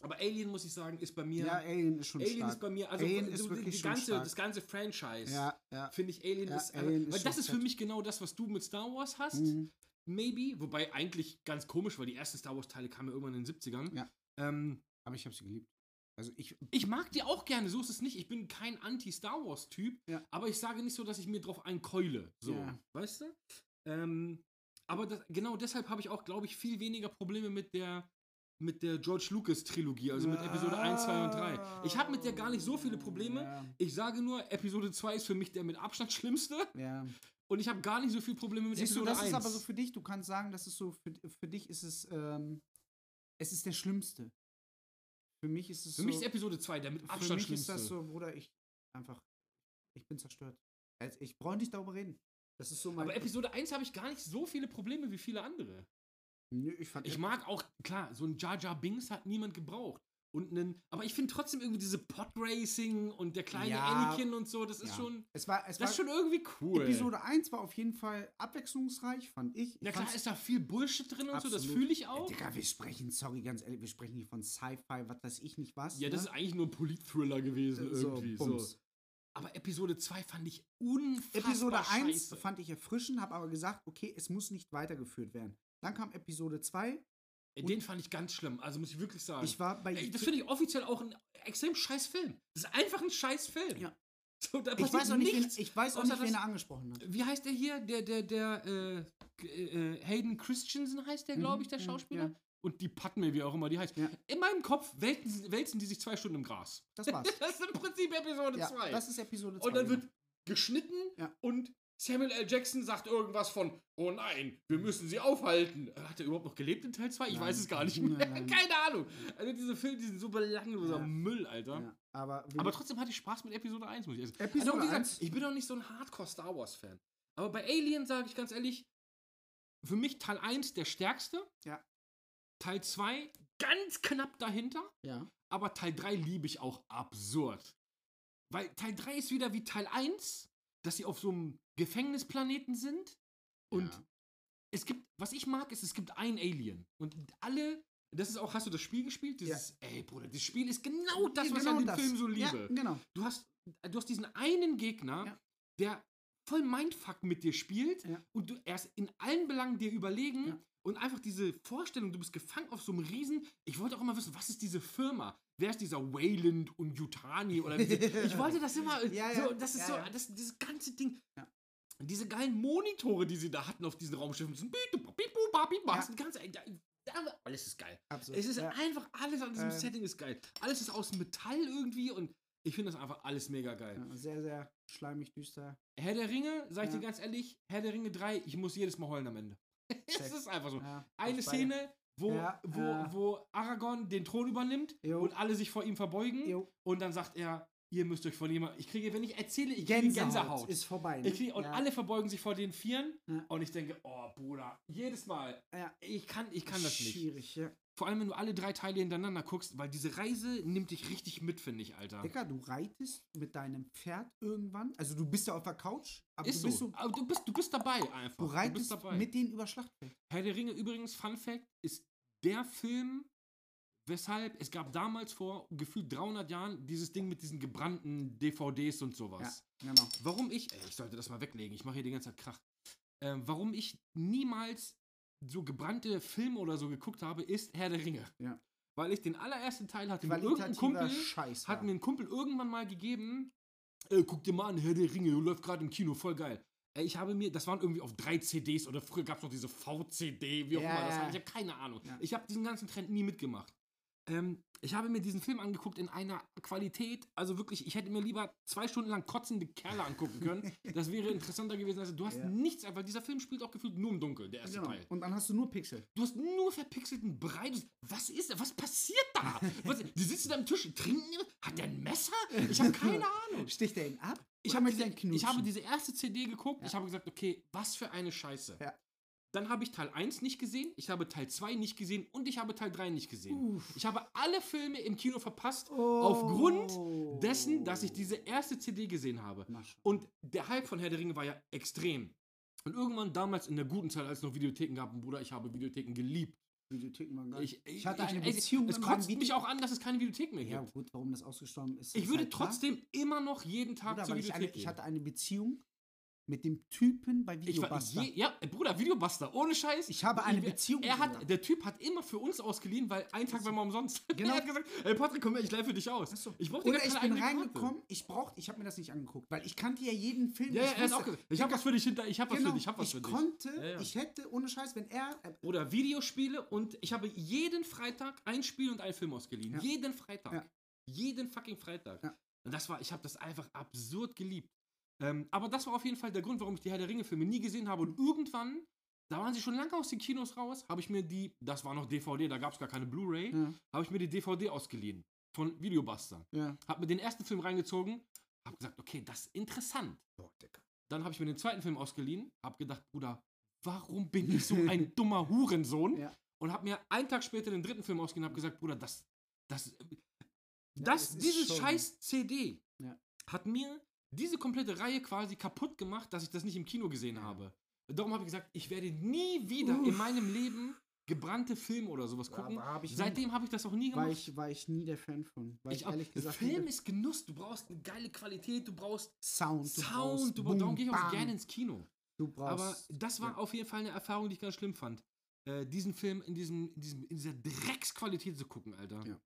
Speaker 2: Aber Alien, muss ich sagen, ist bei mir.
Speaker 1: Ja, Alien ist schon
Speaker 2: Alien
Speaker 1: stark.
Speaker 2: ist bei mir. Also
Speaker 1: Alien
Speaker 2: so
Speaker 1: ist
Speaker 2: die-
Speaker 1: wirklich
Speaker 2: die
Speaker 1: schon
Speaker 2: ganze,
Speaker 1: stark.
Speaker 2: das ganze Franchise.
Speaker 1: ja, ja.
Speaker 2: Finde ich Alien
Speaker 1: Ja,
Speaker 2: ist.
Speaker 1: Alien ist
Speaker 2: weil das
Speaker 1: schon
Speaker 2: ist für
Speaker 1: fett.
Speaker 2: mich genau das, was du mit Star Wars hast.
Speaker 1: Mhm.
Speaker 2: Maybe. Wobei eigentlich ganz komisch, weil die ersten Star Wars-Teile kamen ja irgendwann in den 70ern.
Speaker 1: Ja.
Speaker 2: Ähm,
Speaker 1: Aber ich habe sie geliebt. Also ich,
Speaker 2: Ich mag die auch gerne, so ist es nicht. Ich bin kein Anti-Star Wars-Typ,
Speaker 1: Ja.
Speaker 2: aber ich sage nicht so, dass ich mir drauf einkeule. So,
Speaker 1: Ja.
Speaker 2: weißt du? Ähm, aber das, genau deshalb habe ich auch, glaube ich, viel weniger Probleme mit der, mit der George Lucas-Trilogie, also mit Episode 1, 2 und 3. Ich habe mit der gar nicht so viele Probleme. Ich sage nur, Episode 2 ist für mich der mit Abstand schlimmste
Speaker 1: Ja, ja.
Speaker 2: und ich habe gar nicht so viele Probleme mit
Speaker 1: Siehst du,
Speaker 2: Episode
Speaker 1: also das
Speaker 2: 1.
Speaker 1: ist aber so für dich. Du kannst sagen, das ist so für, für dich ist es, ähm, es ist der Schlimmste. Für mich ist es
Speaker 2: für
Speaker 1: so,
Speaker 2: mich ist Episode 2 der mit
Speaker 1: für
Speaker 2: Abstand
Speaker 1: mich ist
Speaker 2: schlimmste.
Speaker 1: das so, Bruder, ich einfach, ich bin zerstört. Also ich brauche nicht darüber reden. Das ist so mein.
Speaker 2: aber Episode 1 habe ich gar nicht so viele Probleme wie viele andere.
Speaker 1: Nö, ich fand.
Speaker 2: Ich mag auch, klar, so ein Jar Jar Bings hat niemand gebraucht. Und nen, aber ich finde trotzdem irgendwie diese Podracing und der kleine
Speaker 1: Ja.
Speaker 2: Anakin und so, das ist
Speaker 1: ja.
Speaker 2: schon,
Speaker 1: Es war, es
Speaker 2: das
Speaker 1: war
Speaker 2: ist schon irgendwie cool.
Speaker 1: Episode 1 war auf jeden Fall abwechslungsreich, fand ich.
Speaker 2: Na
Speaker 1: Ich
Speaker 2: klar,
Speaker 1: fand's-
Speaker 2: ist da viel Bullshit drin und so, das
Speaker 1: Absolut.
Speaker 2: fühle ich auch.
Speaker 1: Äh, Digga, wir sprechen, sorry, ganz ehrlich, wir sprechen hier von Sci-Fi, was weiß ich nicht was. ne?
Speaker 2: Ja, das ist eigentlich nur ein Polit-Thriller gewesen irgendwie. So,
Speaker 1: Äh, Bums.
Speaker 2: Aber Episode 2 fand ich unfassbar
Speaker 1: Episode 1
Speaker 2: scheiße.
Speaker 1: fand ich erfrischend, habe aber gesagt, okay, es muss nicht weitergeführt werden. Dann kam Episode 2.
Speaker 2: Äh, Den fand ich ganz schlimm, also muss ich wirklich sagen.
Speaker 1: Ich war bei.
Speaker 2: Ey, das
Speaker 1: Ike-
Speaker 2: finde ich offiziell auch ein extrem scheiß Film. Das ist einfach ein scheiß Film.
Speaker 1: Ja.
Speaker 2: So, da
Speaker 1: ich
Speaker 2: passiert
Speaker 1: weiß auch nicht, wen,
Speaker 2: nichts.
Speaker 1: ich weiß auch
Speaker 2: außer
Speaker 1: nicht, wen
Speaker 2: dass-
Speaker 1: er angesprochen hat.
Speaker 2: wie heißt der hier? Der, der, der, äh, K- äh, Hayden Christensen heißt der, glaube
Speaker 1: Mhm,
Speaker 2: ich, der
Speaker 1: ja,
Speaker 2: Schauspieler.
Speaker 1: ja.
Speaker 2: Und die Padme, wie auch immer die heißt.
Speaker 1: Ja.
Speaker 2: In meinem Kopf wälzen, wälzen die sich zwei Stunden im Gras.
Speaker 1: Das war's.
Speaker 2: Das ist im Prinzip Episode
Speaker 1: ja,
Speaker 2: 2.
Speaker 1: das ist Episode 2.
Speaker 2: und dann wird geschnitten
Speaker 1: Ja.
Speaker 2: und Samuel L. Jackson sagt irgendwas von, oh nein, wir müssen sie aufhalten. Äh, Hat er überhaupt noch gelebt in Teil 2? Ich
Speaker 1: Nein.
Speaker 2: weiß es gar nicht
Speaker 1: Nein,
Speaker 2: mehr.
Speaker 1: nein.
Speaker 2: Keine Ahnung. Also diese Filme, die sind so belangloser
Speaker 1: Ja.
Speaker 2: Müll, Alter.
Speaker 1: Ja, aber,
Speaker 2: Aber trotzdem hatte ich Spaß mit Episode 1, muss ich sagen. Also,
Speaker 1: Episode
Speaker 2: wie gesagt,
Speaker 1: 1,
Speaker 2: ich bin doch nicht so ein Hardcore-Star Wars-Fan. Aber bei Alien sage ich ganz ehrlich, für mich Teil 1 der stärkste.
Speaker 1: Ja.
Speaker 2: Teil 2 ganz knapp dahinter.
Speaker 1: ja.
Speaker 2: Aber Teil 3 liebe ich auch absurd. Weil Teil 3 ist wieder wie Teil 1, dass sie auf so einem Gefängnisplaneten sind. Und
Speaker 1: Ja.
Speaker 2: es gibt, was ich mag, ist, es gibt ein Alien. Und alle, das ist auch, hast du das Spiel gespielt? Dieses, ey Bruder, das Spiel ist
Speaker 1: Äh,
Speaker 2: genau das, was ich an dem Film so liebe
Speaker 1: Ja, genau.
Speaker 2: du hast, du hast diesen einen Gegner,
Speaker 1: Ja.
Speaker 2: der voll Mindfuck mit dir spielt
Speaker 1: Ja.
Speaker 2: und du erst in allen Belangen dir überlegen
Speaker 1: Ja.
Speaker 2: und einfach diese Vorstellung, du bist gefangen auf so einem Riesen. Ich wollte auch immer wissen, was ist diese Firma? Wer ist dieser Wayland und Yutani oder wie sie- Ich wollte das immer.
Speaker 1: Ja,
Speaker 2: so,
Speaker 1: ja,
Speaker 2: das ist
Speaker 1: ja,
Speaker 2: so,
Speaker 1: ja.
Speaker 2: Das, dieses ganze Ding.
Speaker 1: Ja.
Speaker 2: Diese geilen Monitore, die sie da hatten auf diesen Raumschiffen. diesen Bitu- Bipu- Babi-
Speaker 1: Ja.
Speaker 2: Bas, die ganze- da- da- Alles ist geil.
Speaker 1: Absolut.
Speaker 2: Es ist
Speaker 1: ja.
Speaker 2: einfach alles an diesem
Speaker 1: Äh.
Speaker 2: Setting ist geil. Alles ist aus Metall irgendwie und ich finde das einfach alles mega geil.
Speaker 1: ja, sehr, sehr schleimig, düster.
Speaker 2: Herr der Ringe, sag ich
Speaker 1: Ja.
Speaker 2: dir ganz ehrlich, Herr der Ringe 3, ich muss jedes Mal heulen am Ende. es
Speaker 1: Check.
Speaker 2: ist einfach so.
Speaker 1: Ja,
Speaker 2: Eine
Speaker 1: auf beide.
Speaker 2: Szene, wo,
Speaker 1: Ja,
Speaker 2: wo,
Speaker 1: ja.
Speaker 2: wo Aragorn den Thron übernimmt
Speaker 1: Jo.
Speaker 2: und alle sich vor ihm verbeugen
Speaker 1: Jo,
Speaker 2: und dann sagt er, ihr müsst euch von jemandem, ich kriege, wenn ich erzähle, ich kriege
Speaker 1: Gänsehaut,
Speaker 2: Gänsehaut.
Speaker 1: ist vorbei. ne?
Speaker 2: Ich krieg, und
Speaker 1: ja.
Speaker 2: alle verbeugen sich vor den Vieren
Speaker 1: Ja.
Speaker 2: und ich denke, oh Bruder, jedes Mal,
Speaker 1: Ja.
Speaker 2: ich kann, ich kann das nicht.
Speaker 1: Schwierig, ja.
Speaker 2: Vor allem, wenn du alle drei Teile hintereinander guckst, weil diese Reise nimmt dich richtig mit, finde ich, Alter.
Speaker 1: Dicker, du reitest mit deinem Pferd irgendwann. Also du bist ja auf der Couch, aber
Speaker 2: Ist
Speaker 1: du
Speaker 2: so.
Speaker 1: bist so.
Speaker 2: Aber du, bist, du bist dabei einfach.
Speaker 1: Du
Speaker 2: bist
Speaker 1: reitest
Speaker 2: dabei.
Speaker 1: mit denen über Schlachtfeld.
Speaker 2: Herr der Ringe übrigens, Fun Fact, ist der Film, weshalb es gab damals vor gefühlt 300 Jahren dieses Ding mit diesen gebrannten DVDs und sowas.
Speaker 1: Ja, genau.
Speaker 2: Warum ich, ey, ich sollte das mal weglegen, ich mache hier die ganze Zeit Krach. Ähm, warum ich niemals so gebrannte Filme oder so geguckt habe, ist Herr der Ringe.
Speaker 1: Ja.
Speaker 2: Weil ich den allerersten Teil hatte mit irgendeinem
Speaker 1: Qualitativer
Speaker 2: Genau. Kumpel.
Speaker 1: Scheiß.
Speaker 2: hat
Speaker 1: ja.
Speaker 2: mir ein Kumpel irgendwann mal gegeben, äh, guck dir mal an, Herr der Ringe, läuft gerade im Kino, voll geil. Äh, ich habe mir, das waren irgendwie auf drei CDs oder früher gab es noch diese VCD, wie auch
Speaker 1: Ja,
Speaker 2: immer, das
Speaker 1: ja.
Speaker 2: war, ich habe keine Ahnung.
Speaker 1: Ja.
Speaker 2: Ich habe diesen ganzen Trend nie mitgemacht. Ähm, ich habe mir diesen Film angeguckt in einer Qualität, also wirklich, ich hätte mir lieber zwei Stunden lang kotzende Kerle angucken können. Das wäre interessanter gewesen. Also du hast
Speaker 1: Ja.
Speaker 2: nichts, einfach dieser Film spielt auch gefühlt nur im Dunkeln, der erste
Speaker 1: genau.
Speaker 2: Teil.
Speaker 1: Und dann hast du nur Pixel.
Speaker 2: Du hast nur verpixelten Brei. Du- Was ist da? Was passiert da? Was, die sitzen da am Tisch, trinken. ihre- Hat der ein Messer? Ich habe keine Ahnung.
Speaker 1: Sticht er ihn ab?
Speaker 2: Ich
Speaker 1: Oder
Speaker 2: habe,
Speaker 1: will er ihn
Speaker 2: diese, ich habe
Speaker 1: knutschen?
Speaker 2: diese erste CD geguckt.
Speaker 1: Ja.
Speaker 2: Ich habe gesagt, okay, was für eine Scheiße.
Speaker 1: Ja.
Speaker 2: Dann habe ich Teil 1 nicht gesehen. Ich habe Teil 2 nicht gesehen. Und ich habe Teil 3 nicht gesehen.
Speaker 1: Uff.
Speaker 2: Ich habe alle Filme im Kino verpasst,
Speaker 1: Oh.
Speaker 2: aufgrund dessen, dass ich diese erste CD gesehen habe.
Speaker 1: Na schon.
Speaker 2: Und der Hype von Herr der Ringe war ja extrem. Und irgendwann damals in der guten Zeit, als es noch Videotheken gab, Bruder, ich habe Videotheken geliebt.
Speaker 1: Videotheken waren geil.
Speaker 2: Äh, Ich,
Speaker 1: Ich hatte eine
Speaker 2: ey,
Speaker 1: Beziehung
Speaker 2: Es
Speaker 1: mit
Speaker 2: kotzt
Speaker 1: meinem
Speaker 2: mich auch an, dass es keine Videothek mehr gibt.
Speaker 1: Ja, gut, warum das ausgestorben ist.
Speaker 2: ich
Speaker 1: ist
Speaker 2: würde
Speaker 1: halt klar.
Speaker 2: trotzdem immer noch jeden Tag
Speaker 1: Bruder,
Speaker 2: zur
Speaker 1: weil ich, eine,
Speaker 2: Videothek
Speaker 1: ich
Speaker 2: gehen.
Speaker 1: hatte eine Beziehung mit dem Typen bei
Speaker 2: Ich war
Speaker 1: Videobuster.
Speaker 2: je, ja, Bruder, Videobuster, ohne Scheiß.
Speaker 1: Ich habe eine
Speaker 2: Ich-
Speaker 1: Beziehung
Speaker 2: Er
Speaker 1: mit ihm.
Speaker 2: hat, der Typ hat immer für uns ausgeliehen, weil ein Tag war mal umsonst.
Speaker 1: Genau.
Speaker 2: er hat gesagt, ey Patrick, komm her, ich leih für dich aus.
Speaker 1: Ach so.
Speaker 2: Ich brauchte gar
Speaker 1: Oder
Speaker 2: keine
Speaker 1: ich
Speaker 2: eigene
Speaker 1: bin
Speaker 2: Karte.
Speaker 1: reingekommen, ich brauchte, ich habe mir das nicht angeguckt, weil ich kannte ja jeden Film.
Speaker 2: Ja, ja,
Speaker 1: ich
Speaker 2: er hat auch
Speaker 1: wusste-
Speaker 2: gesagt, ich hab was für dich hinter, ich hab was
Speaker 1: genau,
Speaker 2: für dich, ich hab was
Speaker 1: ich
Speaker 2: für dich.
Speaker 1: konnte,
Speaker 2: Ja, ja.
Speaker 1: ich hätte, ohne Scheiß, wenn er, äh,
Speaker 2: Oder Videospiele und ich habe jeden Freitag ein Spiel und einen Film ausgeliehen.
Speaker 1: Ja.
Speaker 2: Jeden Freitag.
Speaker 1: Ja.
Speaker 2: Jeden fucking Freitag.
Speaker 1: Ja.
Speaker 2: Und das war, ich habe das einfach absurd geliebt. Ähm, aber das war auf jeden Fall der Grund, warum ich die Herr der Ringe-Filme nie gesehen habe. Und irgendwann, da waren sie schon lange aus den Kinos raus, habe ich mir die, das war noch DVD, da gab es gar keine Blu-ray,
Speaker 1: ja,
Speaker 2: habe ich mir die DVD ausgeliehen von Videobuster.
Speaker 1: ja.
Speaker 2: Habe mir den ersten Film reingezogen, habe gesagt, okay, das ist interessant.
Speaker 1: Boah, Digga.
Speaker 2: Dann habe ich mir den zweiten Film ausgeliehen, habe gedacht, Bruder, warum bin ich so ein dummer Hurensohn?
Speaker 1: Ja.
Speaker 2: Und habe mir einen Tag später den dritten Film ausgeliehen und habe gesagt, Bruder, das, das,
Speaker 1: es
Speaker 2: das
Speaker 1: ist
Speaker 2: diese
Speaker 1: schon-
Speaker 2: scheiß CD
Speaker 1: Ja.
Speaker 2: hat mir diese komplette Reihe quasi kaputt gemacht, dass ich das nicht im Kino gesehen
Speaker 1: Ja.
Speaker 2: habe. Darum habe ich gesagt, ich werde nie wieder in
Speaker 1: Uff.
Speaker 2: meinem Leben gebrannte Filme oder sowas gucken.
Speaker 1: Aber hab ich nie-
Speaker 2: Seitdem habe ich das auch nie
Speaker 1: War
Speaker 2: gemacht.
Speaker 1: ich, war ich nie der Fan von. Weil ich,
Speaker 2: Ich auch-
Speaker 1: ehrlich gesagt. nie
Speaker 2: Film
Speaker 1: der-
Speaker 2: ist Genuss. Du brauchst eine geile Qualität, du brauchst
Speaker 1: Sound. du
Speaker 2: Sound.
Speaker 1: brauchst
Speaker 2: Du brauchst, darum
Speaker 1: Boom,
Speaker 2: gehe ich auch
Speaker 1: Bam,
Speaker 2: gerne ins Kino.
Speaker 1: Du
Speaker 2: Aber
Speaker 1: brauchst.
Speaker 2: das war
Speaker 1: ja.
Speaker 2: auf jeden Fall eine Erfahrung, die ich ganz schlimm fand. Äh, diesen Film in, diesem, in, diesem, in dieser Drecksqualität zu gucken, Alter.
Speaker 1: Ja.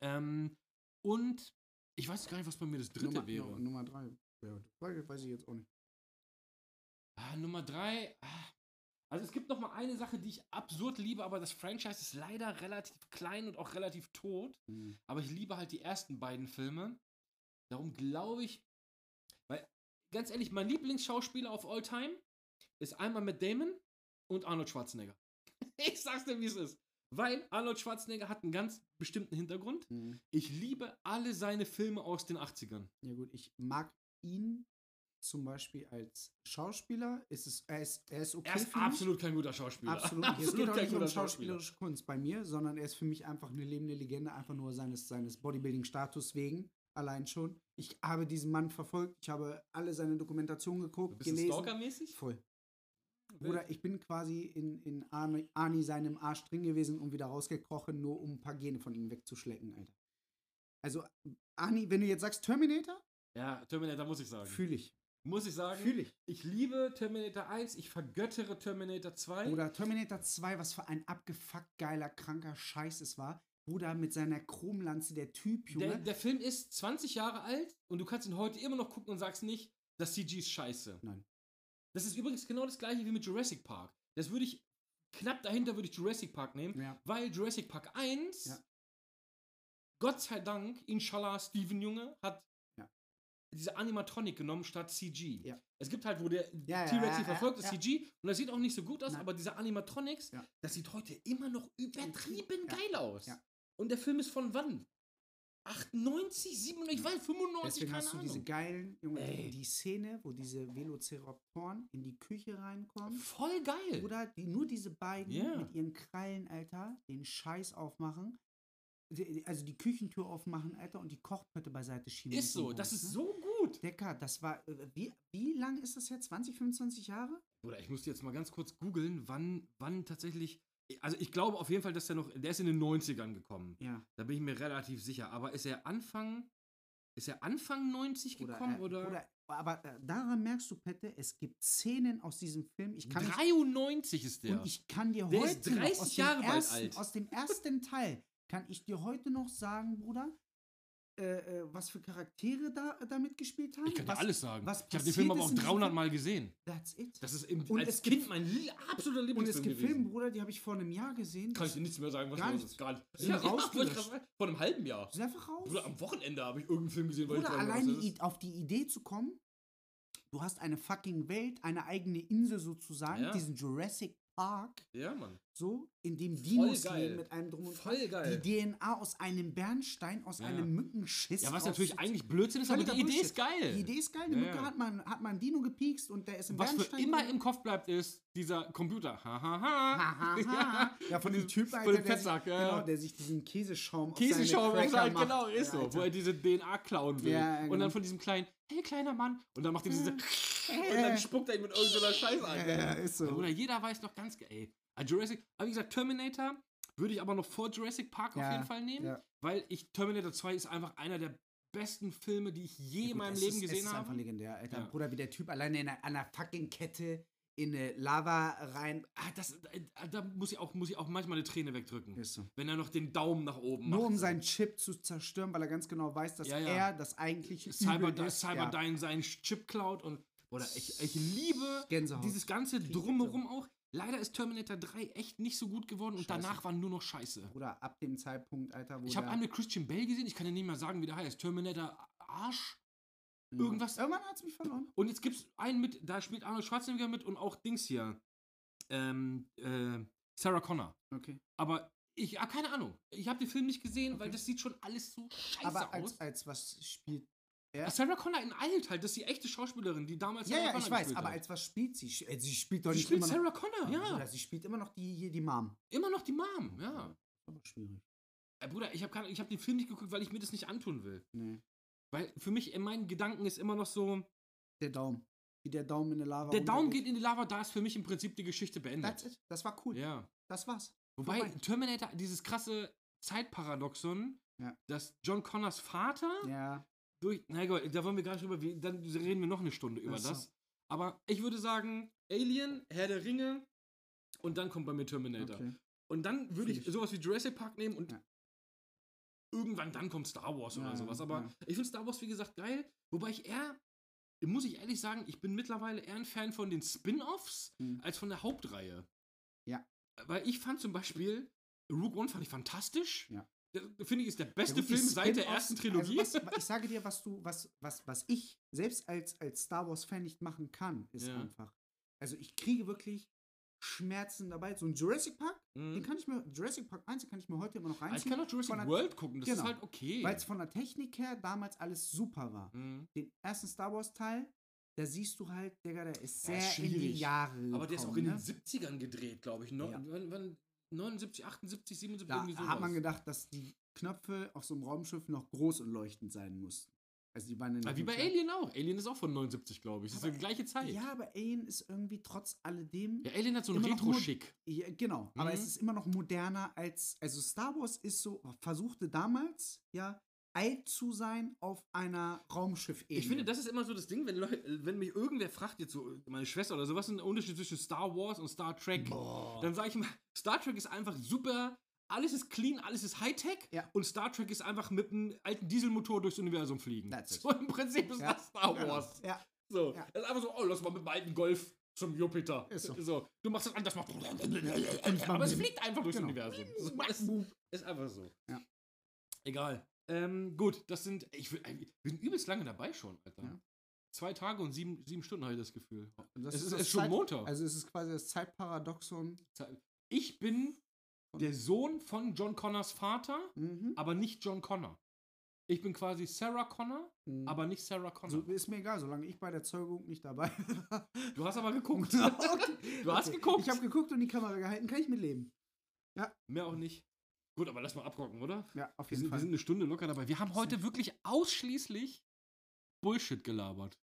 Speaker 2: Ähm, und ich weiß gar nicht, was bei mir das dritte
Speaker 1: Nummer,
Speaker 2: wäre.
Speaker 1: Nummer drei. Ja, weiß- weiß ich jetzt auch nicht.
Speaker 2: Ah, Nummer drei. ah. Also es gibt noch mal eine Sache, die ich absurd liebe, aber das Franchise ist leider relativ klein und auch relativ tot.
Speaker 1: Hm.
Speaker 2: Aber ich liebe halt die ersten beiden Filme. Darum glaube ich, weil ganz ehrlich, mein Lieblingsschauspieler of all time ist einmal Matt Damon und Arnold Schwarzenegger. Ich sag's dir, wie es ist. Weil Arnold Schwarzenegger hat einen ganz bestimmten Hintergrund.
Speaker 1: Mhm.
Speaker 2: Ich liebe alle seine Filme aus den 80ern.
Speaker 1: Ja gut, ich mag ihn zum Beispiel als Schauspieler. Ist es, er, ist, er ist okay
Speaker 2: Er ist
Speaker 1: für mich.
Speaker 2: absolut kein guter Schauspieler.
Speaker 1: Absolut. nicht. es geht auch
Speaker 2: kein
Speaker 1: nicht um
Speaker 2: guter
Speaker 1: schauspielerische Kunst bei mir, sondern er ist für mich einfach eine lebende Legende, einfach nur seines, seines Bodybuilding-Status wegen, allein schon. Ich habe diesen Mann verfolgt, ich habe alle seine Dokumentationen
Speaker 2: Du
Speaker 1: geguckt,
Speaker 2: bist
Speaker 1: gelesen.
Speaker 2: stalkermäßig?
Speaker 1: Voll. Bruder, ich bin quasi in, in Arnie, Arnie seinem Arsch drin gewesen und wieder rausgekrochen, nur um ein paar Gene von ihm wegzuschlecken, Alter. Also, Arnie, wenn du jetzt sagst Terminator,
Speaker 2: Ja, Terminator muss ich sagen.
Speaker 1: fühle ich.
Speaker 2: muss ich sagen.
Speaker 1: Fühle ich.
Speaker 2: Ich liebe Terminator 1, ich vergöttere Terminator 2.
Speaker 1: Oder Terminator 2, was für ein abgefuckt geiler, kranker Scheiß es war. Bruder mit seiner Chromlanze, der Typ, Junge.
Speaker 2: der, der Film ist 20 Jahre alt und du kannst ihn heute immer noch gucken und sagst nicht, das CG ist scheiße.
Speaker 1: Nein.
Speaker 2: Das ist übrigens genau das gleiche wie mit Jurassic Park. Das würde ich, knapp dahinter würde ich Jurassic Park nehmen,
Speaker 1: ja.
Speaker 2: weil Jurassic Park 1,
Speaker 1: Ja.
Speaker 2: Gott sei Dank, inshallah, Steven Junge hat
Speaker 1: Ja.
Speaker 2: diese Animatronic genommen statt CG.
Speaker 1: Ja.
Speaker 2: Es gibt halt, wo der
Speaker 1: ja,
Speaker 2: T-Rex
Speaker 1: ja,
Speaker 2: ihn verfolgt,
Speaker 1: ja,
Speaker 2: das
Speaker 1: ja.
Speaker 2: CG und das sieht auch nicht so gut aus,
Speaker 1: Nein.
Speaker 2: aber diese Animatronics,
Speaker 1: Ja.
Speaker 2: das sieht heute immer noch übertrieben
Speaker 1: Ja.
Speaker 2: geil aus.
Speaker 1: Ja.
Speaker 2: Und der Film ist von wann? 98, 97, ich weiß, 95,
Speaker 1: Deswegen
Speaker 2: keine
Speaker 1: hast du
Speaker 2: Ahnung.
Speaker 1: diese geilen, Junge,
Speaker 2: Ey.
Speaker 1: die Szene, wo diese Velociraptoren in die Küche reinkommen.
Speaker 2: Voll geil.
Speaker 1: Oder die, nur diese beiden
Speaker 2: Ja.
Speaker 1: mit ihren Krallen, Alter, den Scheiß aufmachen. Die- die- Also die Küchentür aufmachen, Alter, und die Kochplatte beiseite schieben. und
Speaker 2: ist so,
Speaker 1: ein
Speaker 2: das
Speaker 1: Bums,
Speaker 2: ist
Speaker 1: ne?
Speaker 2: so gut.
Speaker 1: Decker, das war. äh, Wie, wie lang ist das jetzt? 20, 25 Jahre?
Speaker 2: Oder ich muss jetzt mal ganz kurz googeln, wann, wann tatsächlich. Also ich glaube auf jeden Fall, dass der noch. Der ist in den 90ern gekommen.
Speaker 1: Ja.
Speaker 2: Da bin ich mir relativ sicher. Aber ist er Anfang. Ist er Anfang 90 gekommen
Speaker 1: äh,
Speaker 2: oder?
Speaker 1: aber äh, daran merkst du, Pette, es gibt Szenen aus diesem Film. Ich kann nicht-
Speaker 2: 93 ist der.
Speaker 1: Und ich kann dir
Speaker 2: Der
Speaker 1: heute
Speaker 2: ist
Speaker 1: noch
Speaker 2: 30
Speaker 1: aus,
Speaker 2: Jahre
Speaker 1: dem
Speaker 2: bald
Speaker 1: ersten,
Speaker 2: alt.
Speaker 1: aus dem ersten Teil kann ich dir heute noch sagen, Bruder, äh, äh, was für Charaktere da, äh, da mitgespielt haben.
Speaker 2: Ich kann dir
Speaker 1: was,
Speaker 2: alles sagen.
Speaker 1: was
Speaker 2: ich habe den Film
Speaker 1: passiert
Speaker 2: aber
Speaker 1: ist
Speaker 2: auch
Speaker 1: in diesem
Speaker 2: 300
Speaker 1: Film?
Speaker 2: Mal gesehen.
Speaker 1: That's it.
Speaker 2: Das ist im,
Speaker 1: Und
Speaker 2: als
Speaker 1: es gibt-
Speaker 2: Kind mein li- absoluter
Speaker 1: Und es
Speaker 2: Lieblingsfilm
Speaker 1: gibt
Speaker 2: gewesen.
Speaker 1: Filme, Bruder, die habe ich vor einem Jahr gesehen.
Speaker 2: Kann ich dir nichts mehr sagen, was
Speaker 1: Gar
Speaker 2: los
Speaker 1: nichts.
Speaker 2: ist. Gar nicht.
Speaker 1: Sind rausgelöscht.
Speaker 2: wollte ich gerade sagen, vor einem halben Jahr.
Speaker 1: Sind einfach raus.
Speaker 2: Bruder, am Wochenende habe ich irgendeinen Film gesehen, weil
Speaker 1: Bruder,
Speaker 2: ich
Speaker 1: allein
Speaker 2: was das
Speaker 1: die,
Speaker 2: ist.
Speaker 1: I- auf die Idee zu kommen, du hast eine fucking Welt, eine eigene Insel sozusagen,
Speaker 2: Ja.
Speaker 1: diesen Jurassic Park,
Speaker 2: Ja, Mann.
Speaker 1: so, in dem Dinos
Speaker 2: geil.
Speaker 1: leben mit einem drum und
Speaker 2: Voll geil.
Speaker 1: Die DNA aus einem Bernstein, aus
Speaker 2: Ja.
Speaker 1: einem Mückenschiss.
Speaker 2: Ja, was natürlich
Speaker 1: rauszuziehen.
Speaker 2: eigentlich Blödsinn ist, aber die
Speaker 1: Völliger
Speaker 2: Idee ist
Speaker 1: Bullshit.
Speaker 2: geil.
Speaker 1: Die Idee ist geil, eine
Speaker 2: Ja,
Speaker 1: Mücke
Speaker 2: ja.
Speaker 1: hat man, hat man Dino gepiekst und der ist im
Speaker 2: was für
Speaker 1: Bernstein.
Speaker 2: immer
Speaker 1: drin.
Speaker 2: im Kopf bleibt, ist dieser Computer. Ha, ha, ha.
Speaker 1: Ha, ha, ha. Ja, von dem Typ,
Speaker 2: Von
Speaker 1: Alter,
Speaker 2: dem
Speaker 1: der sich,
Speaker 2: Fettsack, ja.
Speaker 1: genau, der sich diesen Käseschaum auf seine
Speaker 2: Käseschaum auf
Speaker 1: Cracker
Speaker 2: sein,
Speaker 1: macht.
Speaker 2: genau, ist
Speaker 1: Ja,
Speaker 2: so. Wo
Speaker 1: Alter.
Speaker 2: er diese DNA klauen will.
Speaker 1: Ja, ja,
Speaker 2: Und
Speaker 1: genau.
Speaker 2: dann von diesem kleinen, hey, kleiner Mann. Und dann macht er diese. und dann spuckt er ihn mit irgendeiner Scheiße an.
Speaker 1: Äh. Ja, ja, ist so.
Speaker 2: Oder jeder weiß noch ganz, ge- ey. ah, Jurassic, aber wie gesagt, Terminator würde ich aber noch vor Jurassic Park auf
Speaker 1: Ja,
Speaker 2: jeden Fall nehmen,
Speaker 1: ja.
Speaker 2: weil ich Terminator 2 ist einfach einer der besten Filme, die ich je in
Speaker 1: Gut,
Speaker 2: meinem
Speaker 1: es
Speaker 2: Leben
Speaker 1: ist, es
Speaker 2: gesehen
Speaker 1: ist einfach
Speaker 2: habe.
Speaker 1: legendär, Alter.
Speaker 2: Ja.
Speaker 1: Bruder, wie der Typ alleine in einer, einer fucking Kette in eine Lava rein.
Speaker 2: Ah, das, da, da muss ich, auch, muss ich auch manchmal eine Träne wegdrücken,
Speaker 1: Ist so.
Speaker 2: wenn er noch den Daumen nach oben macht.
Speaker 1: Nur um seinen Chip zu zerstören, weil er ganz genau weiß, dass
Speaker 2: Ja, ja.
Speaker 1: er das eigentliche
Speaker 2: Cyber,
Speaker 1: Übel ist. ja.
Speaker 2: Cyberdyne seinen Chip klaut und oder ich, ich liebe
Speaker 1: Gänsehaut.
Speaker 2: dieses ganze
Speaker 1: Krieg
Speaker 2: Drumherum auch. Leider ist Terminator 3 echt nicht so gut geworden und
Speaker 1: Scheiße. Oh,
Speaker 2: danach war nur noch Scheiße.
Speaker 1: Bruder, ab dem Zeitpunkt, Alter, wo
Speaker 2: Ich habe
Speaker 1: der-
Speaker 2: einen mit Christian Bale gesehen, ich kann ja nicht mehr sagen, wie der heißt. Terminator Arsch?
Speaker 1: Mhm.
Speaker 2: irgendwas-
Speaker 1: Irgendwann hat's mich verloren.
Speaker 2: Und jetzt gibt's einen mit, da spielt Arnold Schwarzenegger mit und auch Dings hier. Ähm, äh, Sarah Connor.
Speaker 1: Okay.
Speaker 2: Aber ich, ah, keine Ahnung. Ich habe den Film nicht gesehen, weil das sieht schon alles so scheiße
Speaker 1: Aber als,
Speaker 2: aus.
Speaker 1: als was spielt.
Speaker 2: Ah, Sarah Connor in alt halt, das ist die echte Schauspielerin, die damals
Speaker 1: Ja,
Speaker 2: Sarah
Speaker 1: ja,
Speaker 2: Connor
Speaker 1: ich weiß,
Speaker 2: gespielt
Speaker 1: aber
Speaker 2: hat.
Speaker 1: als was spielt sie? Sch- äh, Sie spielt doch
Speaker 2: Sie
Speaker 1: nicht
Speaker 2: spielt
Speaker 1: immer noch.
Speaker 2: Sarah Connor, ja.
Speaker 1: Bruder, sie spielt immer noch die, hier die Mom.
Speaker 2: Immer noch die Mom, ja.
Speaker 1: Aber schwierig.
Speaker 2: Äh, Bruder, ich habe ich hab den Film nicht geguckt, weil ich mir das nicht antun will.
Speaker 1: Nee.
Speaker 2: Weil für mich in meinen Gedanken ist immer noch so,
Speaker 1: Der Daumen. Wie der Daumen in der Lava.
Speaker 2: der Daumen
Speaker 1: runtergeht.
Speaker 2: geht in die Lava, da ist für mich im Prinzip die Geschichte
Speaker 1: That's
Speaker 2: beendet.
Speaker 1: it. Das war cool.
Speaker 2: Ja.
Speaker 1: Das war's.
Speaker 2: Wobei
Speaker 1: Vorbei.
Speaker 2: Terminator dieses krasse Zeitparadoxon,
Speaker 1: Ja.
Speaker 2: dass John Connors Vater
Speaker 1: Ja.
Speaker 2: durch. Na egal, da wollen wir gar nicht drüber, wir- dann reden wir noch eine Stunde über
Speaker 1: Ach so.
Speaker 2: das. Aber ich würde sagen, Alien, Herr der Ringe und dann kommt bei mir Terminator.
Speaker 1: Okay.
Speaker 2: Und dann würde ich
Speaker 1: Fisch.
Speaker 2: sowas wie Jurassic Park nehmen und
Speaker 1: Ja.
Speaker 2: irgendwann dann kommt Star Wars
Speaker 1: Ja,
Speaker 2: oder sowas. Aber
Speaker 1: ja.
Speaker 2: ich finde Star Wars, wie gesagt, geil. Wobei ich eher, muss ich ehrlich sagen, ich bin mittlerweile eher ein Fan von den Spin-Offs
Speaker 1: Mhm.
Speaker 2: als von der Hauptreihe.
Speaker 1: Ja.
Speaker 2: Weil ich fand zum Beispiel, Rogue One fand ich fantastisch.
Speaker 1: Ja.
Speaker 2: Das, finde ich, ist der beste
Speaker 1: Ja, gut, die
Speaker 2: Film seit der
Speaker 1: Spin-offs,
Speaker 2: ersten Trilogie.
Speaker 1: Also was, ich sage dir, was du, was, was, was ich selbst als, als Star Wars-Fan nicht machen kann, ist
Speaker 2: Ja.
Speaker 1: einfach. Also ich kriege wirklich Schmerzen dabei. So ein Jurassic Park,
Speaker 2: Mhm.
Speaker 1: den kann ich mir, Jurassic Park 1, den kann ich mir heute immer noch
Speaker 2: Aber ich
Speaker 1: reinziehen,
Speaker 2: kann auch Jurassic
Speaker 1: von der-
Speaker 2: World gucken, das ist
Speaker 1: Genau.
Speaker 2: halt okay.
Speaker 1: weil es von der Technik her damals alles super war.
Speaker 2: Mhm.
Speaker 1: Den ersten Star Wars-Teil, da siehst du halt, Digga, der ist
Speaker 2: Ja,
Speaker 1: sehr
Speaker 2: ist
Speaker 1: in die
Speaker 2: schwierig.
Speaker 1: Jahre
Speaker 2: Aber der ist auch
Speaker 1: gekommen,
Speaker 2: in den
Speaker 1: ne?
Speaker 2: 70ern gedreht, glaube ich. No,
Speaker 1: Ja.
Speaker 2: wann, wann, 79, 78, 77,
Speaker 1: Da
Speaker 2: irgendwie sowas.
Speaker 1: hat man gedacht, dass die Knöpfe auf so einem Raumschiff noch groß und leuchtend sein mussten. Also die waren in
Speaker 2: Ah, wie bei Alien auch. Alien ist auch von 79, glaube ich. Das ist
Speaker 1: Aber-
Speaker 2: die gleiche Zeit.
Speaker 1: Ja, aber Alien ist irgendwie trotz alledem.
Speaker 2: Ja, Alien hat so einen
Speaker 1: Immer noch nur-
Speaker 2: Retro-Schick.
Speaker 1: Ja, genau, aber
Speaker 2: Mhm.
Speaker 1: es ist immer noch moderner als. Also Star Wars ist so, versuchte damals, ja, alt zu sein auf einer Raumschiff-Ebene.
Speaker 2: Ich finde, das ist immer so das Ding, wenn, Leute, äh, wenn mich irgendwer fragt, jetzt so meine Schwester oder so, was ist der Unterschied zwischen Star Wars und Star Trek? Dann sage ich mal, Star Trek ist einfach super, alles ist clean, alles ist Hightech
Speaker 1: Ja.
Speaker 2: und Star Trek ist einfach mit einem alten Dieselmotor durchs Universum fliegen.
Speaker 1: That's it.
Speaker 2: So im Prinzip ist
Speaker 1: Ja,
Speaker 2: das Star
Speaker 1: Genau.
Speaker 2: Wars.
Speaker 1: Ja,
Speaker 2: So,
Speaker 1: Ja.
Speaker 2: das ist einfach so, oh, lass mal mit dem alten Golf zum Jupiter.
Speaker 1: Ist so.
Speaker 2: Du machst das an, das macht. Aber es fliegt einfach durchs
Speaker 1: Genau.
Speaker 2: Universum. So, es ist einfach so.
Speaker 1: Ja.
Speaker 2: Egal. Ähm, gut, das sind. Ich, will- wir sind übelst lange dabei schon, Alter.
Speaker 1: Ja.
Speaker 2: Zwei Tage und sieben, sieben Stunden habe ich das Gefühl.
Speaker 1: Und das
Speaker 2: es ist,
Speaker 1: das
Speaker 2: es ist schon
Speaker 1: Zeit-
Speaker 2: Montag.
Speaker 1: Also es ist quasi das Zeitparadoxon.
Speaker 2: ich bin der Sohn von John Connors Vater,
Speaker 1: Mhm.
Speaker 2: aber nicht John Connor. Ich bin quasi Sarah Connor,
Speaker 1: Mhm.
Speaker 2: aber nicht Sarah Connor.
Speaker 1: so, ist mir egal, solange ich bei der Zeugung nicht dabei war.
Speaker 2: du hast aber geguckt.
Speaker 1: Okay.
Speaker 2: Du hast geguckt.
Speaker 1: Ich habe geguckt und die Kamera gehalten, kann ich mitleben.
Speaker 2: Mehr auch nicht. Gut, aber lass mal abrocken, oder?
Speaker 1: Ja, auf
Speaker 2: Wir
Speaker 1: jeden
Speaker 2: sind, wir
Speaker 1: Fall.
Speaker 2: sind eine Stunde locker dabei. Wir haben heute wirklich ausschließlich Bullshit gelabert.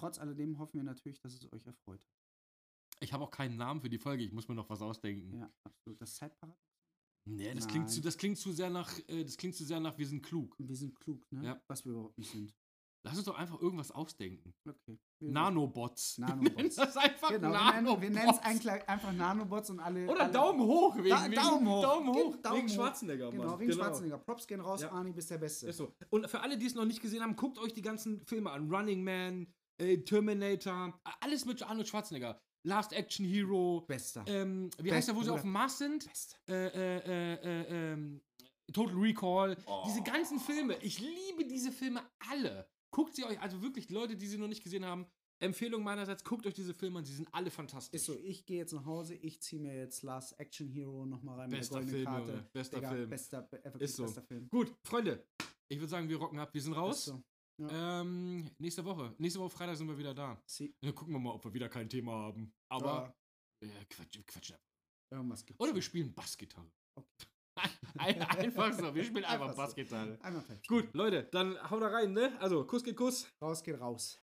Speaker 1: Trotz alledem hoffen wir natürlich, dass es euch erfreut.
Speaker 2: Ich habe auch keinen Namen für die Folge. Ich muss mir noch was ausdenken.
Speaker 1: Ja, absolut. Das Zeitparadoxon.
Speaker 2: Nee, das
Speaker 1: Nein.
Speaker 2: klingt, zu, das klingt zu sehr nach, äh, das klingt zu sehr nach, wir sind klug.
Speaker 1: Wir sind klug, ne?
Speaker 2: Ja.
Speaker 1: Was wir überhaupt nicht sind.
Speaker 2: Lass uns doch einfach irgendwas ausdenken.
Speaker 1: Okay. Wir
Speaker 2: Nanobots.
Speaker 1: Nanobots.
Speaker 2: Das ist einfach
Speaker 1: Genau, wir nennen,
Speaker 2: Nanobots.
Speaker 1: wir nennen es eigentlich einfach Nanobots und alle.
Speaker 2: Oder
Speaker 1: alle,
Speaker 2: Daumen hoch. Wegen,
Speaker 1: Da-
Speaker 2: wegen,
Speaker 1: Daumen hoch.
Speaker 2: Daumen
Speaker 1: Ge-
Speaker 2: hoch.
Speaker 1: Daumen
Speaker 2: wegen
Speaker 1: hoch.
Speaker 2: Schwarzenegger, Mann.
Speaker 1: Genau, wegen Schwarzenegger. Props gehen raus,
Speaker 2: Ja.
Speaker 1: Arnie, bist der Beste.
Speaker 2: Ist so. Und für alle, die es noch nicht gesehen haben, guckt euch die ganzen Filme an. Running Man, äh, Terminator, äh, alles mit Arnold Schwarzenegger. Last Action Hero,
Speaker 1: Bester.
Speaker 2: ähm, wie
Speaker 1: Best-
Speaker 2: heißt der, wo sie
Speaker 1: Bruder.
Speaker 2: auf dem Mars sind?
Speaker 1: Bester.
Speaker 2: Äh, äh, äh, äh, ähm, Total Recall.
Speaker 1: Oh.
Speaker 2: Diese ganzen Filme. Ich liebe diese Filme alle. Guckt sie euch, also wirklich, Leute, die sie noch nicht gesehen haben, Empfehlung meinerseits, guckt euch diese Filme an. Sie sind alle fantastisch.
Speaker 1: Ist so, ich gehe jetzt nach Hause, ich ziehe mir jetzt Last Action Hero nochmal rein
Speaker 2: Bester Film, Junge. Bester
Speaker 1: Digga,
Speaker 2: Film.
Speaker 1: Bester, be- äh, wirklich
Speaker 2: Ist so.
Speaker 1: bester Film.
Speaker 2: Gut, Freunde, ich würde sagen, wir rocken ab. Wir sind raus.
Speaker 1: Ist so.
Speaker 2: Ähm, nächste Woche. Nächste Woche Freitag sind wir wieder da.
Speaker 1: Sie,
Speaker 2: Dann gucken wir mal, ob wir wieder kein Thema haben. Aber äh, Quatsch, Quatsch.
Speaker 1: Oh, irgendwas gibt's.
Speaker 2: Oder
Speaker 1: schon.
Speaker 2: wir spielen Bassgitarre. Ein- Einfach so. Wir spielen einfach
Speaker 1: Einfach so.
Speaker 2: Bassgitarre.
Speaker 1: Einmal falsch.
Speaker 2: Gut, Leute, dann haut da rein, ne? Also, Kuss geht Kuss.
Speaker 1: Raus geht raus.